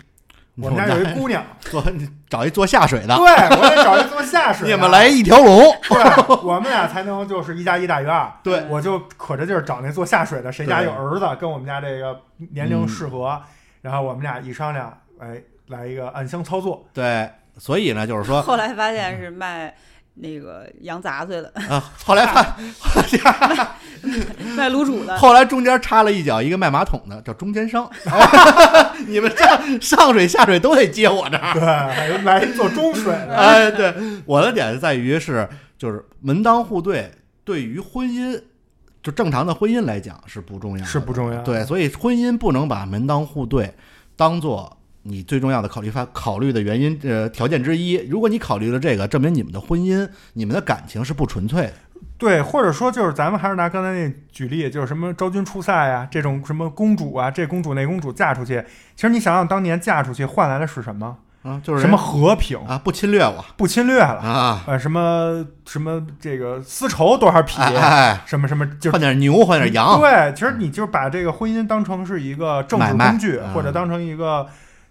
Speaker 3: 我们家有一姑 娘，
Speaker 2: 做找一做下水的，
Speaker 3: 对我得找一做下水啊的，
Speaker 2: 你们来一条龙，
Speaker 3: 对，我们俩才能就是一加一大于二。
Speaker 2: 对
Speaker 3: 我就可着劲儿找那做下水的，谁家有儿子跟我们家这个年
Speaker 2: 嗯
Speaker 3: 龄适合，然后我们俩一商量，哎，来一个暗箱操作。
Speaker 2: 对。所以呢，就是说，
Speaker 1: 后来发现是卖那个羊杂碎的，
Speaker 2: 啊，后来发，
Speaker 1: 卖卤煮的。
Speaker 2: 后来中间插了一脚一个卖马桶的，叫中间商。 你们上上水下水都得接我这儿。
Speaker 3: 对，还有来做中水 的，
Speaker 2: 哎，对，我的点在于是，就是门当户对，对于婚姻，就正常的婚姻来讲是不重要的，
Speaker 3: 是不重要。
Speaker 2: 对，，所以婚姻不能把门当户对当做你最重要的考虑法考虑的原因呃条件之一。如果你考虑了这个，证明你们的婚姻、你们的感情是不纯粹的。
Speaker 3: 对，或者说就是咱们还是拿刚才那举例，就是什么昭君出塞啊，这种什么公主啊，这公主那公主嫁出去，其实你想想当年嫁出去换来的是什么？
Speaker 2: 啊，就是
Speaker 3: 什么和平，
Speaker 2: 啊，不侵略我
Speaker 3: 不侵略了，
Speaker 2: 啊，
Speaker 3: 呃，什么什么这个丝绸多少匹，
Speaker 2: 哎哎，
Speaker 3: 什么什么就
Speaker 2: 换点牛，换点羊，
Speaker 3: 对，其实你就把这个婚姻当成是一个政治
Speaker 2: 买卖
Speaker 3: 工具，
Speaker 2: 嗯
Speaker 3: 或者当成一个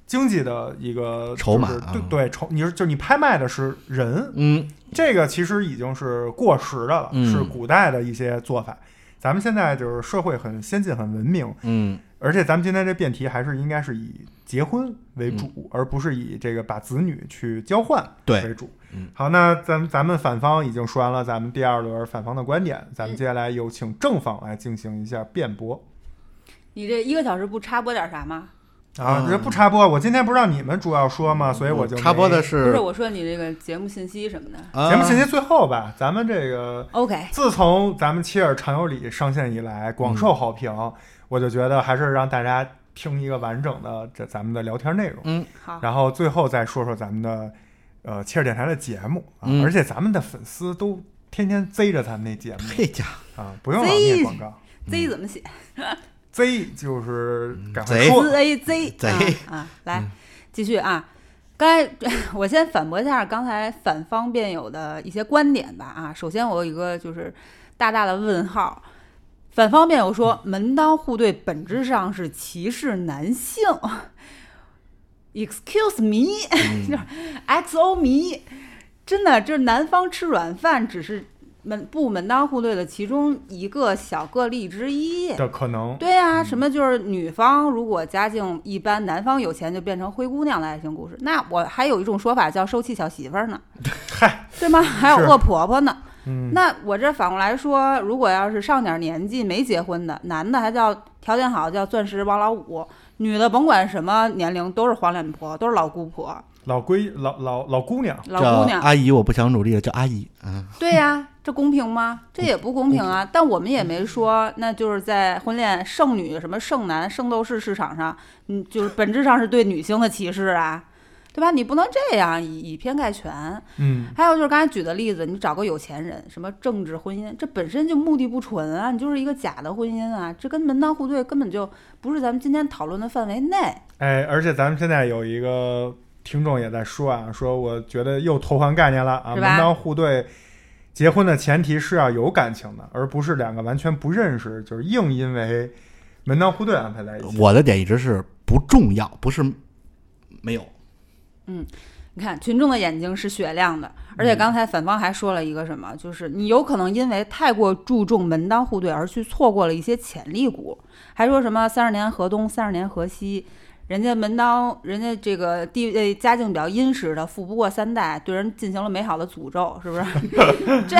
Speaker 3: 经济的一个
Speaker 2: 筹码
Speaker 3: 就是对
Speaker 2: 嗯
Speaker 3: 对，筹你是就你拍卖的是人，
Speaker 2: 嗯，
Speaker 3: 这个其实已经是过时的了，
Speaker 2: 嗯
Speaker 3: 是古代的一些做法。咱们现在就是社会很先进、很文明，
Speaker 2: 嗯，
Speaker 3: 而且咱们今天这辩题还是应该是以结婚为主，而不是以这个把子女去交换
Speaker 2: 嗯对
Speaker 3: 为主。
Speaker 2: 嗯
Speaker 3: 好，那咱咱们反方已经说完了，咱们第二轮反方的观点，咱
Speaker 2: 嗯
Speaker 3: 们接下来有请正方来进行一下辩驳。
Speaker 1: 你这一个小时不插播点啥吗？
Speaker 3: 啊，
Speaker 2: 嗯
Speaker 3: 这不插播，我今天不是让你们主要说嘛，所以我就
Speaker 2: 插播的
Speaker 3: 没
Speaker 1: 不
Speaker 2: 是啊嗯
Speaker 1: 是，我说你这个节目信息什么的。
Speaker 3: 节目信
Speaker 2: 息
Speaker 3: 息最后吧。咱们这个
Speaker 1: OK，
Speaker 3: 自从咱们切尔常有理上线以来，广受好评，我就觉得还是让大家听一个完整的这咱们的聊天内容，
Speaker 1: 好，
Speaker 3: 然后最后再说说咱们的呃切尔电台的节目啊，
Speaker 2: 嗯
Speaker 3: 而且咱们的粉丝都天天贼着咱们那节目
Speaker 2: 这家 伙
Speaker 3: 啊，不用老念广告。
Speaker 1: Z 怎么写
Speaker 3: 贼就是赶快
Speaker 2: 贼
Speaker 3: 说，
Speaker 1: ？Z A Z
Speaker 2: 贼
Speaker 1: 啊啊！来，继续啊。刚才我先反驳一下刚才反方辩友的一些观点吧啊。首先，我有一个就是大大的问号。反方辩友说，门当户对本质上是歧视男性。Excuse me，XO 迷， 真的，这南方吃软饭只是门不门当户对的其中一个小个例之一。
Speaker 3: 的可能，
Speaker 1: 对啊，什么就是女方如果家境一般，男方有钱就变成灰姑娘的爱情故事。那我还有一种说法叫受气小媳妇儿呢，
Speaker 3: 嗨，
Speaker 1: 对吗？还有
Speaker 3: 是
Speaker 1: 恶婆婆呢。
Speaker 3: 嗯，
Speaker 1: 那我这反过来说，如果要是上点年纪没结婚的男的，还叫条件好叫钻石王老五，女的甭管什么年龄都是黄脸婆，都是老姑婆、
Speaker 3: 老龟老老老姑娘，
Speaker 1: 老
Speaker 2: 叫
Speaker 1: 姑娘。
Speaker 2: 阿姨，我不想努力了，叫阿姨啊，
Speaker 1: 对呀、这公平吗？这也不公平啊！但我们也没说，那就是在婚恋剩女、什么剩男、圣斗士市场上，嗯，就是本质上是对女性的歧视啊，对吧？你不能这样以以偏概全。
Speaker 3: 嗯，
Speaker 1: 还有就是刚才举的例子，你找个有钱人，什么政治婚姻，这本身就目的不纯啊，你就是一个假的婚姻啊，这跟门当户对根本就不是咱们今天讨论的范围内。
Speaker 3: 哎，而且咱们现在有一个听众也在说啊，说我觉得又偷换概念了啊，门
Speaker 1: 是吧
Speaker 3: 当户对，结婚的前提是要有感情的，而不是两个完全不认识，就是硬因为门当户对安排在一起。
Speaker 2: 我的点一直是不重要，不是没有，
Speaker 1: 你看，群众的眼睛是雪亮的，而且刚才反方还说了一个什么，就是你有可能因为太过注重门当户对而去错过了一些潜力股，还说什么三十年河东，三十年河西，人家门当，人家这个地呃家境比较殷实的，富不过三代，对人进行了美好的诅咒，是不是？ 这，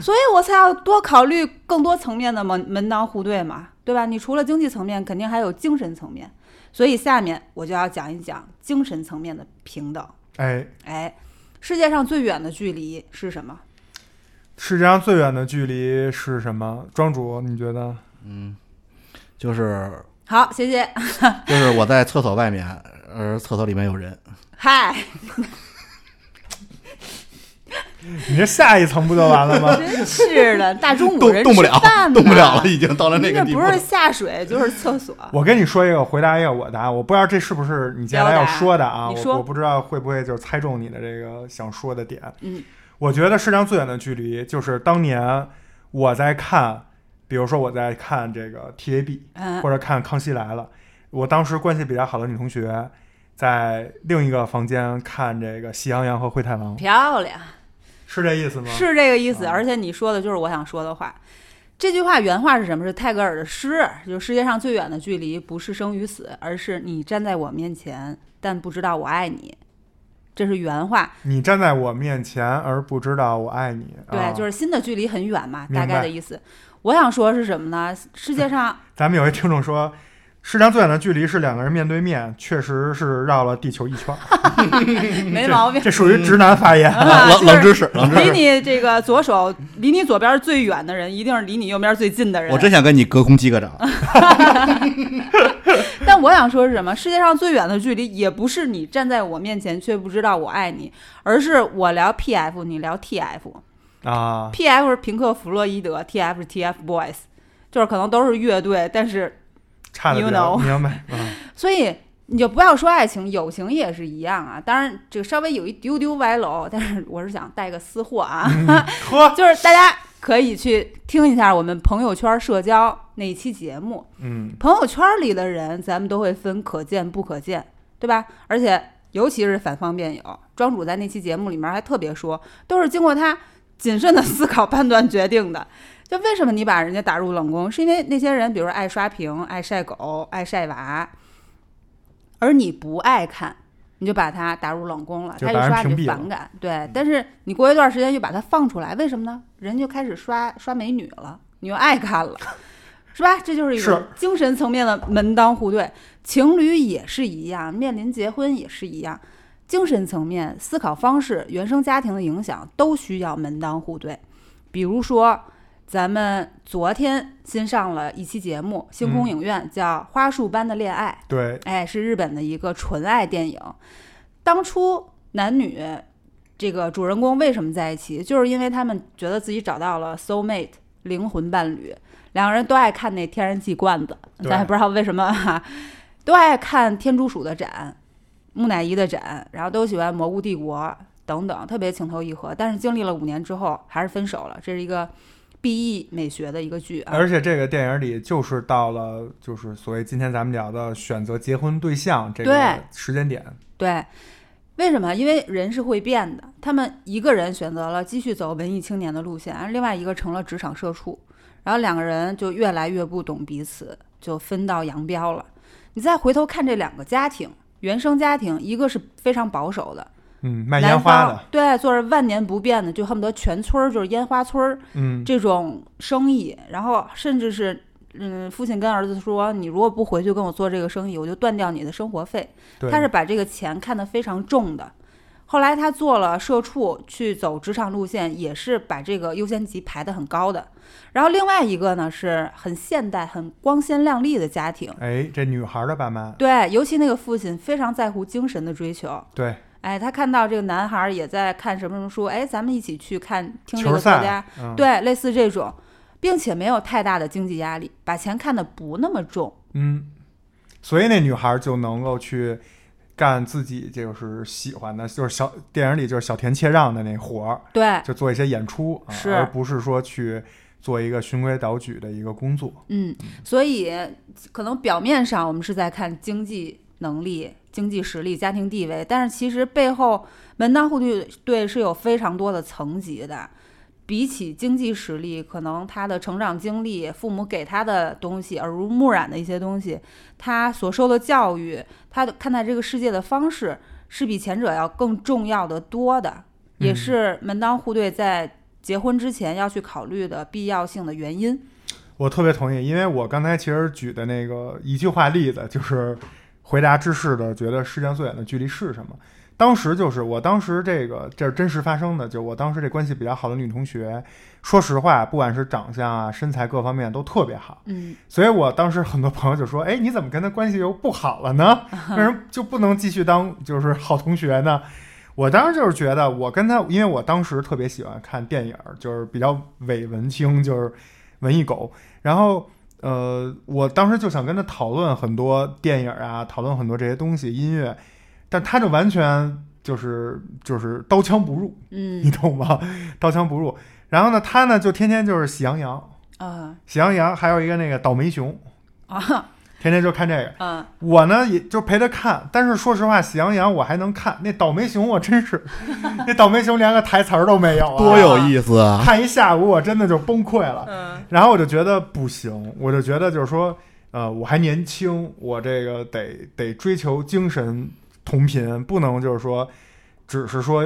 Speaker 1: 所以我才要多考虑更多层面的门门当户对嘛，对吧？你除了经济层面，肯定还有精神层面。所以下面我就要讲一讲精神层面的平等。
Speaker 3: 哎，
Speaker 1: 哎，世界上最远的距离是什么？
Speaker 3: 世界上最远的距离是什么？庄主，你觉得？
Speaker 2: 就是
Speaker 1: 好，谢谢。
Speaker 2: 就是我在厕所外面，而厕所里面有人，
Speaker 1: 嗨，
Speaker 3: 你这下一层不就完了吗？
Speaker 1: 真是的，大中午
Speaker 2: 动
Speaker 1: 人
Speaker 2: 动不
Speaker 1: 吃
Speaker 2: 了
Speaker 1: 饭，
Speaker 2: 动不了
Speaker 1: 吧
Speaker 2: 了，已经到了那个
Speaker 1: 这
Speaker 2: 地步
Speaker 1: 不。是下水就是厕所。
Speaker 3: 我跟你说一个，回答一个我答啊案。我不知道这是不是你接下来要说的啊？
Speaker 1: 表达你
Speaker 3: 我
Speaker 1: 说
Speaker 3: 我不知道会不会就是猜中你的这个想说的点。
Speaker 1: 嗯，
Speaker 3: 我觉得世界上最远的距离就是当年我在看，比如说我在看这个 TVB，
Speaker 1: 嗯，
Speaker 3: 或者看《康熙来了》，我当时关系比较好的女同学，在另一个房间看这个《喜羊羊和灰太狼》，
Speaker 1: 漂亮，
Speaker 3: 是这意思吗？
Speaker 1: 是这个意
Speaker 2: 啊
Speaker 1: 思。而且你说的就是我想说的话。这句话原话是什么？是泰戈尔的诗，就是世界上最远的距离不是生与死，而是你站在我面前，但不知道我爱你。这是原话，
Speaker 3: 你站在我面前而不知道我爱你，啊、
Speaker 1: 对，就是是新的距离很远嘛，
Speaker 3: 明白
Speaker 1: 大概的意思。我想说是什么呢？世界 上
Speaker 3: 咱们有一听众说。世界上最远的距离是两个人面对面，确实是绕了地球一圈儿。
Speaker 1: 没毛病，
Speaker 3: 这属于直男发言。
Speaker 1: 啊
Speaker 2: 冷
Speaker 1: 就是
Speaker 2: 冷知识，冷知
Speaker 1: 离
Speaker 2: 识。
Speaker 1: 你这个左手，离你左边最远的人，一定是离你右边最近的人。
Speaker 2: 我真想跟你隔空击个掌。
Speaker 1: 啊但我想说是什么？世界上最远的距离，也不是你站在我面前却不知道我爱你，而是我聊 PF，你聊 TF。嗯
Speaker 3: 啊，
Speaker 1: PF 是平克·弗洛伊德，TF 是 TFBOYS，就是可能都是乐队，但是
Speaker 3: 差的
Speaker 1: You know
Speaker 3: 明 白。嗯
Speaker 1: 所以你就不要说爱情，友情也是一样啊。当然，这个稍微有一丢丢歪楼，但是我是想带个私货啊。
Speaker 3: 呵，
Speaker 1: 就是大家可以去听一下我们朋友圈社交那一期节目。
Speaker 3: 嗯，
Speaker 1: 朋友圈里的人，咱们都会分可见不可见，对吧？而且尤其是反方辩友，庄主在那期节目里面还特别说，都是经过他谨慎的思考判断决定的。就为什么你把人家打入冷宫，是因为那些人，比如说爱刷屏、爱晒狗、爱晒娃，而你不爱看，你就把他打入冷宫了，
Speaker 3: 就
Speaker 1: 他
Speaker 3: 把
Speaker 1: 一
Speaker 3: 人
Speaker 1: 刷
Speaker 3: 屏
Speaker 1: 你
Speaker 3: 蔽
Speaker 1: 就
Speaker 3: 了
Speaker 1: 反感。对，但是你过一段时间又把他放出来，为什么呢？人就开始刷刷美女了，你又爱看了，是吧？这就是一种
Speaker 3: 是
Speaker 1: 精神层面的门当户对，情侣也是一样，面临结婚也是一样。精神层面、思考方式、原生家庭的影响都需要门当户对。比如说，咱们昨天新上了一期节目，星
Speaker 3: 嗯
Speaker 1: 空影院叫《花束般的恋爱》，
Speaker 3: 对，
Speaker 1: 哎，是日本的一个纯爱电影。当初男女这个主人公为什么在一起，就是因为他们觉得自己找到了 soul mate 灵魂伴侣，两个人都爱看那天然气罐子，
Speaker 3: 对
Speaker 1: 咱也不知道为什么哈、都爱看天竺鼠的展、木乃伊的展，然后都喜欢蘑菇帝国等等，特别情投意合。但是经历了五年之后，还是分手了。这是一个 B.E 美学的一个剧啊，
Speaker 3: 而且这个电影里就是到了，就是所谓今天咱们聊的选择结婚对象这个
Speaker 1: 对
Speaker 3: 时间点。
Speaker 1: 对，为什么？因为人是会变的。他们一个人选择了继续走文艺青年的路线，而另外一个成了职场社畜，然后两个人就越来越不懂彼此，就分道扬镳了。你再回头看这两个家庭，原生家庭一个是非常保守的，
Speaker 3: 嗯，卖
Speaker 1: 南
Speaker 3: 烟花
Speaker 1: 方
Speaker 3: 的，
Speaker 1: 对，做着万年不变的，就恨不得全村儿就是烟花村儿，
Speaker 3: 嗯，
Speaker 1: 这种生意，然后甚至是，嗯，父亲跟儿子说，你如果不回去跟我做这个生意，我就断掉你的生活费。
Speaker 3: 对，
Speaker 1: 他是把这个钱看得非常重的。后来他做了社畜，去走职场路线，也是把这个优先级排得很高的。然后另外一个呢，是很现代、很光鲜亮丽的家庭，
Speaker 3: 哎，这女孩的爸妈，
Speaker 1: 对，尤其那个父亲非常在乎精神的追求。
Speaker 3: 对，
Speaker 1: 哎，他看到这个男孩儿也在看什么什么书，哎，咱们一起去看听这
Speaker 3: 球
Speaker 1: 个作家
Speaker 3: 赛，，嗯，
Speaker 1: 对，类似这种，并且没有太大的经济压力，把钱看得不那么重。
Speaker 3: 嗯，所以那女孩就能够去干自己就是喜欢的，就是小电影里就是小田切让的那活儿，
Speaker 1: 对，
Speaker 3: 就做一些演出，啊、
Speaker 1: 是
Speaker 3: 而不是说去做一个循规蹈矩的一个工作。
Speaker 1: 嗯，所以可能表面上我们是在看经济能力、经济实力、家庭地位，但是其实背后门当户对对是有非常多的层级的。比起经济实力，可能他的成长经历、父母给他的东西、耳濡目染的一些东西，他所受的教育，他的看待这个世界的方式，是比前者要更重要的多的，也
Speaker 3: 嗯
Speaker 1: 是门当户对在结婚之前要去考虑的必要性的原因。
Speaker 3: 我特别同意，因为我刚才其实举的那个一句话例子，就是回答芝士的，觉得世界上最远的距离是什么？当时就是我当时这个这是真实发生的，就我当时这关系比较好的女同学，说实话，不管是长相啊、身材各方面都特别好，
Speaker 1: 嗯，
Speaker 3: 所以我当时很多朋友就说：“哎，你怎么跟她关系又不好了呢？为什么就不能继续当就是好同学呢？”我当时就是觉得，我跟她，因为我当时特别喜欢看电影儿，就是比较伪文青，就是文艺狗。然后，呃，我当时就想跟她讨论很多电影啊，讨论很多这些东西、音乐，但她就完全就是就是刀枪不入，
Speaker 1: 嗯
Speaker 3: 你懂吗？ 刀枪不入。然后呢，她呢就天天就是喜羊羊，
Speaker 1: 啊
Speaker 3: 喜羊羊，还有一个那个倒霉熊，
Speaker 1: 啊
Speaker 3: 天天就看这个。
Speaker 1: 啊！
Speaker 3: 我呢也就陪他看，但是说实话，喜羊羊我还能看，那倒霉熊我真 是，那倒霉熊连个台词儿都没有、啊，
Speaker 2: 多有意思啊！
Speaker 3: 看一下午我真的就崩溃了。
Speaker 1: 嗯
Speaker 3: 然后我就觉得不行，我就觉得就是说，呃，我还年轻，我这个得得追求精神同频，不能就是说，只是说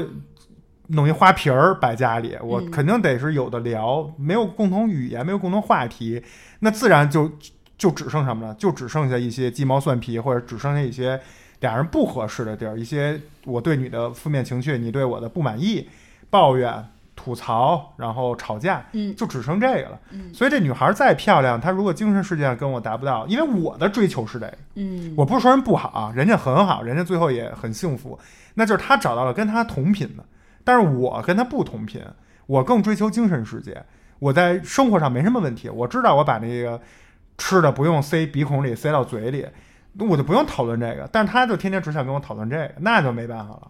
Speaker 3: 弄一花瓶儿摆家里，我
Speaker 1: 嗯
Speaker 3: 肯定得是有的聊，没有共同语言，没有共同话题，那自然就就只剩什么了？就只剩下一些鸡毛蒜皮，或者只剩下一些俩人不合适的地儿，一些我对你的负面情绪，你对我的不满意、抱怨、吐槽，然后吵架。
Speaker 1: 嗯
Speaker 3: 就只剩这个了。
Speaker 1: 嗯
Speaker 3: 所以这女孩再漂亮，她如果精神世界上跟我达不到，因为我的追求是这个，
Speaker 1: 嗯，
Speaker 3: 我不是说人不好啊，人家很好，人家最后也很幸福，那就是她找到了跟她同频的，但是我跟她不同频，我更追求精神世界。我在生活上没什么问题，我知道我把那个吃的不用塞鼻孔里，塞到嘴里，那我就不用讨论这个。但是她就天天只想跟我讨论这个，那就没办法了，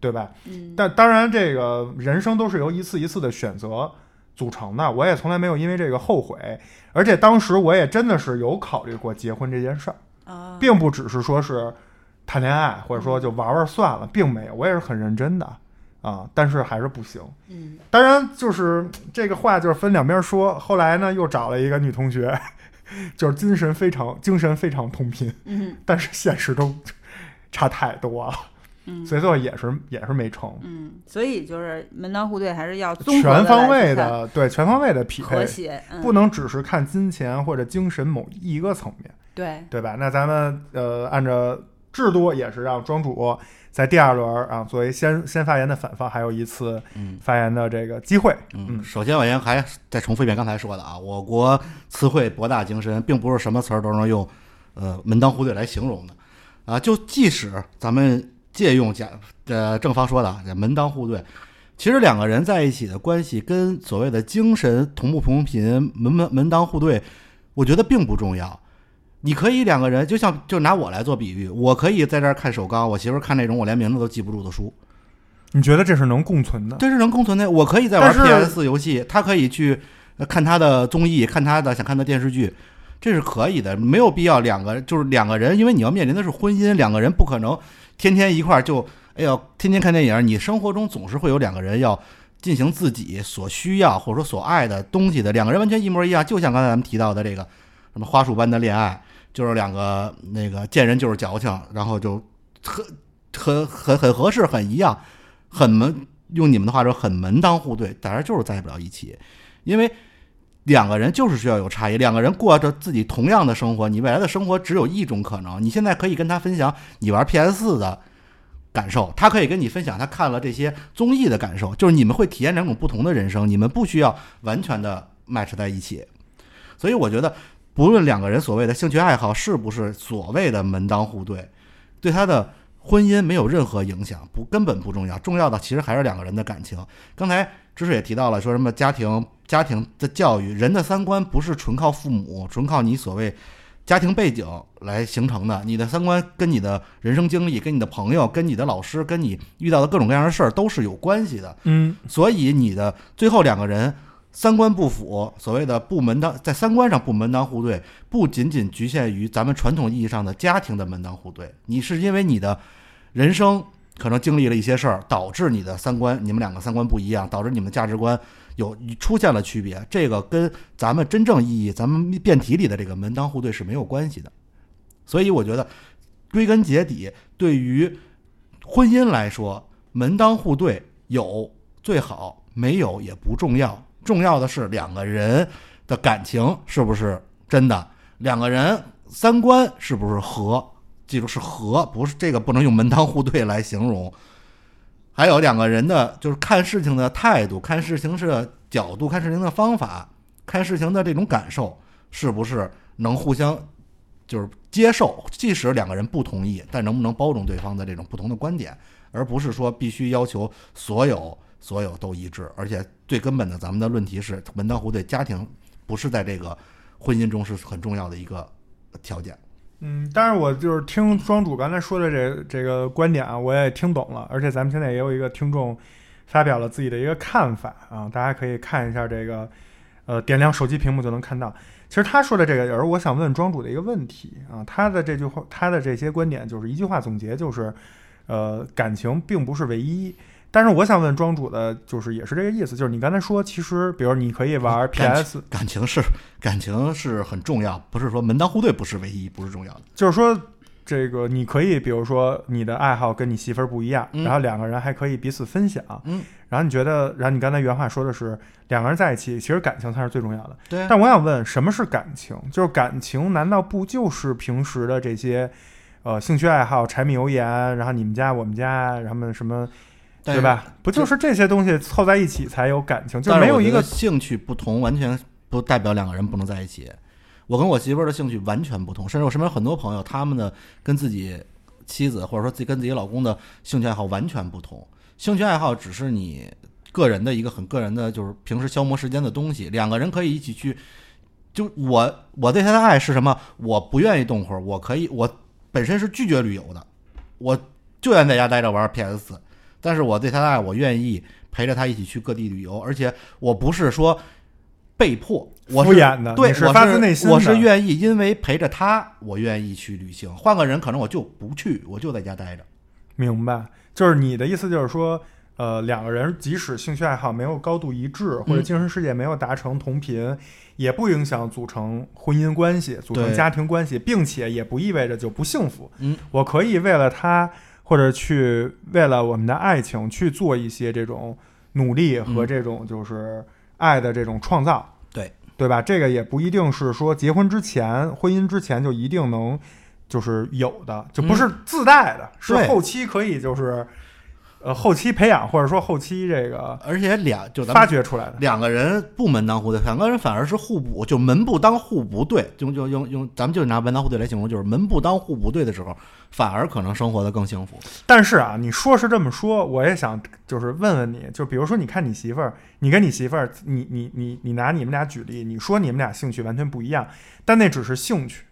Speaker 3: 对吧？
Speaker 1: 嗯
Speaker 3: 但当然，这个人生都是由一次一次的选择组成的。我也从来没有因为这个后悔，而且当时我也真的是有考虑过结婚这件事儿，
Speaker 1: 啊
Speaker 3: 并不只是说是谈恋爱或者说就玩玩算了，并没有，我也是很认真的啊。但是还是不行。
Speaker 1: 嗯
Speaker 3: 当然，就是这个话就是分两边说。后来呢，又找了一个女同学， 就是精神非常精神非常同频，
Speaker 1: 嗯
Speaker 3: 但是现实中差太多了，
Speaker 1: 嗯
Speaker 3: 所以最后也是也是没成。
Speaker 1: 嗯，所以就是门当户对还是要综合地
Speaker 3: 全方位
Speaker 1: 来
Speaker 3: 的对全方位的匹
Speaker 1: 去看和
Speaker 3: 配，
Speaker 1: 谐，嗯
Speaker 3: 不能只是看金钱或者精神某一个层面，
Speaker 1: 对，
Speaker 3: 对吧？那咱们呃，按照制度也是让庄主在第二轮啊，作为先先发言的反方，还有一次
Speaker 2: 嗯
Speaker 3: 发言的这个机会。
Speaker 2: 嗯，首先我先还再重复一遍刚才说的啊，我国词汇博大精深，并不是什么词儿都能用呃门当户对来形容的啊。就即使咱们借用甲呃正方说的啊，这门当户对，其实两个人在一起的关系跟所谓的精神同不同频、门门门当户对，我觉得并不重要。你可以两个人，就像就拿我来做比喻，我可以在这儿看首钢，我媳妇儿看那种我连名字都记不住的书，
Speaker 3: 你觉得这是能共存的？
Speaker 2: 这是能共存的。我可以在
Speaker 3: 但
Speaker 2: 玩
Speaker 3: 是
Speaker 2: PS 游戏，他可以去呃看他的综艺，看他的想看的电视剧，这是可以的，没有必要两个就是两个人，因为你要面临的是婚姻，两个人不可能天天一块儿就哎呦天天看电影，你生活中总是会有两个人要。进行自己所需要或者说所爱的东西的两个人完全一模一样，就像刚才咱们提到的这个什么花束般的恋爱，就是两个那个见人就是矫情，然后就很很很很合适，很一样，很门用你们的话说很门当户对，当然就是在不了一起，因为两个人就是需要有差异，两个人过着自己同样的生活，你未来的生活只有一种可能。你现在可以跟他分享你玩 PS 四的感受，他可以跟你分享他看了这些综艺的感受，就是你们会体验两种不同的人生，你们不需要完全的 match 在一起。所以我觉得，不论两个人所谓的兴趣爱好是不是所谓的门当户对，对他的婚姻没有任何影响，不根本不重要。重要的其实还是两个人的感情。刚才知识也提到了，说什么家庭、家庭的教育，人的三观不是纯靠父母，纯靠你所谓家庭背景来形成的。你的三观跟你的人生经历、跟你的朋友、跟你的老师、跟你遇到的各种各样的事儿都是有关系的。
Speaker 3: 嗯，
Speaker 2: 所以你的最后两个人三观不符，所谓的不门当，在三观上不门当户对，不仅仅局限于咱们传统意义上的家庭的门当户对，你是因为你的人生可能经历了一些事儿，导致你的三观，你们两个三观不一样，导致你们价值观有出现了区别，这个跟咱们真正意义咱们辩题里的这个门当户对是没有关系的。所以我觉得，归根结底，对于婚姻来说，门当户对有最好，没有也不重要，重要的是两个人的感情是不是真的，两个人三观是不是合，记住是合，不是这个不能用门当户对来形容。还有两个人的，就是看事情的态度、看事情的角度、看事情的方法、看事情的这种感受，是不是能互相就是接受，即使两个人不同意，但能不能包容对方的这种不同的观点，而不是说必须要求所有所有都一致。而且最根本的，咱们的论题是门当户对，家庭不是在这个婚姻中是很重要的一个条件。
Speaker 3: 嗯，但是我就是听庄主刚才说的这这个观点啊，我也听懂了，而且咱们现在也有一个听众发表了自己的一个看法啊，大家可以看一下这个，呃，点亮手机屏幕就能看到。其实他说的这个也是我想问庄主的一个问题啊，他的这句话，他的这些观点就是一句话总结，就是，呃，感情并不是唯一。但是我想问庄主的，就是也是这个意思，就是你刚才说，其实比如你可以玩
Speaker 2: 感
Speaker 3: PS，
Speaker 2: 感情是感情是很重要，不是说门当户对不是唯一，不是重要的。
Speaker 3: 就是说，这个你可以，比如说你的爱好跟你媳妇儿不一样，
Speaker 2: 嗯
Speaker 3: 然后两个人还可以彼此分享，
Speaker 2: 嗯，
Speaker 3: 然后你觉得，然后你刚才原话说的是两个人在一起，其实感情才是最重要的。
Speaker 2: 对啊
Speaker 3: 但我想问，什么是感情？就是感情难道不就是平时的这些，呃，兴趣爱好、柴米油盐，然后你们家我们家，然后什么，
Speaker 2: 但
Speaker 3: 对吧？不就是这些东西凑在一起才有感情？就是没有一
Speaker 2: 但
Speaker 3: 个
Speaker 2: 是我觉得兴趣不同，完全不代表两个人不能在一起。我跟我媳妇儿的兴趣完全不同，甚至我身边很多朋友，他们的跟自己妻子或者说自己跟自己老公的兴趣爱好完全不同。兴趣爱好只是你个人的一个很个人的，就是平时消磨时间的东西。两个人可以一起去，就我我对他的爱是什么？我不愿意动会儿，我可以，我本身是拒绝旅游的，我就愿意在家待着玩 PS 四。但是我对他的爱，我愿意陪着他一起去各地旅游，而且我不是说被迫，我是
Speaker 3: 敷衍的
Speaker 2: 对，
Speaker 3: 你是
Speaker 2: 我
Speaker 3: 发自内心的
Speaker 2: 我是愿意，因为陪着他，我愿意去旅行。换个人，可能我就不去，我就在家待着。
Speaker 3: 明白，就是你的意思就是说，呃，两个人即使兴趣爱好没有高度一致，或者
Speaker 2: 嗯
Speaker 3: 精神世界没有达成同频，也不影响组成婚姻关系、组成
Speaker 2: 对
Speaker 3: 家庭关系，并且也不意味着就不幸福。
Speaker 2: 嗯，
Speaker 3: 我可以为了他，或者去为了我们的爱情去做一些这种努力和
Speaker 2: 嗯
Speaker 3: 这种就是爱的这种创造。
Speaker 2: 对，
Speaker 3: 对吧？这个也不一定是说结婚之前、婚姻之前就一定能就是有的，就不是自带的，是
Speaker 2: 嗯对
Speaker 3: 后期可以就是呃后期培养或者说后期这个
Speaker 2: 而且俩就咱们
Speaker 3: 发掘出来的。
Speaker 2: 两个人不门当户对，两个人反而是互补，就门不当户不对，就就用用咱们就拿门当户对来形容，就是门不当户不对的时候，反而可能生活的更幸福。
Speaker 3: 但是啊，你说是这么说，我也想就是问问你，就比如说你看你媳妇儿，你跟你媳妇儿，你你你你拿你们俩举例，你说你们俩兴趣完全不一样，但那只是兴趣，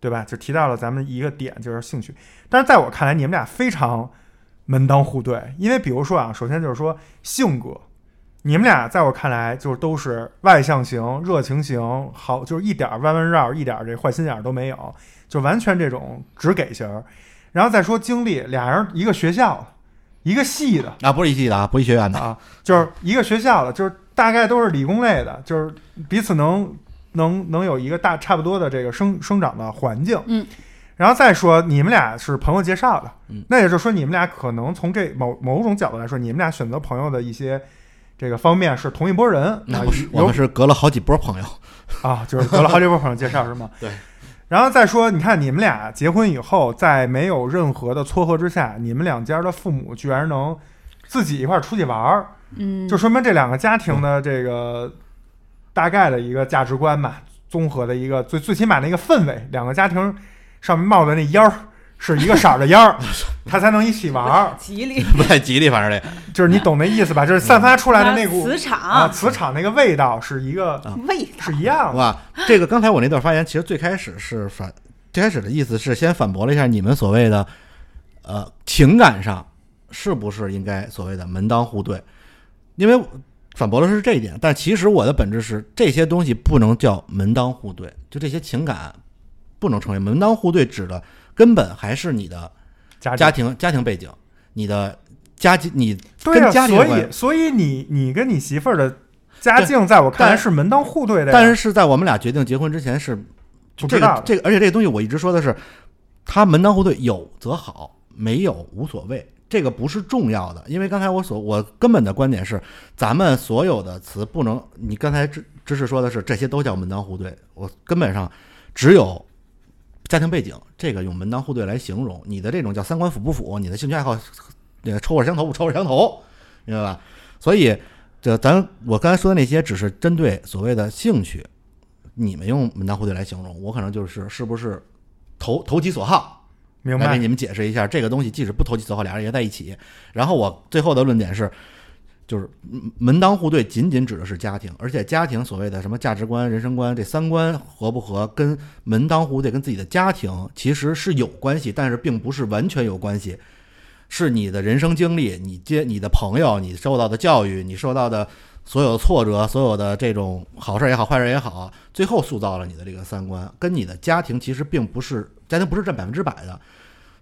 Speaker 3: 对吧？就提到了咱们一个点就是兴趣，但是在我看来，你们俩非常门当户对，因为比如说啊，首先就是说性格。你们俩在我看来就是都是外向型、热情型，好就是一点儿弯弯绕，一点儿这坏心眼儿都没有，就完全这种直给型儿。然后再说经历，俩人一个学校的，一个系的
Speaker 2: 啊，不是一起的啊，不是一学院 的，
Speaker 3: 啊，就是一个学校的，就是大概都是理工类的，就是彼此能能能有一个大差不多的这个生生长的环境。
Speaker 1: 嗯。
Speaker 3: 然后再说，你们俩是朋友介绍的，
Speaker 2: 嗯
Speaker 3: 那也就是说，你们俩可能从这某某种角度来说，你们俩选择朋友的一些这个方面是同一拨人啊
Speaker 2: 那不是，，我
Speaker 3: 有
Speaker 2: 们是隔了好几波朋友。
Speaker 3: 啊，就是得了好几波朋友介绍是吗？
Speaker 2: 对。
Speaker 3: 然后再说，你看你们俩结婚以后，在没有任何的撮合之下，你们两家的父母居然能自己一块儿出去玩儿，
Speaker 1: 嗯，
Speaker 3: 就说明这两个家庭的这个大概的一个价值观吧，综合的一个最最起码的一个氛围，两个家庭上面冒的那烟儿是一个色儿的烟儿，他才能一起玩 儿，
Speaker 4: 吉利
Speaker 2: 不太吉利，反正这
Speaker 3: 就是你懂那意思吧？就是散发出来的那股
Speaker 1: 磁
Speaker 3: 啊
Speaker 1: 场
Speaker 3: 磁场那个味道是一个
Speaker 1: 味道
Speaker 3: 是一样
Speaker 2: 好
Speaker 3: 的，
Speaker 2: 吧。这个刚才我那段发言，其实最开始是反，最开始的意思是先反驳了一下你们所谓的，呃，情感上是不是应该所谓的门当户对？因为反驳的是这一点，但其实我的本质是这些东西不能叫门当户对，就这些情感不能成为门当户对，指的根本还是你的
Speaker 3: 家
Speaker 2: 家庭家庭背景，你的家庭，你
Speaker 3: 对
Speaker 2: 跟
Speaker 3: 啊，
Speaker 2: 家庭有
Speaker 3: 所
Speaker 2: 关
Speaker 3: 以所以你你跟你媳妇儿的家境在我看来
Speaker 2: 但
Speaker 3: 是门当户对的呀，
Speaker 2: 但是是在我们俩决定结婚之前是
Speaker 3: 不
Speaker 2: 这
Speaker 3: 知道
Speaker 2: 个
Speaker 3: 的
Speaker 2: 这个，而且这个东西我一直说的是，他门当户对有则好，没有无所谓，这个不是重要的。因为刚才我所我根本的观点是，咱们所有的词不能，你刚才知知识说的是这些都叫门当户对，我根本上只有。家庭背景，这个用门当户对来形容，你的这种叫三观符不符？你的兴趣爱好，呃，抽味相投不抽味相投，明白吧？所以，这咱我刚才说的那些，只是针对所谓的兴趣，你们用门当户对来形容，我可能就是是不是投投其所好，
Speaker 3: 明
Speaker 2: 来
Speaker 3: 白
Speaker 2: 给你们解释一下这个东西，即使不投其所好，俩人也在一起。然后我最后的论点是，就是嗯门当户对仅仅指的是家庭，而且家庭所谓的什么价值观、人生观这三观合不合，跟门当户对跟自己的家庭其实是有关系，但是并不是完全有关系。是你的人生经历，你接你的朋友，你受到的教育，你受到的所有挫折，所有的这种好事儿也好，坏事儿也好，最后塑造了你的这个三观，跟你的家庭其实并不是家庭不是占百分之百的，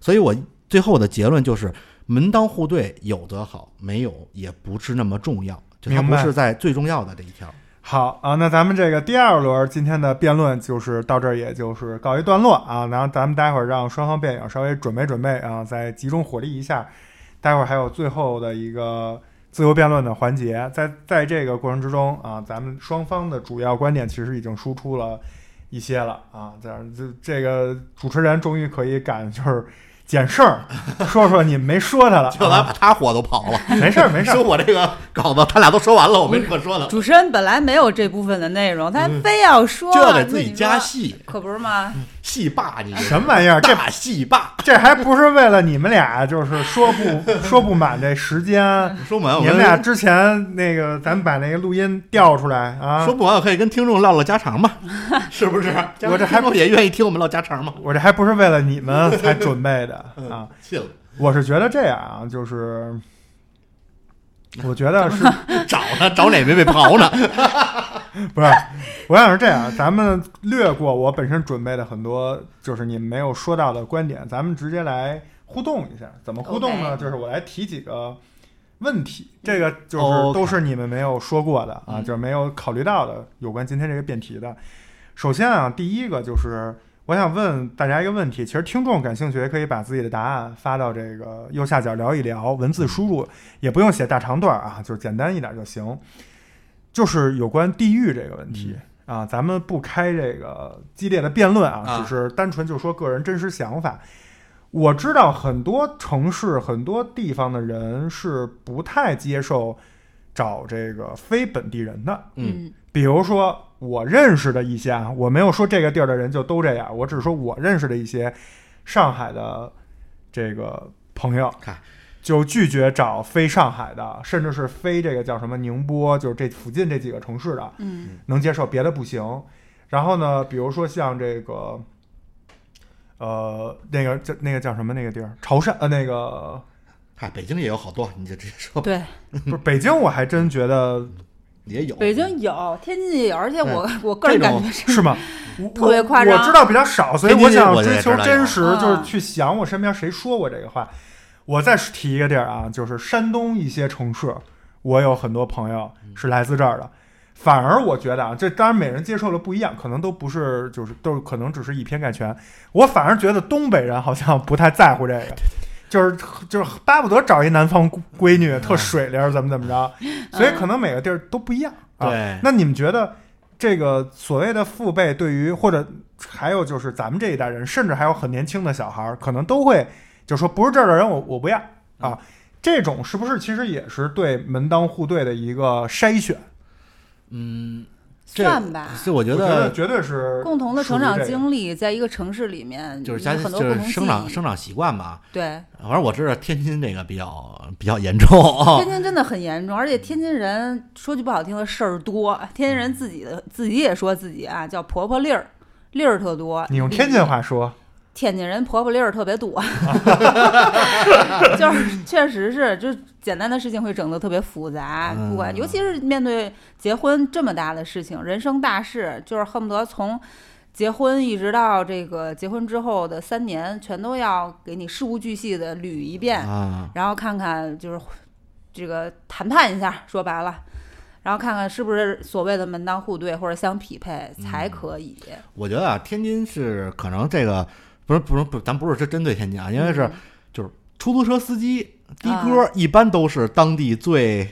Speaker 2: 所以我最后的结论就是门当户对有的好，没有也不是那么重要，就它
Speaker 3: 明
Speaker 2: 不
Speaker 3: 白
Speaker 2: 是在最重要的这一条。
Speaker 3: 好啊，那咱们这个第二轮今天的辩论就是到这儿，也就是告一段落啊。然后咱们待会儿让双方辩友稍微准备准备啊，再集中火力一下。待会儿还有最后的一个自由辩论的环节，在在这个过程之中啊，咱们双方的主要观点其实已经输出了一些了啊。这样这这个主持人终于可以敢就是捡事儿，说说你没说他了
Speaker 2: 结果
Speaker 3: 啊、
Speaker 2: 把他火都跑 了，
Speaker 3: 没事儿没事儿
Speaker 2: 说，我这个稿子他俩都说完了，我没什么说的，
Speaker 1: 主持人本来没有这部分的内容，他非要说，
Speaker 2: 就要给自己
Speaker 1: 那
Speaker 2: 加
Speaker 1: 你说，
Speaker 2: 戏，
Speaker 1: 可不是吗？
Speaker 2: 戏霸 你这
Speaker 3: 什么玩意儿？这
Speaker 2: 大戏霸。
Speaker 3: 这还不是为了你们俩，就是说不说不满这时间。
Speaker 2: 说完，我
Speaker 3: 你
Speaker 2: 跟
Speaker 3: 们俩之前那个，咱们把那个录音调出来啊
Speaker 2: 说。不完，我可以跟听众唠唠家常 嘛，是不是？
Speaker 3: 我这还
Speaker 2: 听众也愿意听我们唠家 常嘛？
Speaker 3: 我这还不是为了你 们才准备的啊！
Speaker 2: 信了，
Speaker 3: 我是觉得这样啊，就是我觉得是
Speaker 2: 找呢，找哪没被刨 呢？
Speaker 3: 不是？我想是这样，咱们略过我本身准备的很多，就是你们没有说到的观点，咱们直接来互动一下。怎么互动呢
Speaker 1: OK
Speaker 3: 就是我来提几个问题，这个就是
Speaker 2: 嗯
Speaker 3: 都是你们没有说过的啊，
Speaker 2: 嗯
Speaker 3: 就是没有考虑到的有关今天这个辩题的。首先啊，第一个就是我想问大家一个问题，其实听众感兴趣也可以把自己的答案发到这个右下角聊一聊，文字输入也不用写大长段啊，就是简单一点就行。就是有关地域这个问题。啊，咱们不开这个激烈的辩论啊，
Speaker 2: 啊
Speaker 3: 只是单纯就说个人真实想法。我知道很多城市、很多地方的人是不太接受找这个非本地人的。
Speaker 2: 嗯，
Speaker 3: 比如说我认识的一些啊，我没有说这个地儿的人就都这样，我只是说我认识的一些上海的这个朋友
Speaker 2: 看，
Speaker 3: 就拒绝找非上海的，甚至是非这个叫什么宁波，就是这附近这几个城市的，
Speaker 1: 嗯，
Speaker 3: 能接受，别的不行。然后呢，比如说像这个，呃，那个叫那个叫什么那个地儿，潮汕呃，那个
Speaker 2: 嗨，哎北京也有好多，你就直接说吧，
Speaker 1: 对，
Speaker 3: 不是北京，我还真觉得
Speaker 2: 也有
Speaker 1: 北京有，天津也有，而且我我个
Speaker 2: 这
Speaker 1: 人
Speaker 2: 种
Speaker 1: 感觉是
Speaker 3: 是吗？我
Speaker 1: 特别夸张
Speaker 3: 我知道比较少，所以
Speaker 2: 天津
Speaker 3: 想
Speaker 2: 我也
Speaker 3: 追
Speaker 2: 知
Speaker 3: 求
Speaker 2: 道有
Speaker 3: 真实，
Speaker 1: 嗯
Speaker 3: 就是去想我身边谁说过这个话。我再提一个地儿啊，就是山东一些城市，我有很多朋友
Speaker 2: 嗯
Speaker 3: 是来自这儿的。反而我觉得啊，这当然每人接受的不一样，可能都不是，就是都可能只是以偏概全。我反而觉得东北人好像不太在乎这个，就是就是巴不得找一南方闺女，
Speaker 2: 嗯
Speaker 3: 特水灵儿，怎么怎么 着。所
Speaker 1: 嗯
Speaker 3: 以可能每个地儿都不一样啊。
Speaker 2: 对
Speaker 3: 那你们觉得这个所谓的父辈对于，或者呃还有就是咱们这一代人，甚至还有很年轻的小孩儿，可能都会就说不是这儿的人我，我不要啊。这种是不是其实也是对门当户对的一个筛选？
Speaker 2: 嗯，这
Speaker 1: 算吧。
Speaker 2: 这我觉
Speaker 3: 我觉得
Speaker 2: 得
Speaker 3: 绝对是
Speaker 1: 共同的成长
Speaker 3: 历。
Speaker 1: 经历，在一个城市里面，
Speaker 2: 就是家
Speaker 1: 有
Speaker 2: 庭
Speaker 1: 很多
Speaker 2: 就
Speaker 1: 共
Speaker 2: 是
Speaker 1: 同
Speaker 2: 生长
Speaker 1: 记忆
Speaker 2: 生长习惯吧。
Speaker 1: 对，
Speaker 2: 反正我知道天津这个比较比较严重啊
Speaker 1: 天，津真的很严重，而且天津人说句不好听的事儿多，天津人自己的自己也说自己啊叫婆婆粒儿，粒儿特多。
Speaker 3: 你用天津话说，
Speaker 1: 天津人婆婆粒儿特别 多，就是确实是，就是简单的事情会整得特别复杂，
Speaker 2: 嗯
Speaker 1: 不管尤其是面对结婚这么大的事情，人生大事，就是恨不得从结婚一直到这个结婚之后的三年，全都要给你事无巨细的捋一遍，
Speaker 2: 啊，
Speaker 1: 然后看看就是这个谈判一下，说白了。然后看看是不是所谓的门当户对或者相匹配才可以。
Speaker 2: 我觉得啊，天津是可能这个不是不是不是，咱不是针针对天津
Speaker 1: 嗯
Speaker 2: 啊，因为是就是出租车司机
Speaker 1: 啊
Speaker 2: 的哥一般都是当地最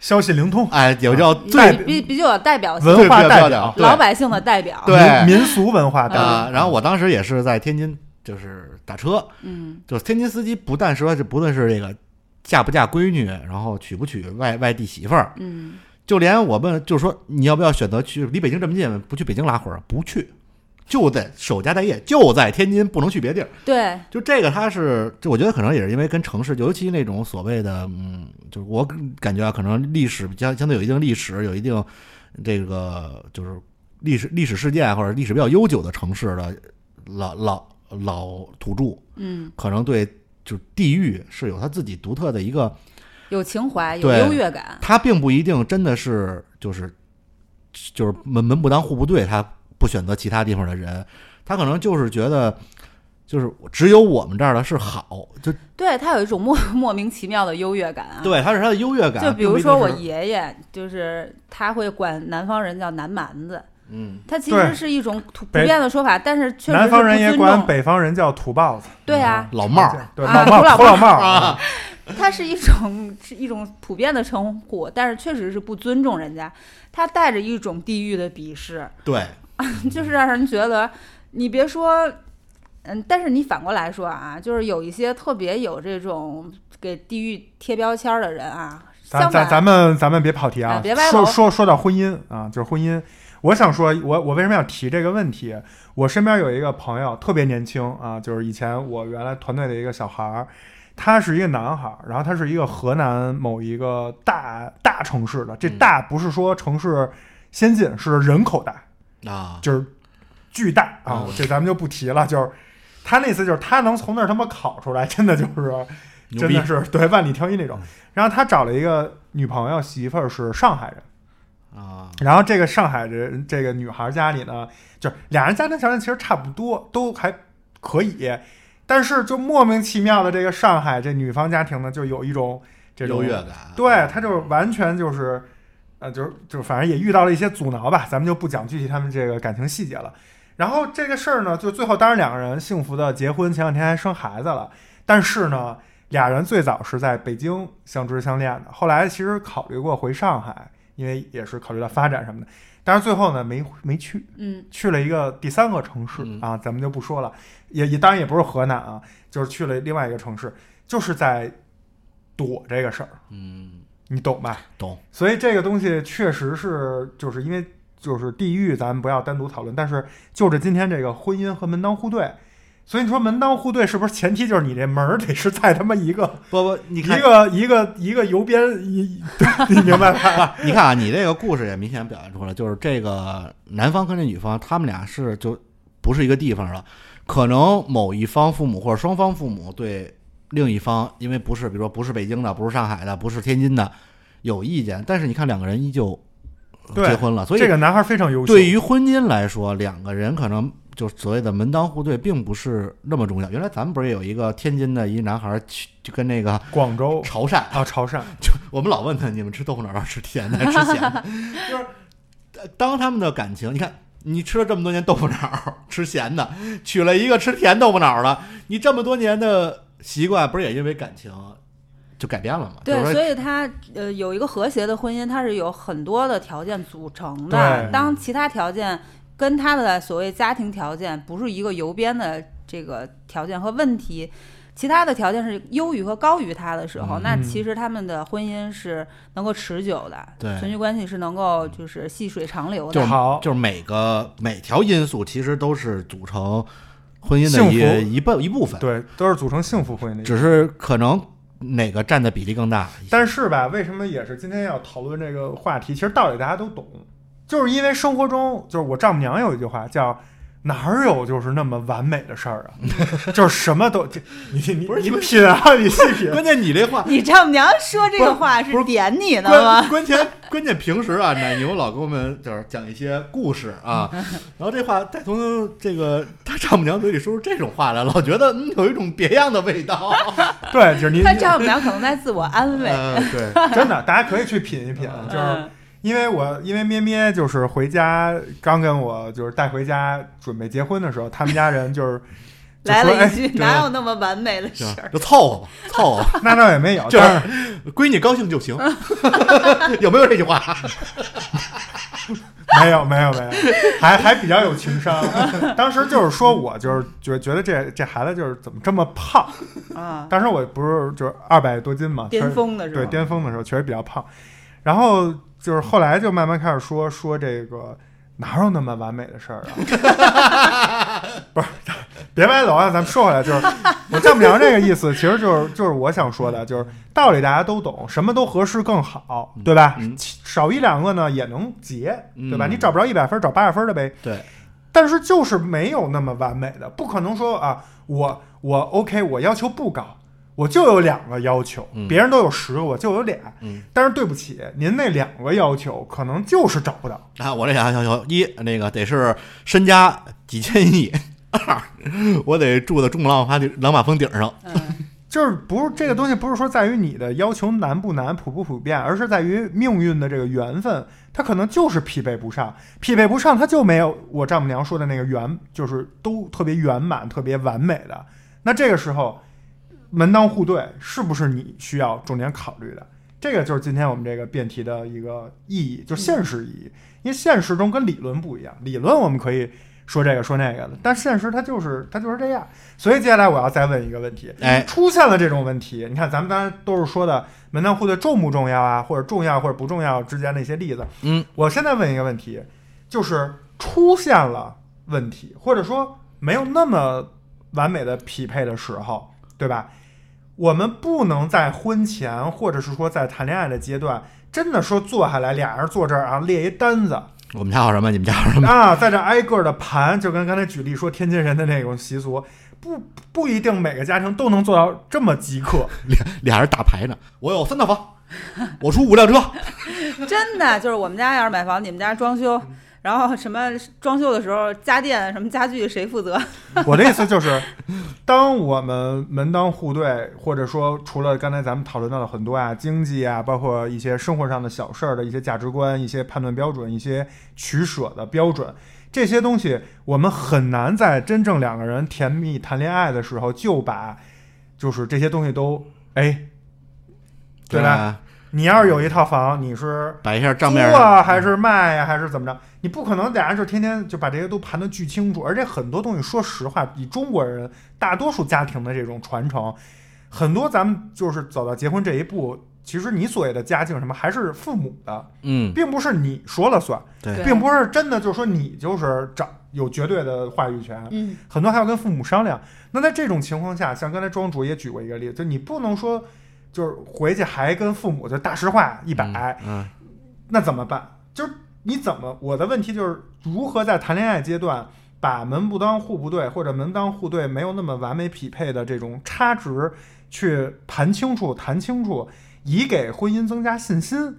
Speaker 3: 消息灵通，
Speaker 2: 哎，有叫
Speaker 1: 比
Speaker 2: 最
Speaker 1: 嗯比比较有代表性，
Speaker 3: 文化
Speaker 2: 最
Speaker 3: 代
Speaker 2: 最
Speaker 3: 表，
Speaker 2: 对
Speaker 1: 老百姓的代表。
Speaker 2: 对
Speaker 3: 民民俗文化代
Speaker 2: 啊
Speaker 3: 表。。
Speaker 2: 然后我当时也是在天津，就是打车，
Speaker 1: 嗯，
Speaker 2: 就是天津司机不但说是不论是这个嫁不嫁闺女，然后娶不娶外外地媳妇儿，
Speaker 1: 嗯，
Speaker 2: 就连我们就是说你要不要选择去离北京这么近，不去北京拉活儿，不去，就在守家待业，就在天津，不能去别地儿。
Speaker 1: 对，
Speaker 2: 就这个，它是就我觉得可能也是因为跟城市，尤其那种所谓的嗯，就是我感觉啊，可能历史比较相对有一定历史，有一定这个就是历史历史事件或者历史比较悠久的城市的老老老土著，
Speaker 1: 嗯，
Speaker 2: 可能对就是地域是有它自己独特的一个
Speaker 1: 有情怀，有
Speaker 2: 对
Speaker 1: 优越感。
Speaker 2: 他并不一定真的是就是就是门门不当户不对，他不选择其他地方的人，他可能就是觉得就是只有我们这儿的是好，就
Speaker 1: 对他有一种莫 莫名其妙的优越感啊。，
Speaker 2: 对，他是他的优越感。
Speaker 1: 就比如说我
Speaker 2: 并不一定是
Speaker 1: 爷爷，就是他会管南方人叫南蛮子，
Speaker 2: 嗯，
Speaker 1: 他其
Speaker 3: 对
Speaker 1: 实是一种普普
Speaker 3: 北
Speaker 1: 遍的说法，但是确实
Speaker 3: 南方
Speaker 1: 是不
Speaker 3: 人也
Speaker 1: 尊
Speaker 3: 管
Speaker 1: 重
Speaker 3: 北方人叫土豹子，嗯
Speaker 1: 对啊，
Speaker 2: 老帽儿，
Speaker 3: 对，
Speaker 1: 啊
Speaker 3: 老帽儿，
Speaker 1: 土
Speaker 3: 土
Speaker 1: 老
Speaker 3: 老帽儿啊，
Speaker 1: 它是一种是一种普遍的称呼，但是确实是不尊重人家，他带着一种地域的鄙视，
Speaker 2: 对，
Speaker 1: 就是让人觉得你别说，嗯，但是你反过来说啊，就是有一些特别有这种给地域贴标签儿的人啊，
Speaker 3: 咱
Speaker 1: 相
Speaker 3: 咱
Speaker 1: 反，
Speaker 3: 咱们咱们别跑题
Speaker 1: 啊
Speaker 3: 啊
Speaker 1: 别歪，
Speaker 3: 说
Speaker 1: 楼
Speaker 3: 说说到婚姻啊，就是婚姻，我想说，我我为什么要提这个问题？我身边有一个朋友特别年轻啊，就是以前我原来团队的一个小孩儿，他是一个男孩儿，然后他是一个河南某一个大大城市的，这
Speaker 2: 嗯
Speaker 3: 大不是说城市先进，是人口大，
Speaker 2: 啊，
Speaker 3: 就是巨大啊
Speaker 2: 嗯，
Speaker 3: 这咱们就不提了。就是他那次就是他能从那儿他妈考出来，真的就是
Speaker 2: 牛
Speaker 3: 真
Speaker 2: 逼嗯
Speaker 3: 的是对万里挑一那种。然后他找了一个女朋友媳妇儿是上海人，
Speaker 2: 啊，
Speaker 3: 然后这个上海人这个女孩家里呢，就是俩人家庭条件其实差不多，都还可以，但是就莫名其妙的这个上海这女方家庭呢，就有一种这种
Speaker 2: 优越感，啊
Speaker 3: 对，他就是完全就是，呃，就是就是，反正也遇到了一些阻挠吧，咱们就不讲具体他们这个感情细节了。然后这个事儿呢，就最后当然两个人幸福的结婚，前两天还生孩子了。但是呢，俩人最早是在北京相知相恋的，后来其实考虑过回上海，因为也是考虑到发展什么的。但是最后呢，没没去，
Speaker 1: 嗯，
Speaker 3: 去了一个第三个城市、
Speaker 2: 嗯
Speaker 3: 啊，咱们就不说了，也也当然也不是河南啊，就是去了另外一个城市，就是在躲这个事儿，
Speaker 2: 嗯，
Speaker 3: 你懂吧？
Speaker 2: 懂，
Speaker 3: 所以这个东西确实是，就是因为就是地域，咱们不要单独讨论。但是就着今天这个婚姻和门当户对，所以你说门当户对是不是前提就是你这门儿得是在他妈一 个
Speaker 2: 不不，你
Speaker 3: 一
Speaker 2: 看
Speaker 3: 个一个一个邮编一， 你明白 吧？
Speaker 2: 你看啊，你这个故事也明显表现出来，就是这个男方跟这女方，他们俩是就不是一个地方了。可能某一方父母或者双方父母对另一方，因为不是，比如说不是北京的，不是上海的，不是天津的，有意见。但是你看，两个人依旧
Speaker 3: 对
Speaker 2: 结婚了，所以
Speaker 3: 这个男孩非常优秀，
Speaker 2: 对于婚姻来说，两个人可能就所谓的门当户对，并不是那么重要。原来咱们不是有一个天津的一男孩去，就跟那个
Speaker 3: 广州
Speaker 2: 潮汕
Speaker 3: 啊潮汕，
Speaker 2: 就我们老问他，你们吃豆腐脑儿是吃甜的还是吃 咸的？就是呃当他们的感情，你看你吃了这么多年豆腐脑儿，吃咸的，娶了一个吃甜豆腐脑儿的，你这么多年的习惯，不是也因为感情就改变了吗？
Speaker 1: 对
Speaker 2: 就，是
Speaker 1: 所
Speaker 2: 说
Speaker 1: 以他呃有一个和谐的婚姻，它是有很多的条件组成的
Speaker 3: 对。
Speaker 1: 当其他条件跟他的所谓家庭条件不是一个邮编的这个条件和问题，其他的条件是优于和高于他的时候，
Speaker 2: 嗯
Speaker 1: 那其实他们的婚姻是能够持久的，
Speaker 2: 对
Speaker 1: 存续关系是能够就是细水长流
Speaker 2: 就是
Speaker 1: 的。
Speaker 3: 好
Speaker 2: 就是每个每条因素其实都是组成婚姻
Speaker 3: 幸福
Speaker 2: 的一一部一部分，
Speaker 3: 对，都是组成幸福婚姻的一
Speaker 2: 只是可能哪个占的比例更大。
Speaker 3: 但是吧，为什么也是今天要讨论这个话题？其实道理大家都懂，就是因为生活中，就是我丈母娘有一句话叫“哪儿有就是那么完美的事儿啊”， 就是什么都这你你你品啊，你细品。
Speaker 2: 关键你这话
Speaker 1: 你丈母娘说这个话
Speaker 2: 不
Speaker 1: 是
Speaker 2: 是
Speaker 1: 点你 呢
Speaker 2: 关
Speaker 1: 吗？
Speaker 2: 关键关键平时啊，奶牛老给我们就是讲一些故事 啊，然后这话再从这个他丈母娘嘴里说出这种话来，老觉得嗯有一种别样的味道。
Speaker 3: 对，就是你
Speaker 1: 他丈母娘可能在自我安慰。
Speaker 2: 呃，对，
Speaker 3: 真的，大家可以去品一品，就是
Speaker 1: 嗯
Speaker 3: 因为我因为咩咩就是回家刚跟我就是带回家准备结婚的时候，他们家人 就是就
Speaker 1: 来
Speaker 3: 说
Speaker 1: 了
Speaker 3: 哎
Speaker 1: 一句：“
Speaker 3: 对
Speaker 1: 哪有那么完美的事
Speaker 2: 行
Speaker 1: 儿
Speaker 2: 就凑合吧，凑合 吧，
Speaker 3: 那倒也没有，
Speaker 2: 就
Speaker 3: 但是
Speaker 2: 是闺女高兴就行，有没有这句话？
Speaker 3: 没有没有没有，还还比较有情商。当时就是说我就是觉觉得这这孩子就是怎么这么胖，？”
Speaker 1: 啊，
Speaker 3: 当时我不是就是二百多斤嘛，确实
Speaker 1: 巅峰的是
Speaker 3: 对
Speaker 1: 吧？
Speaker 3: 巅峰的时候确实比较胖，然后就是后来就慢慢开始说说这个哪有那么完美的事儿啊？ 不是，别歪楼啊！咱们说回来，就是我丈母娘这个意思，其实就是就是我想说的，就是道理大家都懂，什么都合适更好，对吧？
Speaker 2: 嗯
Speaker 3: 少一两个呢也能结，对吧？
Speaker 2: 嗯
Speaker 3: 你找不着一百分儿，找八十分儿的呗。
Speaker 2: 对，
Speaker 3: 但是就是没有那么完美的，不可能说啊，我我 OK，我要求不高，我就有两个要求，
Speaker 2: 嗯
Speaker 3: 别人都有十个，我就有俩。
Speaker 2: 嗯
Speaker 3: 但是对不起，您那两个要求可能就是找不到。
Speaker 2: 啊，我这俩要求一，那个得是身家几千亿； 二，我得住在珠穆朗玛峰朗玛峰顶上。
Speaker 1: 嗯，
Speaker 3: 就是不是这个东西，不是说在于你的要求难不难、普不普遍，而是在于命运的这个缘分，它可能就是匹配不上，匹配不上，它就没有我丈母娘说的那个圆，就是都特别圆满、特别完美的。那这个时候，门当户对是不是你需要重点考虑的？这个就是今天我们这个辩题的一个意义，就是现实意义。因为现实中跟理论不一样，理论我们可以说这个说那个的，但现实它就是它就是这样。所以接下来我要再问一个问题，
Speaker 2: 哎，
Speaker 3: 出现了这种问题，你看咱们当然都是说的门当户对重不重要啊，或者重要或者不重要之间的一些例子。
Speaker 2: 嗯，
Speaker 3: 我现在问一个问题，就是出现了问题，或者说没有那么完美的匹配的时候，对吧？我们不能在婚前或者是说在谈恋爱的阶段，真的说坐下来俩人坐这儿啊列一单子，
Speaker 2: 我们家有什么？你们家有什么？
Speaker 3: 啊，在这挨个的盘，就跟刚才举例说天津人的那种习俗，不不一定每个家庭都能做到这么即刻。
Speaker 2: 俩人打牌呢。我有三套房，我出五辆车。
Speaker 1: 真的就是我们家要是买房，你们家装修，然后什么装修的时候家电什么家具谁负责？
Speaker 3: 我的意思就是，当我们门当户对，或者说除了刚才咱们讨论到的很多啊，经济啊，包括一些生活上的小事儿的一些价值观、一些判断标准、一些取舍的标准，这些东西我们很难在真正两个人甜蜜谈恋爱的时候就把，就是这些东西都哎，对吧？
Speaker 2: 吧？
Speaker 3: 你要是有一套房，你是
Speaker 2: 摆一下
Speaker 3: 租
Speaker 2: 账面
Speaker 3: 啊，
Speaker 2: 上，
Speaker 3: 还是卖呀、还是怎么着？你不可能俩人就天天就把这些都盘得巨清楚，而且很多东西，说实话，以中国人大多数家庭的这种传承，很多咱们就是走到结婚这一步，其实你所谓的家境什么，还是父母的，
Speaker 2: 嗯，
Speaker 3: 并不是你说了算，
Speaker 2: 对
Speaker 3: 并不是真的就是说你就是掌有绝对的话语权。
Speaker 1: 嗯，
Speaker 3: 很多还要跟父母商量。那在这种情况下，像刚才庄主也举过一个例子，就你不能说就是回去还跟父母就大实话一百、
Speaker 2: 嗯，
Speaker 3: 那怎么办？就是你怎么？我的问题就是如何在谈恋爱阶段把门不当户不对，或者门当户对没有那么完美匹配的这种差值去盘清楚、谈清楚，以给婚姻增加信心。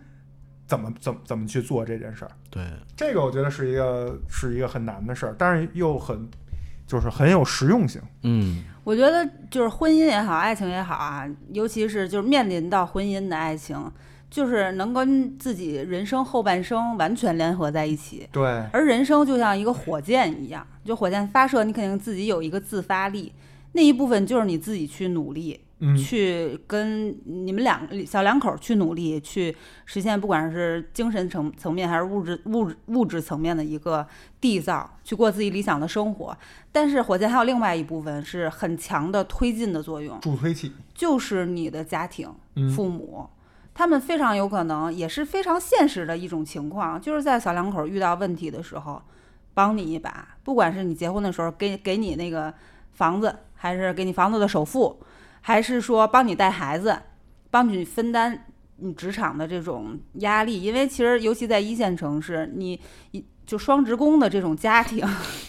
Speaker 3: 怎么怎么怎么去做这件事儿？
Speaker 2: 对，
Speaker 3: 这个我觉得是一个是一个很难的事儿，但是又很就是很有实用性。
Speaker 2: 嗯，
Speaker 1: 我觉得就是婚姻也好，爱情也好啊，尤其是就是面临到婚姻的爱情，就是能跟自己人生后半生完全联合在一起。
Speaker 3: 对，
Speaker 1: 而人生就像一个火箭一样，就火箭发射，你肯定自己有一个自发力，那一部分就是你自己去努力，
Speaker 3: 嗯，
Speaker 1: 去跟你们两小两口去努力，去实现不管是精神层层面还是物质物质物质层面的一个缔造，去过自己理想的生活。但是火箭还有另外一部分是很强的推进的作用，
Speaker 3: 助推器，
Speaker 1: 就是你的家庭、
Speaker 3: 嗯
Speaker 1: 父母，他们非常有可能也是非常现实的一种情况，就是在小两口遇到问题的时候，帮你一把，不管是你结婚的时候给给你那个房子，还是给你房子的首付，还是说帮你带孩子，帮你分担你职场的这种压力，因为其实尤其在一线城市，你一就双职工的这种家庭，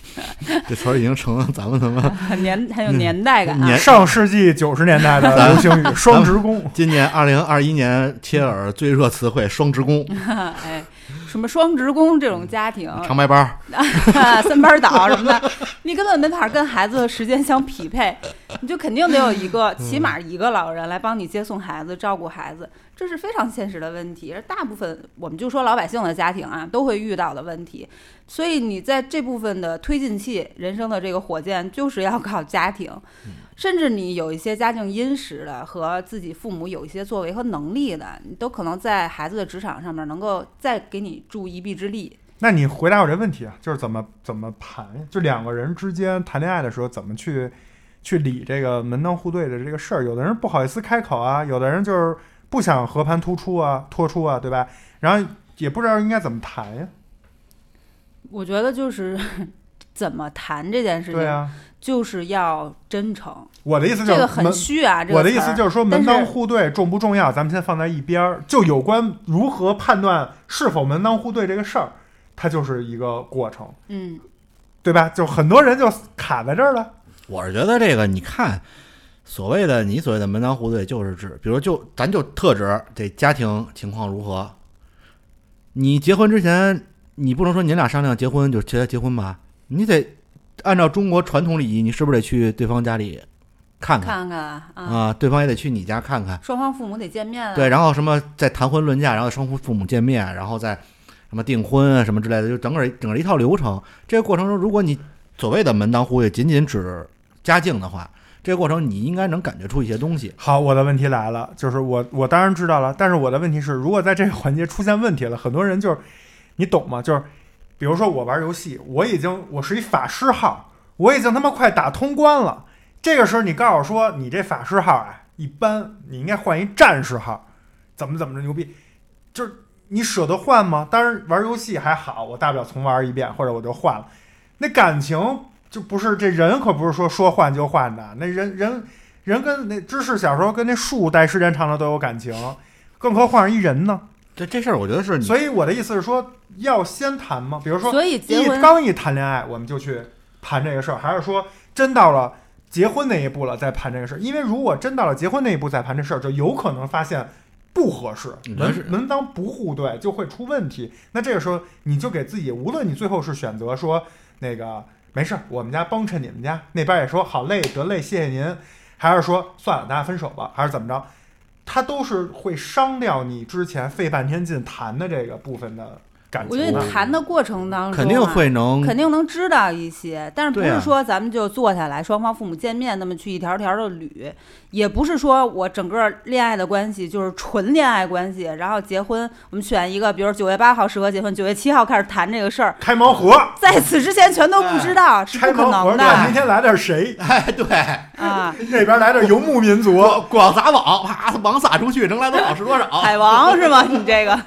Speaker 2: 这词儿已经成了咱们他妈
Speaker 1: 很年很有年代感、啊。
Speaker 2: 年
Speaker 3: 上世纪九十年代的流 行语“双职工
Speaker 1: 嗯
Speaker 2: 今年二零二一年切尔最热词汇“双职工
Speaker 1: 哎，什么双职工这种家庭，
Speaker 2: 长白班儿，
Speaker 1: 三班倒什么的，你根本没法跟孩子的时间相匹配，你就肯定得有一个，起码一个老人来帮你接送孩子、照顾孩子，这是非常现实的问题，而大部分我们就说老百姓的家庭啊都会遇到的问题，所以你在这部分的推进器，人生的这个火箭就是要靠家庭。甚至你有一些家境殷实的和自己父母有一些作为和能力的，你都可能在孩子的职场上面能够再给你助一臂之力，
Speaker 3: 那你回答我这问题啊，就是怎么怎么盘，就两个人之间谈恋爱的时候怎么去去理这个门当户对的这个事儿？有的人不好意思开口啊，有的人就是不想和盘突出啊、脱出啊，对吧？然后也不知道应该怎么谈呀、
Speaker 1: 我觉得就是 怎么谈这件事情，
Speaker 3: 对啊，
Speaker 1: 就是要真诚。
Speaker 3: 我的意思就
Speaker 1: 这
Speaker 3: 是
Speaker 1: 个
Speaker 3: 门，
Speaker 1: 很虚啊，这个
Speaker 3: 我的意
Speaker 1: 词
Speaker 3: 思
Speaker 1: 儿
Speaker 3: 就是说
Speaker 1: 但
Speaker 3: 门
Speaker 1: 是
Speaker 3: 当户对重不重要，咱们先放在一边儿。就有关如何判断是否门当户对这个事儿，它就是一个过程，
Speaker 1: 嗯，
Speaker 3: 对吧？就很多人就卡在这儿了。
Speaker 2: 我是觉得这个，你看，所谓的你所谓的门当户对，就是指，比如就咱就特指这家庭情况如何。你结婚之前，你不能说你俩商量结婚就直接结婚吧，你得按照中国传统礼仪，你是不是得去对方家里看看
Speaker 1: 看看啊，
Speaker 2: 啊？对方也得去你家看看，
Speaker 1: 双方父母得见面啊。
Speaker 2: 对，，然后什么再谈婚论嫁，然后双方父母见面，然后再什么订婚啊什么之类的，就整个整个一套流程。这个过程中，如果你所谓的门当户对仅仅指家境的话，这个过程你应该能感觉出一些东西。
Speaker 3: 好，我的问题来了，就是我我当然知道了，但是我的问题是，如果在这个环节出现问题了，很多人就是你懂吗？就是比如说我玩游戏，我已经我是一法师号，我已经他妈快打通关了，这个时候你告诉我说你这法师号啊一般，你应该换一战士号，怎么怎么着牛逼，就是你舍得换吗？当然玩游戏还好，我大不了重玩一遍或者我就换了，那感情就不是这人可不是说说换就换的，那人人。人跟那知识小时候跟那树待时间长了都有感情，更何况是一人呢？
Speaker 2: 这这事儿，我觉得是你
Speaker 3: 所以我的意思是说，要先谈吗？比如说
Speaker 1: 所以结
Speaker 3: 一
Speaker 1: 婚
Speaker 3: 刚一谈恋爱，我们就去盘这个事儿，还是说真到了结婚那一步了再盘这个事儿？因为如果真到了结婚那一步再盘这事儿，就有可能发现不合适，
Speaker 2: 你这是
Speaker 3: 门门当不户对，就会出问题。那这个时候你就给自己，无论你最后是选择说那个没事儿，我们家帮衬你们家，那边也说好嘞，得嘞，谢谢您，还是说算了，大家分手吧，还是怎么着？他都是会伤掉你之前费半天劲谈的这个部分的感
Speaker 1: 我
Speaker 3: 情
Speaker 1: 觉
Speaker 3: 的
Speaker 1: 得。谈的过程当中、
Speaker 2: 嗯
Speaker 1: 啊
Speaker 2: 肯定。会能
Speaker 1: 肯定能知道一些，但是不
Speaker 2: 对啊
Speaker 1: 是说咱们就坐下来，双方父母见面，那么去一条条的捋，也不是说我整个恋爱的关系就是纯恋爱关系，然后结婚，我们选一个，比如九月八号适合结婚，九月七号开始谈这个事儿，
Speaker 3: 开盲盒，
Speaker 1: 在此之前全都不知道，是
Speaker 3: 哎拆
Speaker 1: 不可
Speaker 3: 盲盒
Speaker 1: 能
Speaker 3: 对
Speaker 1: 的
Speaker 3: 吧，明天来点谁？
Speaker 2: 哎，对，
Speaker 1: 啊。
Speaker 3: 那边来点游牧民族，
Speaker 2: 广广撒网，啪网撒出去，能来多少是多少。
Speaker 1: 海王是吗？你这 个，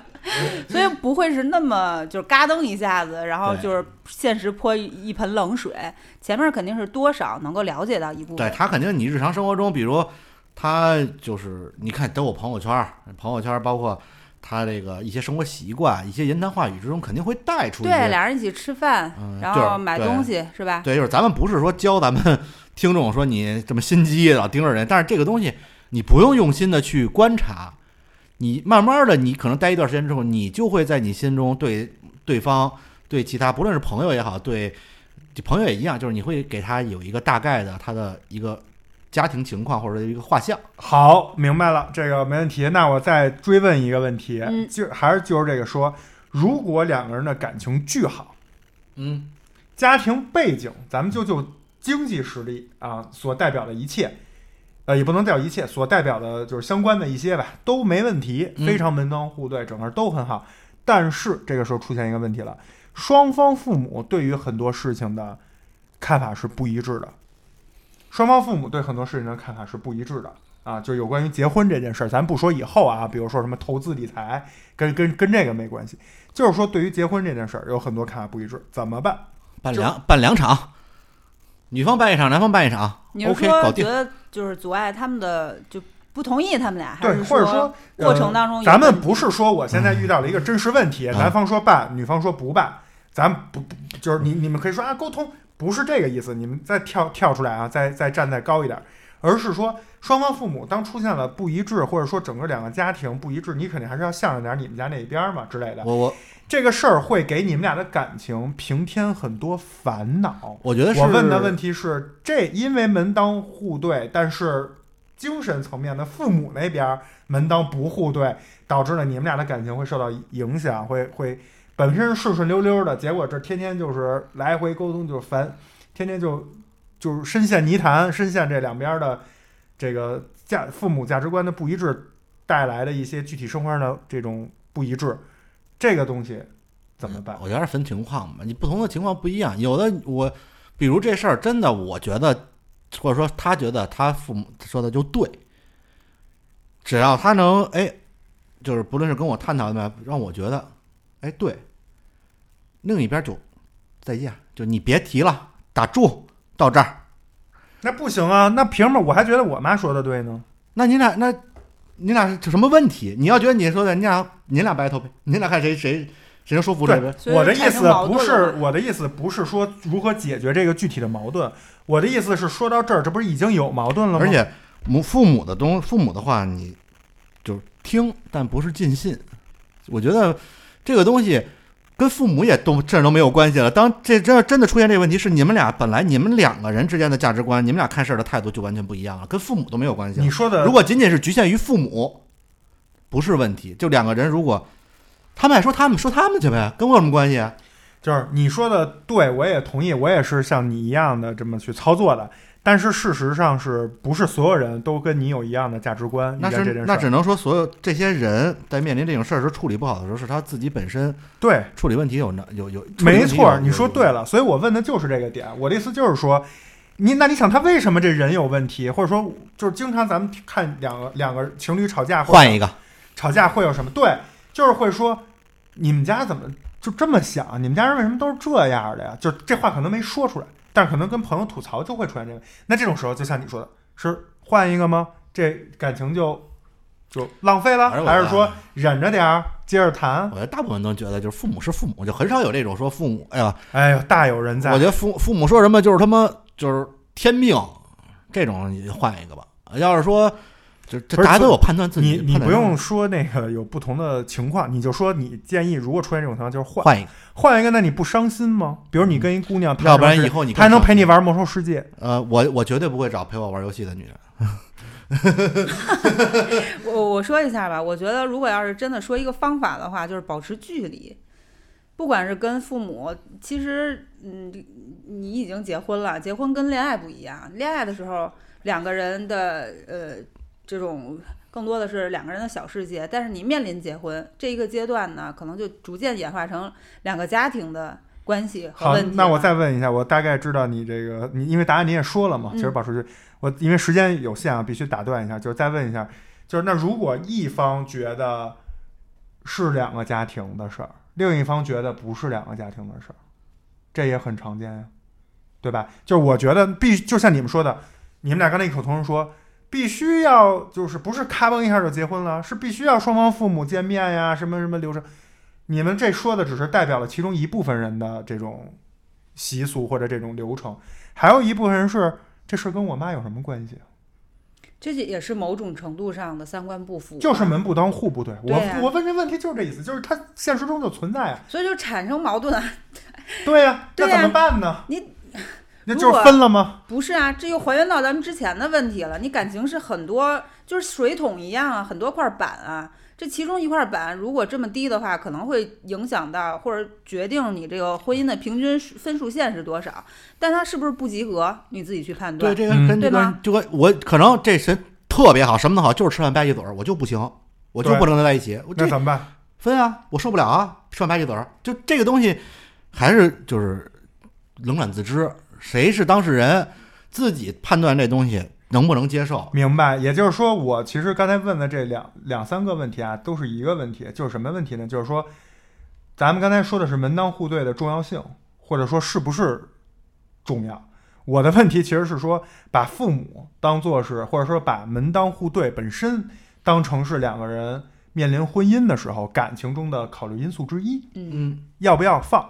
Speaker 1: 所以不会是那么就是嘎噔一下子，然后
Speaker 2: 对
Speaker 1: 就是现实泼一一盆冷水，前面肯定是多少能够了解到一部
Speaker 2: 对
Speaker 1: 分。
Speaker 2: 他肯定你日常生活中，比如他就是你看，都有朋友圈儿，朋友圈儿包括他这个一些生活习惯、一些言谈话语之中，肯定会带出一
Speaker 1: 对，
Speaker 2: 些。
Speaker 1: 俩人一起吃饭，
Speaker 2: 嗯
Speaker 1: 然
Speaker 2: 就是
Speaker 1: 后买东西是吧？
Speaker 2: 对，就是咱们不是说教咱们 听众说你这么心机啊老盯着人，但是这个东西你不用用心的去观察，你慢慢的你可能待一段时间之后，你就会在你心中对对方、对其他不论是朋友也好，对朋友也一样，就是你会给他有一个大概的他的一个家庭情况或者一个画像。
Speaker 3: 好，明白了，这个没问题。那我再追问一个问题，
Speaker 1: 嗯
Speaker 3: 就还是就是这个说，如果两个人的感情巨好，
Speaker 2: 嗯，
Speaker 3: 家庭背景，咱们就就经济实力啊所代表的一切，呃，也不能叫一切，所代表的就是相关的一些吧，都没问题，
Speaker 2: 嗯
Speaker 3: 非常门当户对，整个都很好。但是这个时候出现一个问题了，双方父母对于很多事情的看法是不一致的，双方父母对很多事情的看法是不一致的。啊，就有关于结婚这件事儿，咱不说以后啊，比如说什么投资理财，跟跟跟这个没关系，就是说对于结婚这件事儿有很多看法不一致，怎么办？
Speaker 2: 办两办两场，女方办一场，男方办一场。
Speaker 1: 你是
Speaker 2: OK，
Speaker 1: 说
Speaker 2: 搞
Speaker 1: 觉
Speaker 2: 定。
Speaker 1: 得就是阻碍他们的就不同意他们俩，还
Speaker 3: 对，
Speaker 1: 是
Speaker 3: 或者说
Speaker 1: 过程当中
Speaker 3: 呃
Speaker 1: 有
Speaker 3: 咱们
Speaker 1: 问题
Speaker 3: 不是说我现在遇到了一个真实问题，
Speaker 2: 嗯
Speaker 3: 男方说办，女方说不办，咱不不就是你你们可以说啊沟通不是这个意思，你们再跳跳出来啊，再再站再高一点，而是说双方父母当出现了不一致，或者说整个两个家庭不一致，你肯定还是要向着点你们家那一边儿嘛之类的。
Speaker 2: 我我
Speaker 3: 这个事儿会给你们俩的感情平添很多烦恼。
Speaker 2: 我觉得是
Speaker 3: 我问的问题是，这因为门当户对，但是精神层面的父母那边儿门当不户对，导致了你们俩的感情会受到影响，会会本身是顺顺溜溜的，结果这天天就是来回沟通就烦，天天就就是深陷泥潭，深陷这两边儿的这个价父母价值观的不一致带来的一些具体生活上的这种不一致，这个东西怎么办？
Speaker 2: 我觉得是分情况吧，你不同的情况不一样。有的我，比如这事儿真的，我觉得或者说他觉得他父母说的就对，只要他能哎，就是不论是跟我探讨的，让我觉得哎对，另一边就再见，就你别提了，打住到这儿。
Speaker 3: 那不行啊，那凭什么我还觉得我妈说的对呢？
Speaker 2: 那你俩那你俩是有什么问题？你要觉得你说的，你俩你俩 battle 呗，你俩看谁谁谁能说服谁呗。
Speaker 1: 所以
Speaker 3: 我的意
Speaker 1: 产生
Speaker 3: 思
Speaker 1: 矛
Speaker 3: 不
Speaker 1: 盾了
Speaker 3: 是
Speaker 1: 嘛
Speaker 3: 我的意思不是说如何解决这个具体的矛盾，我的意思是说到这儿，这不是已经有矛盾了吗？
Speaker 2: 而且母父母的东父母的话，你就是听，但不是尽信。我觉得这个东西跟父母也都这都没有关系了。当这这真的出现这个问题，是你们俩本来你们两个人之间的价值观，你们俩看事儿的态度就完全不一样了，跟父母都没有关系了
Speaker 3: 你。说的
Speaker 2: 如果仅仅是局限于父母，不是问题。就两个人，如果他们爱说他们说他们去呗，跟我有什么关系啊？
Speaker 3: 就是你说的对，我也同意，我也是像你一样的这么去操作的。但是事实上是不是所有人都跟你有一样的价值观？
Speaker 2: 那
Speaker 3: 遇见这
Speaker 2: 是
Speaker 3: 件事
Speaker 2: 那
Speaker 3: 儿
Speaker 2: 只能说所有这些人在面临这种事儿时处理不好的时候，是他自己本身
Speaker 3: 对，
Speaker 2: 处理问题有能有有，处理
Speaker 3: 没
Speaker 2: 问题有
Speaker 3: 错，你说对。了，所以我问的就是这个点。我的意思就是说，你那你想他为什么这人有问题，或者说就是经常咱们看两个两个情侣吵架，或者
Speaker 2: 换一个，
Speaker 3: 吵架会有什么？对，就是会说你们家怎么就这么想？你们家人为什么都是这样的呀？就这话可能没说出来，但是可能跟朋友吐槽就会出现这个。那这种时候，就像你说的，是换一个吗？这感情就就浪费了，
Speaker 2: 而我
Speaker 3: 还是说忍着点儿，接着谈
Speaker 2: 我？觉得大部分都觉得就是父母是父母，就很少有这种说父母，哎呀，
Speaker 3: 哎呦，大有人在。
Speaker 2: 我觉得父父母说什么就是他妈就是天命，这种你换一个吧。要是说，就这
Speaker 3: 不是
Speaker 2: 大家都有判断自己
Speaker 3: 你
Speaker 2: 的
Speaker 3: 你
Speaker 2: 判断能力，
Speaker 3: 不用说那个有不同的情况，你就说你建议，如果出现这种情况，就是换
Speaker 2: 换一个，
Speaker 3: 换一个，那你不伤心吗？比如你跟一姑娘谈什么
Speaker 2: 要
Speaker 3: 事，
Speaker 2: 不然以后你
Speaker 3: 她还能陪你
Speaker 2: 玩。
Speaker 3: 玩魔兽世界，
Speaker 2: 呃，我我绝对不会找陪我玩游戏的女人。
Speaker 1: 我我说一下吧，我觉得如果要是真的说一个方法的话，就是保持距离，不管是跟父母，其实嗯，你已经结婚了，结婚跟恋爱不一样，恋爱的时候两个人的呃这种更多的是两个人的小世界，但是你面临结婚这一个阶段呢，可能就逐渐演化成两个家庭的关系和
Speaker 3: 好
Speaker 1: 问题，了。
Speaker 3: 那我再问一下，我大概知道你这个，你因为答案你也说了嘛，
Speaker 1: 嗯
Speaker 3: 其实保持距离，我因为时间有限啊，必须打断一下，就是再问一下，就是那如果一方觉得是两个家庭的事儿，另一方觉得不是两个家庭的事儿，这也很常见呀、对吧？就是我觉得必就像你们说的，你们俩刚才异口同声说。必须要就是不是咔嘣一下就结婚了，是必须要双方父母见面呀，什么什么流程。你们这说的只是代表了其中一部分人的这种习俗或者这种流程，还有一部分人是这事儿跟我妈有什么关系？
Speaker 1: 这也是某种程度上的三观不符，
Speaker 3: 就是门不当户不对。我
Speaker 1: 对啊呀
Speaker 3: 我问这问题就是这意思，就是它现实中就存在啊。
Speaker 1: 所以就产生矛盾啊。
Speaker 3: 对呀、那
Speaker 1: 对呀
Speaker 3: 怎么办呢？
Speaker 1: 你
Speaker 3: 那
Speaker 1: 如
Speaker 3: 就
Speaker 1: 果
Speaker 3: 是分了吗？
Speaker 1: 不是啊，这又还原到咱们之前的问题了。你感情是很多，就是水桶一样啊，很多块板啊。这其中一块板如果这么低的话，可能会影响到或者决定你这个婚姻的平均分数线是多少。但它是不是不及格，你自己去判断。
Speaker 2: 对，这个
Speaker 3: 嗯
Speaker 2: 跟这
Speaker 1: 对
Speaker 2: 个
Speaker 1: 吗
Speaker 2: 就跟我可能这谁特别好，什么都好，就是吃饭吧唧嘴儿，我就不行，我就
Speaker 3: 对
Speaker 2: 不能跟他在一起。我这
Speaker 3: 那怎么办？
Speaker 2: 分啊，我受不了啊，吃饭吧唧嘴儿。就这个东西，还是就是冷暖自知，谁是当事人，自己判断这东西能不能接受。
Speaker 3: 明白，也就是说，我其实刚才问的这两两三个问题啊，都是一个问题，就是什么问题呢？就是说，咱们刚才说的是门当户对的重要性，或者说是不是重要？我的问题其实是说，把父母当做是，或者说把门当户对本身当成是两个人面临婚姻的时候感情中的考虑因素之一，
Speaker 2: 嗯，
Speaker 3: 要不要放，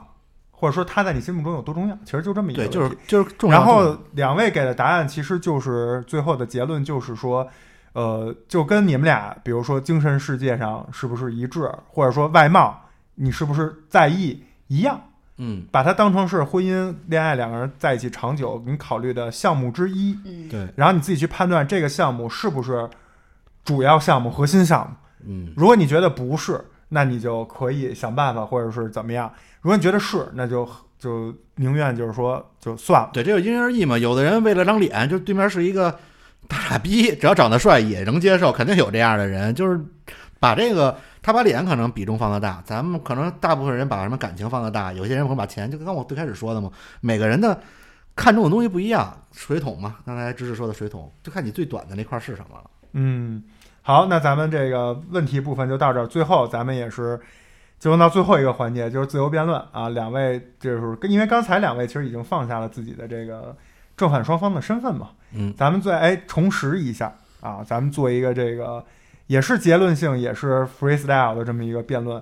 Speaker 3: 或者说他在你心目中有多重要，其实就这么一个
Speaker 2: 对，
Speaker 3: 问题。
Speaker 2: 就是就是重要。
Speaker 3: 然
Speaker 2: 重
Speaker 3: 后
Speaker 2: 要
Speaker 3: 两位给的答案其实就是最后的结论，就是说，呃，就跟你们俩，比如说精神世界上是不是一致，或者说外貌你是不是在意一样，
Speaker 2: 嗯，
Speaker 3: 把它当成是婚姻、恋爱两个人在一起长久你考虑的项目之一，
Speaker 4: 嗯，
Speaker 2: 对，
Speaker 3: 然后你自己去判断这个项目是不是主要项目、核心项目。
Speaker 2: 嗯，
Speaker 3: 如果你觉得不是，那你就可以想办法，或者是怎么样。如果你觉得是，那就就宁愿就是说就算了。
Speaker 2: 对，这就因人而异嘛。有的人为了张脸，就对面是一个大傻逼，只要长得帅也能接受，肯定有这样的人。就是把这个他把脸可能比重放得大，咱们可能大部分人把什么感情放得大，有些人可能把钱，就跟我最开始说的嘛，每个人的看重的东西不一样。水桶嘛，刚才芝芝说的水桶，就看你最短的那块是什么了。
Speaker 3: 嗯，好，那咱们这个问题部分就到这儿。最后，咱们也是进入到最后一个环节，就是自由辩论啊。两位就是跟因为刚才两位其实已经放下了自己的这个正反双方的身份嘛，
Speaker 2: 嗯
Speaker 3: 咱们再哎重拾一下啊，咱们做一个这个也是结论性也是 freestyle 的这么一个辩论，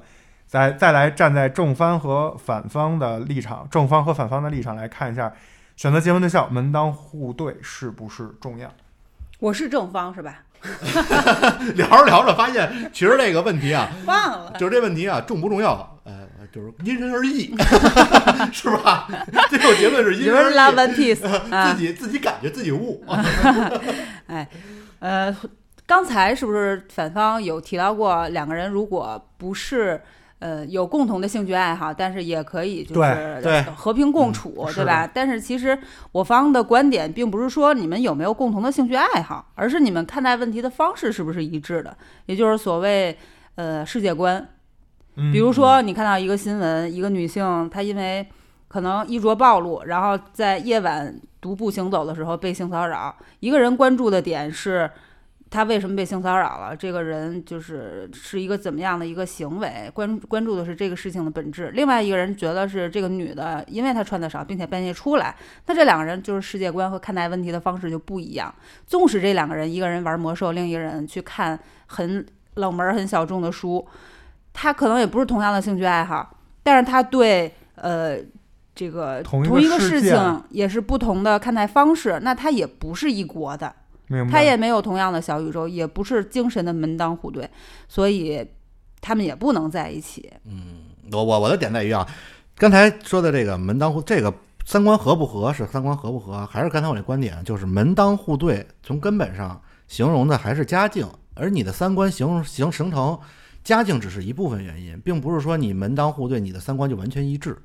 Speaker 3: 再再来站在正方和反方的立场，正方和反方的立场来看一下。选择结婚对象门当户对是不是重要？
Speaker 1: 我是正方是吧？
Speaker 2: 聊着聊着发现，其实这个问题啊，
Speaker 1: 忘了，
Speaker 2: 就是这问题啊，重不重要？呃，就是因人而异， 是吧？ 最后结论是因
Speaker 1: 有
Speaker 2: 人而
Speaker 1: 人
Speaker 2: 异。
Speaker 1: 拉 One Piece 啊
Speaker 2: 自，己自己感觉自己悟，
Speaker 1: 呃，刚才是不是反方有提到过，两个人如果不是呃有共同的兴趣爱好，但是也可以就
Speaker 3: 对嗯
Speaker 1: 是
Speaker 2: 对
Speaker 1: 和平共处，
Speaker 3: 是
Speaker 1: 对吧？但是其实我方的观点并不是说你们有没有共同的兴趣爱好，而是你们看待问题的方式是不是一致的，也就是所谓呃世界观。
Speaker 3: 嗯
Speaker 1: 比如说，你看到一个新闻，一个女性她因为可能衣着暴露，然后在夜晚独步行走的时候被性骚扰，一个人关注的点是她为什么被性骚扰了，这个人就是是一个怎么样的一个行为，关关注的是这个事情的本质。另外一个人觉得是这个女的，因为她穿的少，并且半夜出来，那这两个人就是世界观和看待问题的方式就不一样。纵使这两个人，一个人玩魔兽，另一个人去看很冷门、很小众的书，他可能也不是同样的兴趣爱好，但是他对呃这个
Speaker 3: 同一个
Speaker 1: 一个
Speaker 3: 事
Speaker 1: 事
Speaker 3: 件
Speaker 1: 情也是不同的看待方式，那他也不是一国的，
Speaker 3: 明白
Speaker 1: 他也没有同样的小宇宙，也不是精神的门当户对，所以他们也不能在一起。
Speaker 2: 我我我的点在于啊，刚才说的这个门当户这个三观合不合是三观合不合，还是刚才我那观点，就是门当户对从根本上形容的还是家境，而你的三观形形形成家境只是一部分原因，并不是说你门当户对你的三观就完全一致，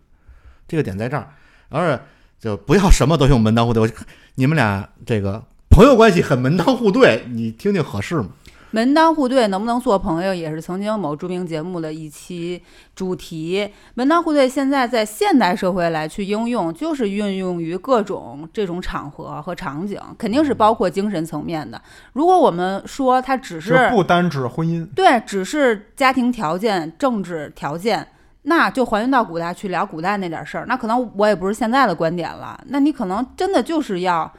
Speaker 2: 这个点在这儿，而就不要什么都用门当户对，我你们俩这个朋友关系很门当户对，你听听合适吗？
Speaker 1: 门当户对能不能做朋友，也是曾经某著名节目的一期主题。门当户对现在在现代社会来去应用，就是运用于各种这种场合和场景，肯定是包括精神层面的。如果我们说它只
Speaker 3: 就是不单指婚姻，
Speaker 1: 对，只是家庭条件、政治条件，那就还原到古代去聊古代那点事儿。那可能我也不是现在的观点了，那你可能真的就是要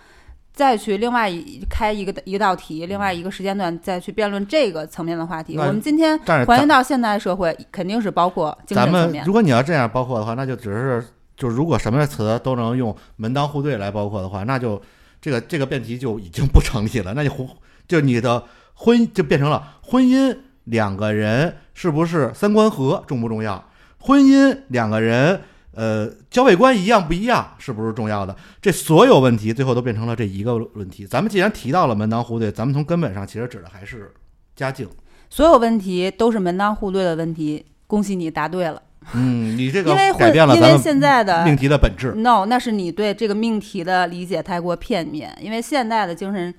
Speaker 1: 再去另外一开一个一道题，另外一个时间段再去辩论这个层面的话题。
Speaker 2: 那
Speaker 1: 我们今天
Speaker 2: 但是
Speaker 1: 还
Speaker 2: 咱
Speaker 1: 原到现代社会，肯定是包括精
Speaker 2: 咱
Speaker 1: 神层
Speaker 2: 们
Speaker 1: 面
Speaker 2: 如。果你要这样包括的话，那就只是就如果什么词都能用门当户对来包括的话，那就这个这个辩题就已经不成立了。那就婚 就你的婚就变成了婚姻两个人是不是三观合重不重要？婚姻两个人呃交配观一样不一样是不是重要的？这所有问题最后都变成了这一个论题。咱们既然提到了门当户对，咱们从根本上其实指的还是家境。
Speaker 1: 所有问题都是门当户对的问题。恭喜你答对了，
Speaker 2: 嗯，你这个
Speaker 1: 因为
Speaker 2: 改
Speaker 1: 会
Speaker 2: 变了
Speaker 1: 因
Speaker 2: 咱
Speaker 1: 为
Speaker 2: 们
Speaker 1: 现在的
Speaker 2: 命题的本质。
Speaker 1: No，那是你对这个命题的理解太过片面，因为现代的精神。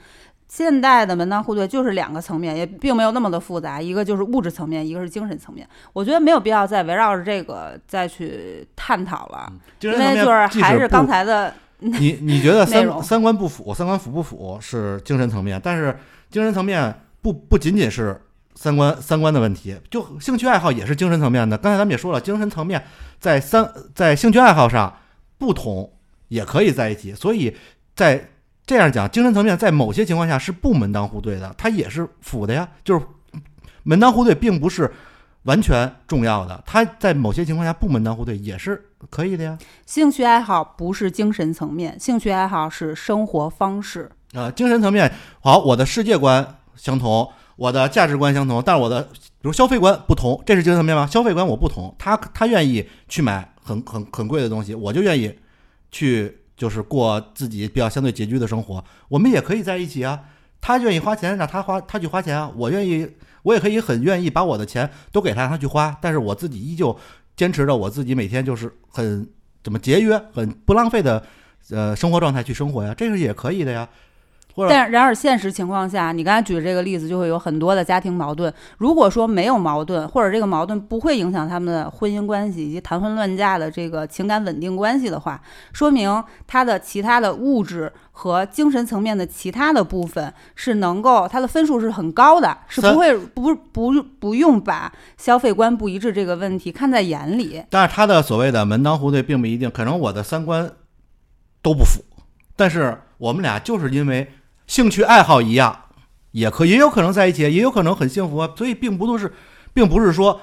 Speaker 1: 现代的门当户对就是两个层面，也并没有那么的复杂，一个就是物质层面，一个是精神层面。我觉得没有必要再围绕着这个再去探讨了，
Speaker 2: 因
Speaker 1: 因为嗯就是还是刚才的，
Speaker 2: 你你觉得
Speaker 1: 内容
Speaker 2: 三三观不符，三观符不符是精神层面，但是精神层面不不仅仅是三观三观的问题，就兴趣爱好也是精神层面的。刚才咱们也说了，精神层面在三在兴趣爱好上不同也可以在一起，所以在这样讲，精神层面在某些情况下是不门当户对的，它也是符的呀，就是门当户对并不是完全重要的。他在某些情况下不门当户对也是可以的呀。
Speaker 1: 兴趣爱好不是精神层面，兴趣爱好是生活方式。
Speaker 2: 啊、精神层面好，我的世界观相同，我的价值观相同，但是我的比如消费观不同，这是精神层面吗？消费观我不同，他他愿意去买很很很贵的东西，我就愿意去就是过自己比较相对拮据的生活，我们也可以在一起啊。他愿意花钱，让他花，他去花钱啊。我愿意，我也可以很愿意把我的钱都给他，让他去花。但是我自己依旧坚持着我自己每天就是很怎么节约、很不浪费的呃生活状态去生活呀，这是也可以的呀。或者
Speaker 1: 但然而现实情况下，你刚才举的这个例子就会有很多的家庭矛盾。如果说没有矛盾，或者这个矛盾不会影响他们的婚姻关系以及谈婚论嫁的这个情感稳定关系的话，说明他的其他的物质和精神层面的其他的部分是能够他的分数是很高的，是
Speaker 2: 三
Speaker 1: 不会不不不用把消费观不一致这个问题看在眼里。
Speaker 2: 但是他的所谓的门当户对并不一定，可能我的三观都不符，但是我们俩就是因为兴趣爱好一样，也可也有可能在一起，也有可能很幸福啊。所以并不都是，并不是说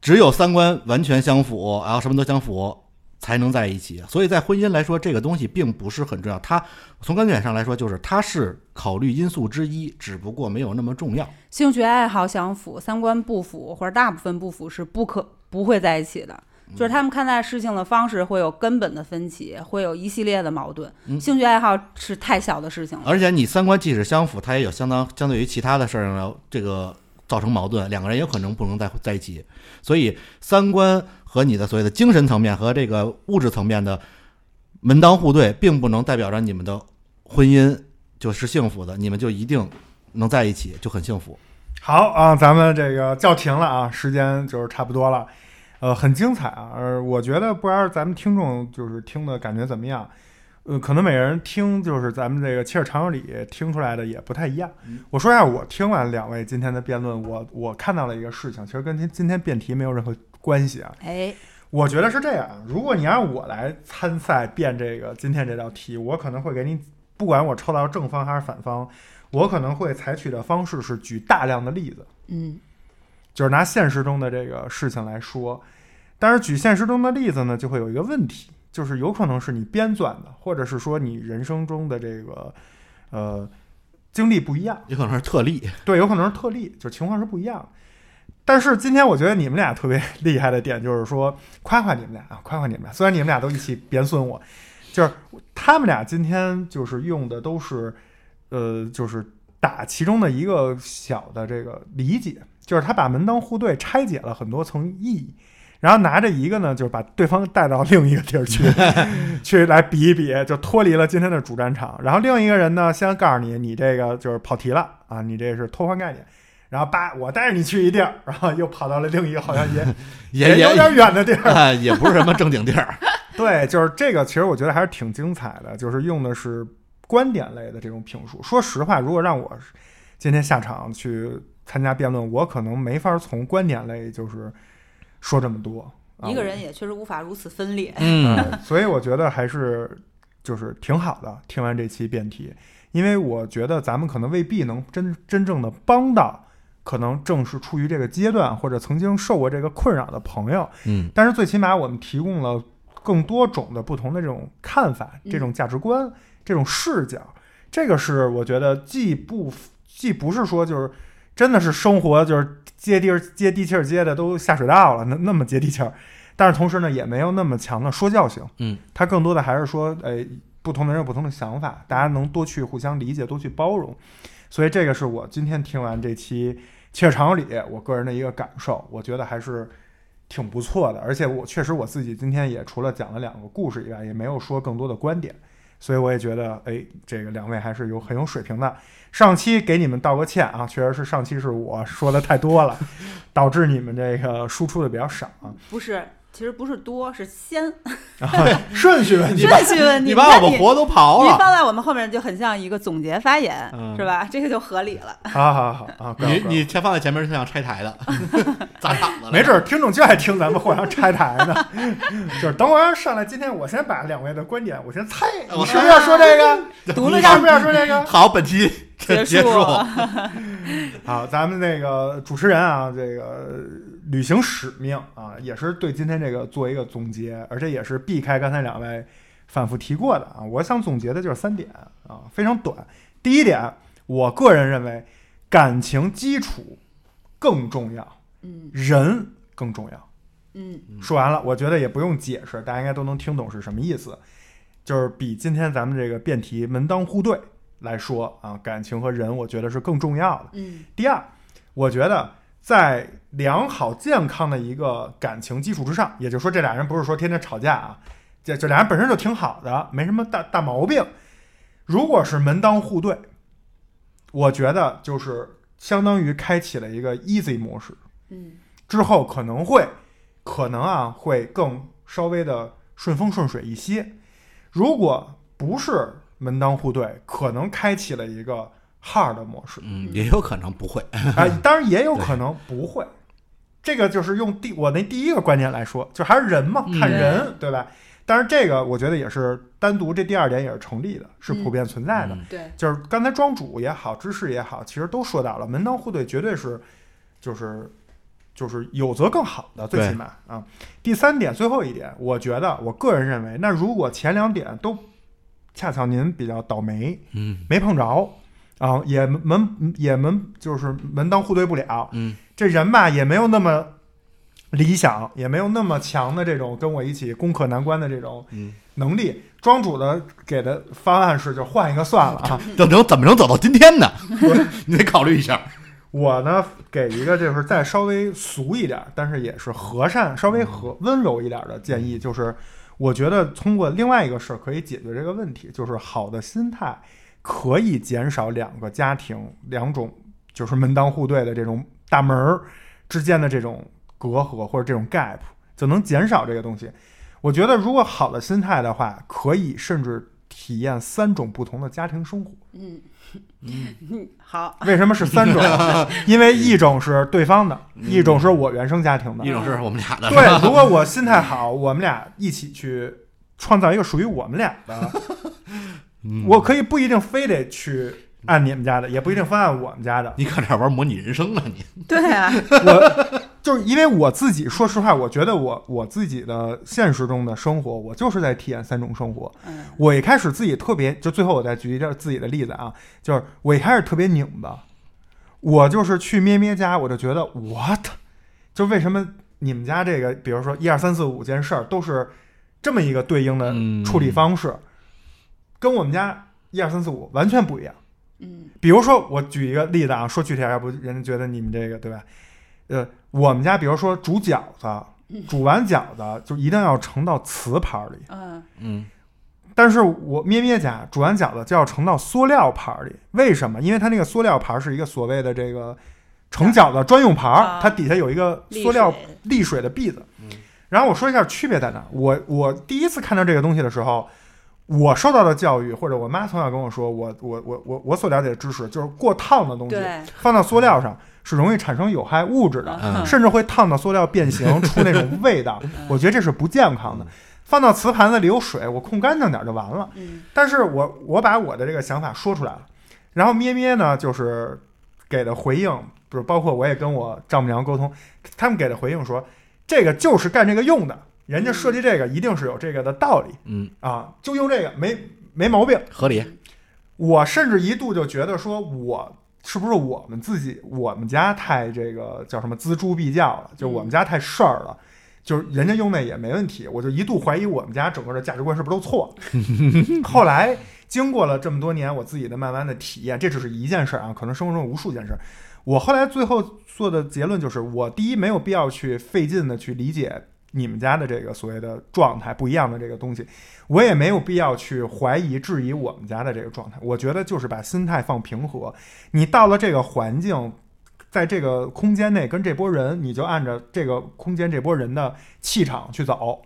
Speaker 2: 只有三观完全相符，然后什么都相符才能在一起。所以在婚姻来说，这个东西并不是很重要。它从根源上来说，就是它是考虑因素之一，只不过没有那么重要。
Speaker 1: 兴趣爱好相符、三观不符或者大部分不符是不可不会在一起的，
Speaker 2: 嗯
Speaker 1: 就是他们看待事情的方式会有根本的分歧，会有一系列的矛盾。
Speaker 2: 嗯
Speaker 1: 兴趣爱好是太小的事情了，
Speaker 2: 而且你三观即使相符，它也有相当相对于其他的事儿呢，这个造成矛盾，两个人有可能不能在在一起。所以三观和你的所谓的精神层面和这个物质层面的门当户对，并不能代表着你们的婚姻就是幸福的，你们就一定能在一起就很幸福。
Speaker 3: 好啊，咱们这个叫停了啊，时间就是差不多了，呃，很精彩啊，呃，我觉得不知道咱们听众就是听的感觉怎么样，呃，可能每个人听就是咱们这个切尔常有理听出来的也不太一样。我说一下，我听完两位今天的辩论，我我看到了一个事情，其实跟今今天辩题没有任何关系啊。
Speaker 1: 哎，
Speaker 3: 我觉得是这样，如果你让我来参赛辩这个今天这道题，我可能会给你，不管我抽到正方还是反方，我可能会采取的方式是举大量的例子。
Speaker 1: 嗯，
Speaker 3: 就是拿现实中的这个事情来说。但是举现实中的例子呢，就会有一个问题，就是有可能是你编撰的，或者是说你人生中的这个呃经历不一样，
Speaker 2: 有可能是特例，
Speaker 3: 对，有可能是特例，就情况是不一样的。但是今天我觉得你们俩特别 厉害的点就是说，夸夸你们俩啊，夸夸你们俩。虽然你们俩都一起贬损我，就是他们俩今天就是用的都是，呃，就是打其中的一个小的这个理解，就是他把门当户对拆解了很多层意义，然后拿着一个呢，就是把对方带到另一个地儿去，去来比一比，就脱离了今天的主战场。然后另一个人呢，先告诉你，你这个就是跑题了啊，你这是偷换概念。然后叭，我带着你去一地儿，然后又跑到了另一个好像也
Speaker 2: 也
Speaker 3: 有点远的地儿，
Speaker 2: 啊，也不是什么正经地儿。
Speaker 3: 对，就是这个，其实我觉得还是挺精彩的，就是用的是观点类的这种评述。说实话，如果让我呃今天下场去参加辩论，我可能没法从观点类就是说这么多。啊、
Speaker 1: 一个人也确实无法如此分裂。
Speaker 2: 嗯，
Speaker 3: 嗯，所以我觉得还是就是挺好的。听完这期辩题，因为我觉得咱们可能未必能真真正的帮到，可能正是处于这个阶段或者曾经受过这个困扰的朋友。
Speaker 2: 嗯，
Speaker 3: 但是最起码我们提供了更多种的不同的这种看法、
Speaker 1: 嗯
Speaker 3: 这种价值观、这种视角，这个是我觉得既不既不是说就是真的是生活就是接地儿接地气儿接的都下水道了，那那么接地气儿，但是同时呢也没有那么强的说教性，
Speaker 2: 嗯，
Speaker 3: 它更多的还是说，哎，不同的人有不同的想法，大家能多去互相理解，多去包容，所以这个是我今天听完这期。切尔常有理，我个人的一个感受，我觉得还是挺不错的，而且我确实我自己今天也除了讲了两个故事以外，也没有说更多的观点，所以我也觉得，哎，这个两位还是有很有水平的。上期给你们道个歉啊，确实是上期是我说的太多了， 导致你们这个输出的比较少啊，
Speaker 1: 不是，其实不是多，是先
Speaker 3: 然 后顺序问题。
Speaker 1: 顺序问题。
Speaker 2: 你
Speaker 1: 你
Speaker 2: 把
Speaker 1: 看
Speaker 2: 我
Speaker 1: 你
Speaker 2: 们活都刨
Speaker 1: 你
Speaker 2: 了。
Speaker 1: 放在我们后面就很像一个总结发言，
Speaker 2: 嗯
Speaker 1: 是吧？这个就合理了。
Speaker 3: 好好好啊，怪我
Speaker 2: 你
Speaker 3: 怪我
Speaker 2: 你前放在前面是想拆台的，砸场子了。
Speaker 3: 没准儿听众就爱听咱们互相拆台呢， 就是等会儿上来，今天我先把两位的观点我先猜， 你是不是要说这个？
Speaker 1: 读
Speaker 3: 你
Speaker 1: 了
Speaker 3: 是
Speaker 1: 让
Speaker 3: 不是要说这个？
Speaker 2: 好，本期
Speaker 1: 结
Speaker 2: 结
Speaker 1: 束
Speaker 2: 束。，
Speaker 3: 好，咱们那个主持人啊，这个履行使命啊，也是对今天这个做一个总结，而且也是避开刚才两位反复提过的啊。我想总结的就是三点啊，非常短。第一点，我个人认为感情基础更重要，
Speaker 1: 嗯
Speaker 3: 人更重要。
Speaker 1: 嗯
Speaker 3: 说完了，我觉得也不用解释，大家应该都能听懂是什么意思。就是比今天咱们这个辩题门当户对来说啊，感情和人，我觉得是更重要的。
Speaker 1: 嗯
Speaker 3: 第二，我觉得在良好健康的一个感情基础之上，也就是说，这俩人不是说天天吵架啊，这这俩人本身就挺好的，没什么大大毛病。如果是门当户对，我觉得就是相当于开启了一个 easy 模式。
Speaker 1: 嗯
Speaker 3: 之后可能会，可能啊会更稍微的顺风顺水一些。如果不是门当户对，可能开启了一个 hard 的模式
Speaker 2: 嗯，也有可能不会，
Speaker 3: 哎，当然也有可能不会。这个就是用第我那第一个观点来说，就还是人嘛，
Speaker 2: 嗯
Speaker 3: 看人，对吧？但是这个我觉得也是单独这第二点也是成立的，是普遍存在的。
Speaker 2: 嗯
Speaker 1: 对
Speaker 3: 就是刚才庄主也好，芝士也好，其实都说到了，门当户对绝对是，就是就是有则更好的，最
Speaker 2: 对
Speaker 3: 起码啊。第三点，最后一点，我觉得我个人认为，那如果前两点都恰巧您比较倒霉，
Speaker 2: 嗯
Speaker 3: 没碰着啊，也门也门就是门当户对不了，
Speaker 2: 嗯，
Speaker 3: 这人吧也没有那么理想，也没有那么强的这种跟我一起攻克难关的这种
Speaker 2: 嗯
Speaker 3: 能力。庄主的给的方案是就换一个算了啊。
Speaker 2: 怎么能怎么能走到今天呢？ 你得考虑一下。
Speaker 3: 我呢，给一个就是再稍微俗一点儿，但是也是和善、稍微和温柔一点儿的建议，就是呃我觉得通过另外一个事儿可以解决这个问题，就是好的心态可以减少两个家庭两种就是门当户对的这种大门儿之间的这种隔阂或者这种 gap，就能减少这个东西。我觉得如果好的心态的话，可以甚至体验三种不同的家庭生活。
Speaker 1: 嗯嗯，好，
Speaker 3: 为什么是三 种？因为一种是对方的，一种是我原生家庭的
Speaker 2: 嗯一。种是 我们俩的，
Speaker 3: 嗯 对，如果我心态好，我们俩一起去创造一个属于我们俩的，
Speaker 2: 嗯
Speaker 3: 我可以不一定非得去按你们家的，也不一定非按我们家的。
Speaker 2: 你搁这玩模拟人生呢？你
Speaker 1: 对 啊，
Speaker 3: 我就是因为我自己，说实话，我觉得我我自己的现实中的生活，我就是在体验三种生活。
Speaker 1: 嗯
Speaker 3: 我一开始自己特别，就最后我再举一点自己的例子啊，就是我一开始特别拧巴，我就是去咩咩家，我就觉得 what，就为什么你们家这个，比如说一二三四五件事儿都是这么一个对应的
Speaker 2: 嗯
Speaker 3: 处理方式，跟我们家一二三四五完全不一样。
Speaker 1: 嗯
Speaker 3: 比如说，我举一个例子啊，说具体点儿，要不人家觉得你们这个对吧？呃，我们家比如说煮饺子，煮完饺子就一定要盛到瓷盘儿里，
Speaker 1: 嗯
Speaker 2: 嗯
Speaker 3: 但是我咩咩家煮完饺子就要盛到塑料盘儿里，为什么？因为它那个塑料盘儿是一个所谓的这个盛饺子专用盘儿
Speaker 1: 啊，
Speaker 3: 它底下有一个塑料沥水的篦子。然后我说一下区别在哪儿。我我第一次看到这个东西的时候，我受到的教育或者我妈从小跟我说，我我我我我所了解的知识就是过烫的东西
Speaker 1: 对
Speaker 3: 放到塑料上是容易产生有害物质的，
Speaker 2: 嗯
Speaker 3: 甚至会烫到塑料变 形出那种味道。我觉得这是不健康的。放到瓷盘子里有水，我控干净点儿就完了。
Speaker 1: 嗯
Speaker 3: 但是我我把我的这个想法说出来了，然后咩咩呢，就是给的回应，不是包括我也跟我丈母娘沟通，他们给的回应说，这个就是干这个用的，人家设计这个一定是有这个的道理
Speaker 2: 嗯，
Speaker 3: 啊，就用这个没没毛病。
Speaker 2: 合理。
Speaker 3: 我甚至一度就觉得说，我是不是我们自己我们家太这个叫什么锱铢必较了，就我们家太事儿了。就是人家用那也没问题，我就一度怀疑我们家整个的价值观是不是都错了。后来经过了这么多年，我自己的慢慢的体验，这只是一件事儿啊，可能生活中有无数件事儿。我后来最后做的结论就是，我第一没有必要去费劲的去理解你们家的这个所谓的状态不一样的这个东西，我也没有必要去怀疑、质疑我们家的这个状态。我觉得就是把心态放平和，你到了这个环境，在这个空间内跟这波人，你就按照这个空间这波人的气场去走。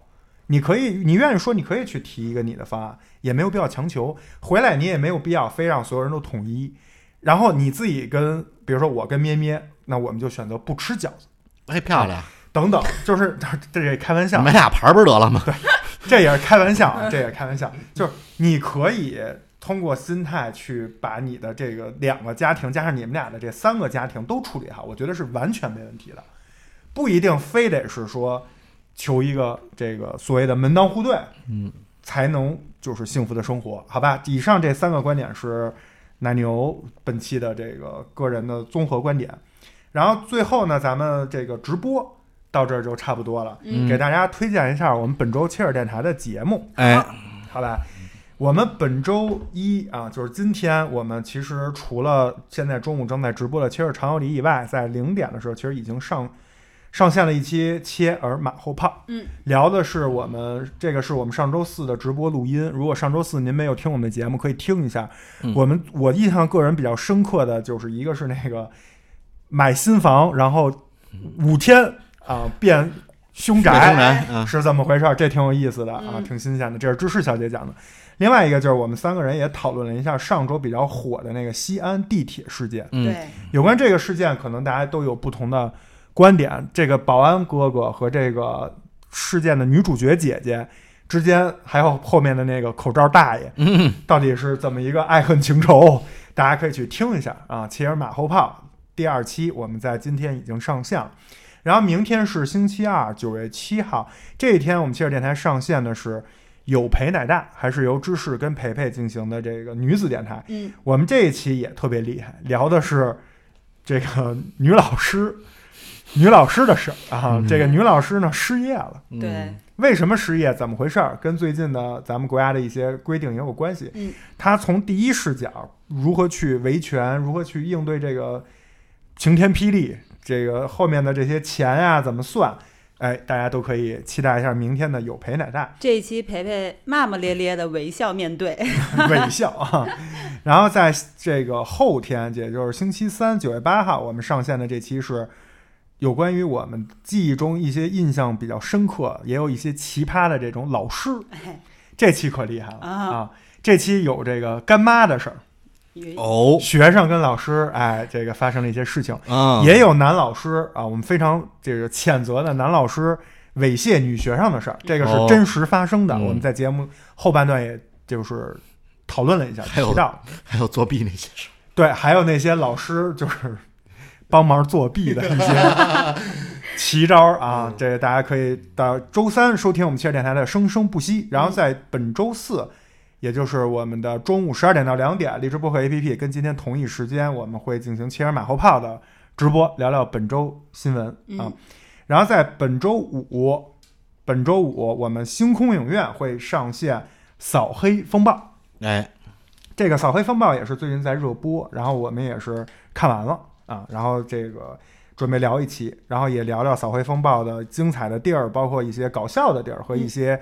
Speaker 3: 你可以，你愿意说，你可以去提一个你的方案，也没有必要强求。回来你也没有必要非让所有人都统一。然后你自己跟，比如说我跟咩咩，那我们就选择不吃饺子
Speaker 2: 哎，漂亮！
Speaker 3: 等等，就是这这开玩笑，
Speaker 2: 买俩牌儿不是得了吗？
Speaker 3: 这也是开玩笑啊，这也是开玩笑。就是你可以通过心态去把你的这个两个家庭加上你们俩的这三个家庭都处理好，我觉得是完全没问题的。不一定非得是说求一个这个所谓的门当户对，
Speaker 2: 嗯，
Speaker 3: 才能就是幸福的生活，好吧？以上这三个观点是奶牛本期的这个个人的综合观点。然后最后呢，咱们这个直播到这儿就差不多了，
Speaker 1: 嗯
Speaker 3: 给大家推荐一下我们本周切尔电台的节目。
Speaker 2: 哎，
Speaker 3: 好吧，我们本周一啊，就是今天，我们其实除了现在中午正在直播的切尔长有理以外，在零点的时候，其实已经上上线了一期切尔马后炮，
Speaker 1: 嗯，
Speaker 3: 聊的是我们这个是我们上周四的直播录音。如果上周四您没有听我们的节目，可以听一下。
Speaker 2: 嗯
Speaker 3: 我们我印象个人比较深刻的就是一个是那个买新房，然后五天啊、变凶宅，
Speaker 2: 北京人啊，
Speaker 3: 是这么回事儿，这挺有意思的啊，
Speaker 1: 嗯
Speaker 3: 挺新鲜的。这是芝士小姐讲的。另外一个就是我们三个人也讨论了一下上周比较火的那个西安地铁事件。
Speaker 2: 嗯，
Speaker 4: 对，
Speaker 3: 有关这个事件，可能大家都有不同的观点。这个保安哥哥和这个事件的女主角姐姐之间，还有后面的那个口罩大爷，
Speaker 2: 嗯
Speaker 3: 到底是怎么一个爱恨情仇？大家可以去听一下啊，《切尔马后炮》第二期，我们在今天已经上线了。然后明天是星期二，九月七号，这一天我们切尔电台上线的是有陪奶大，还是由芝士跟培培进行的这个女子电台。
Speaker 1: 嗯，
Speaker 3: 我们这一期也特别厉害，聊的是这个女老师，女老师的事儿啊。
Speaker 2: 嗯
Speaker 3: 这个女老师呢失业了，
Speaker 2: 嗯
Speaker 4: 对，
Speaker 3: 为什么失业？怎么回事儿？跟最近的咱们国家的一些规定也有关系。
Speaker 1: 嗯，
Speaker 3: 他从第一视角如何去维权，如何去应对这个晴天霹雳，这个后面的这些钱啊怎么算？哎，大家都可以期待一下明天的有陪奶大
Speaker 1: 这一期培培骂骂咧咧的微笑面对，
Speaker 3: 微笑啊。然后在这个后天，也就是星期三九月八号，我们上线的这期是有关于我们记忆中一些印象比较深刻，也有一些奇葩的这种老师。
Speaker 1: 哎
Speaker 3: 这期可厉害了
Speaker 1: 啊
Speaker 3: 啊！这期有这个干妈的事儿，
Speaker 2: 哦
Speaker 3: 学生跟老师，哎，这个发生了一些事情，
Speaker 2: 啊，
Speaker 3: 嗯也有男老师啊，我们非常这个谴责的男老师猥亵女学生的事儿，这个是
Speaker 2: 哦
Speaker 3: 真实发生的。
Speaker 2: 嗯
Speaker 3: 我们在节目后半段也就是讨论了一下，
Speaker 2: 还有
Speaker 3: 提到
Speaker 2: 还有作弊那些事儿，
Speaker 3: 对，还有那些老师就是帮忙作弊的一些奇招儿啊，这个大家可以到周三收听我们汽车电台的《生生不息》，然后在本周四，也就是我们的中午十二点到两点，荔枝播客 APP 跟今天同一时间，我们会进行“切尔马后炮”的直播，聊聊本周新闻啊
Speaker 1: 嗯。
Speaker 3: 然后在本周五，本周五我们星空影院会上线《扫黑风暴》。
Speaker 2: 哎，
Speaker 3: 这个《扫黑风暴》也是最近在热播，然后我们也是看完了啊，然后这个准备聊一期，然后也聊聊《扫黑风暴》的精彩的地儿，包括一些搞笑的地儿和一些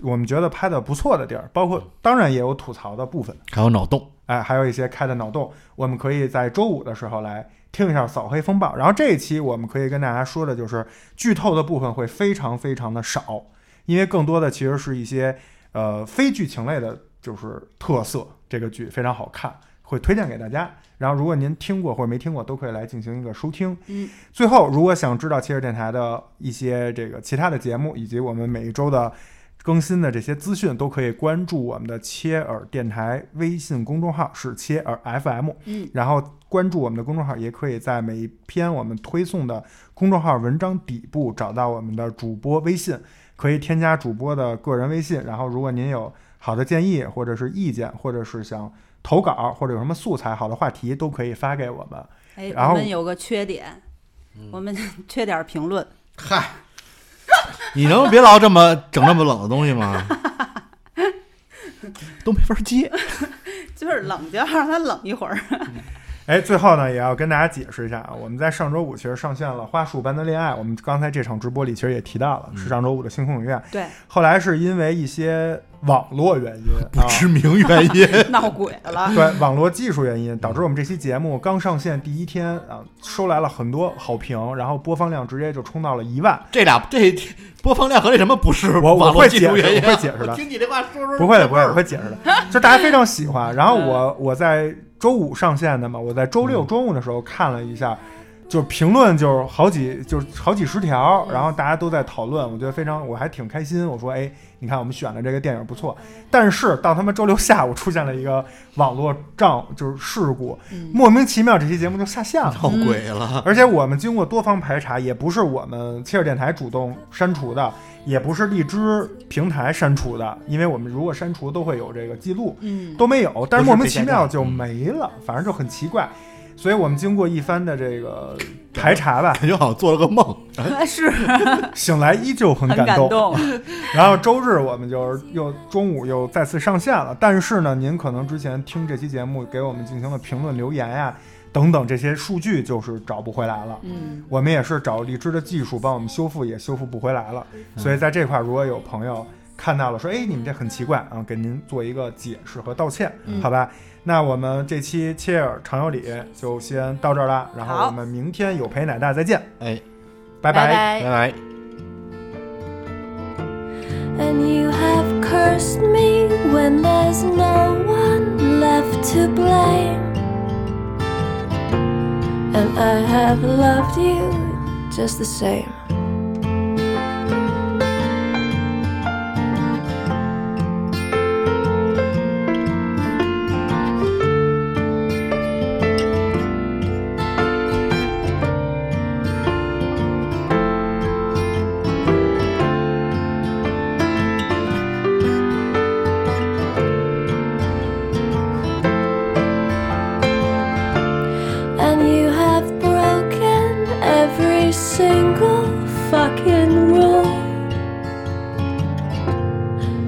Speaker 3: 我们觉得拍的不错的地儿，包括当然也有吐槽的部分，
Speaker 2: 还有脑洞，
Speaker 3: 哎，还有一些开的脑洞，我们可以在周五的时候来听一下《扫黑风暴》。然后这一期我们可以跟大家说的就是剧透的部分会非常非常的少，因为更多的其实是一些呃非剧情类的，就是特色。这个剧非常好看，会推荐给大家。然后如果您听过或者没听过，都可以来进行一个收听。
Speaker 1: 嗯，
Speaker 3: 最后如果想知道切尔电台的一些这个其他的节目以及我们每一周的更新的这些资讯，都可以关注我们的切尔电台微信公众号，是切尔 FM。
Speaker 1: 嗯，
Speaker 3: 然后关注我们的公众号，也可以在每一篇我们推送的公众号文章底部找到我们的主播微信，可以添加主播的个人微信。然后，如果您有好的建议或者是意见，或者是想投稿或者有什么素材、好的话题，都可以发给我们。
Speaker 1: 哎，
Speaker 3: 然后嗯
Speaker 1: 我们有个缺点，我们 缺点评论，
Speaker 2: 嗨，你能别老 这么整这么冷的东西吗？都没法接，
Speaker 1: 就是冷就让它冷一会儿。
Speaker 3: 哎，最后呢，也要跟大家解释一下啊，我们在上周五其实上线了《花束般的恋爱》，我们刚才这场直播里其实也提到
Speaker 2: 嗯
Speaker 3: 了，是上周五的星空影院。
Speaker 1: 对，
Speaker 3: 后来是因为一些网络原因，
Speaker 2: 不
Speaker 3: 啊
Speaker 2: 知名原因，
Speaker 1: 闹鬼 了。
Speaker 3: 对网络技术原因，导致我们这期节目刚上线第一天啊，收来了很多好评，然后播放量直接就冲到了一万。
Speaker 2: 这俩这播放量和这什么不是
Speaker 3: 我
Speaker 2: 网
Speaker 3: 我
Speaker 2: 络
Speaker 3: 会
Speaker 2: 技
Speaker 3: 解释，
Speaker 2: 术
Speaker 3: 我
Speaker 2: 原因啊？
Speaker 3: 会解释
Speaker 2: 我
Speaker 3: 的，
Speaker 2: 听你这话说说，
Speaker 3: 不会的，不会的，我会解释的。 就大家非常喜 嗯欢。然后我我在周五上线的嘛，我在周六中午的时候看了一下，就是评论就是好几就是好几十条，然后大家都在讨论，我觉得非常我还挺开心。我说哎，你看我们选的这个电影不错，但是到他们周六下午出现了一个网络账就是事故，莫名其妙这期节目就下线了。
Speaker 2: 闹鬼了，
Speaker 3: 而且我们经过多方排查，也不是我们切尔电台主动删除的，也不是荔枝平台删除的，因为我们如果删除都会有这个记录，
Speaker 1: 嗯，
Speaker 3: 都没有，但是
Speaker 2: 不是
Speaker 3: 莫名
Speaker 2: 被
Speaker 3: 其
Speaker 2: 下架
Speaker 3: 妙就没了，反正就很奇怪。所以我们经过一番的这个排查 吧，
Speaker 2: 感觉好像做了个梦。
Speaker 1: 是
Speaker 3: 醒来依旧很
Speaker 1: 很
Speaker 3: 感
Speaker 1: 感
Speaker 3: 动。
Speaker 1: 动，
Speaker 3: 然后周日我们就是又中午又再次上线了，但是呢，您可能之前听这期节目给我们进行的评论、留言呀、等等这些数据就是找不回来了。
Speaker 1: 嗯，
Speaker 3: 我们也是找荔枝的技术帮我们修复，也修复不回来了。
Speaker 1: 嗯
Speaker 3: 所以在这块儿，如果有朋友看到了说，哎，你们这很奇怪啊，给您做一个解释和道歉，
Speaker 1: 嗯
Speaker 3: 好吧？那我们这期切尔常有理就先到这儿啦，然后
Speaker 1: 好
Speaker 3: 我们明天有陪奶大再见，
Speaker 2: 哎，
Speaker 3: 拜
Speaker 1: 拜
Speaker 2: 拜
Speaker 1: 拜。
Speaker 2: 拜。
Speaker 5: And you have cursed me when there's no one left to blame. And I have loved you just the same. And you have broken every single fucking rule.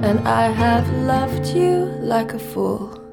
Speaker 5: And I have loved you like a fool.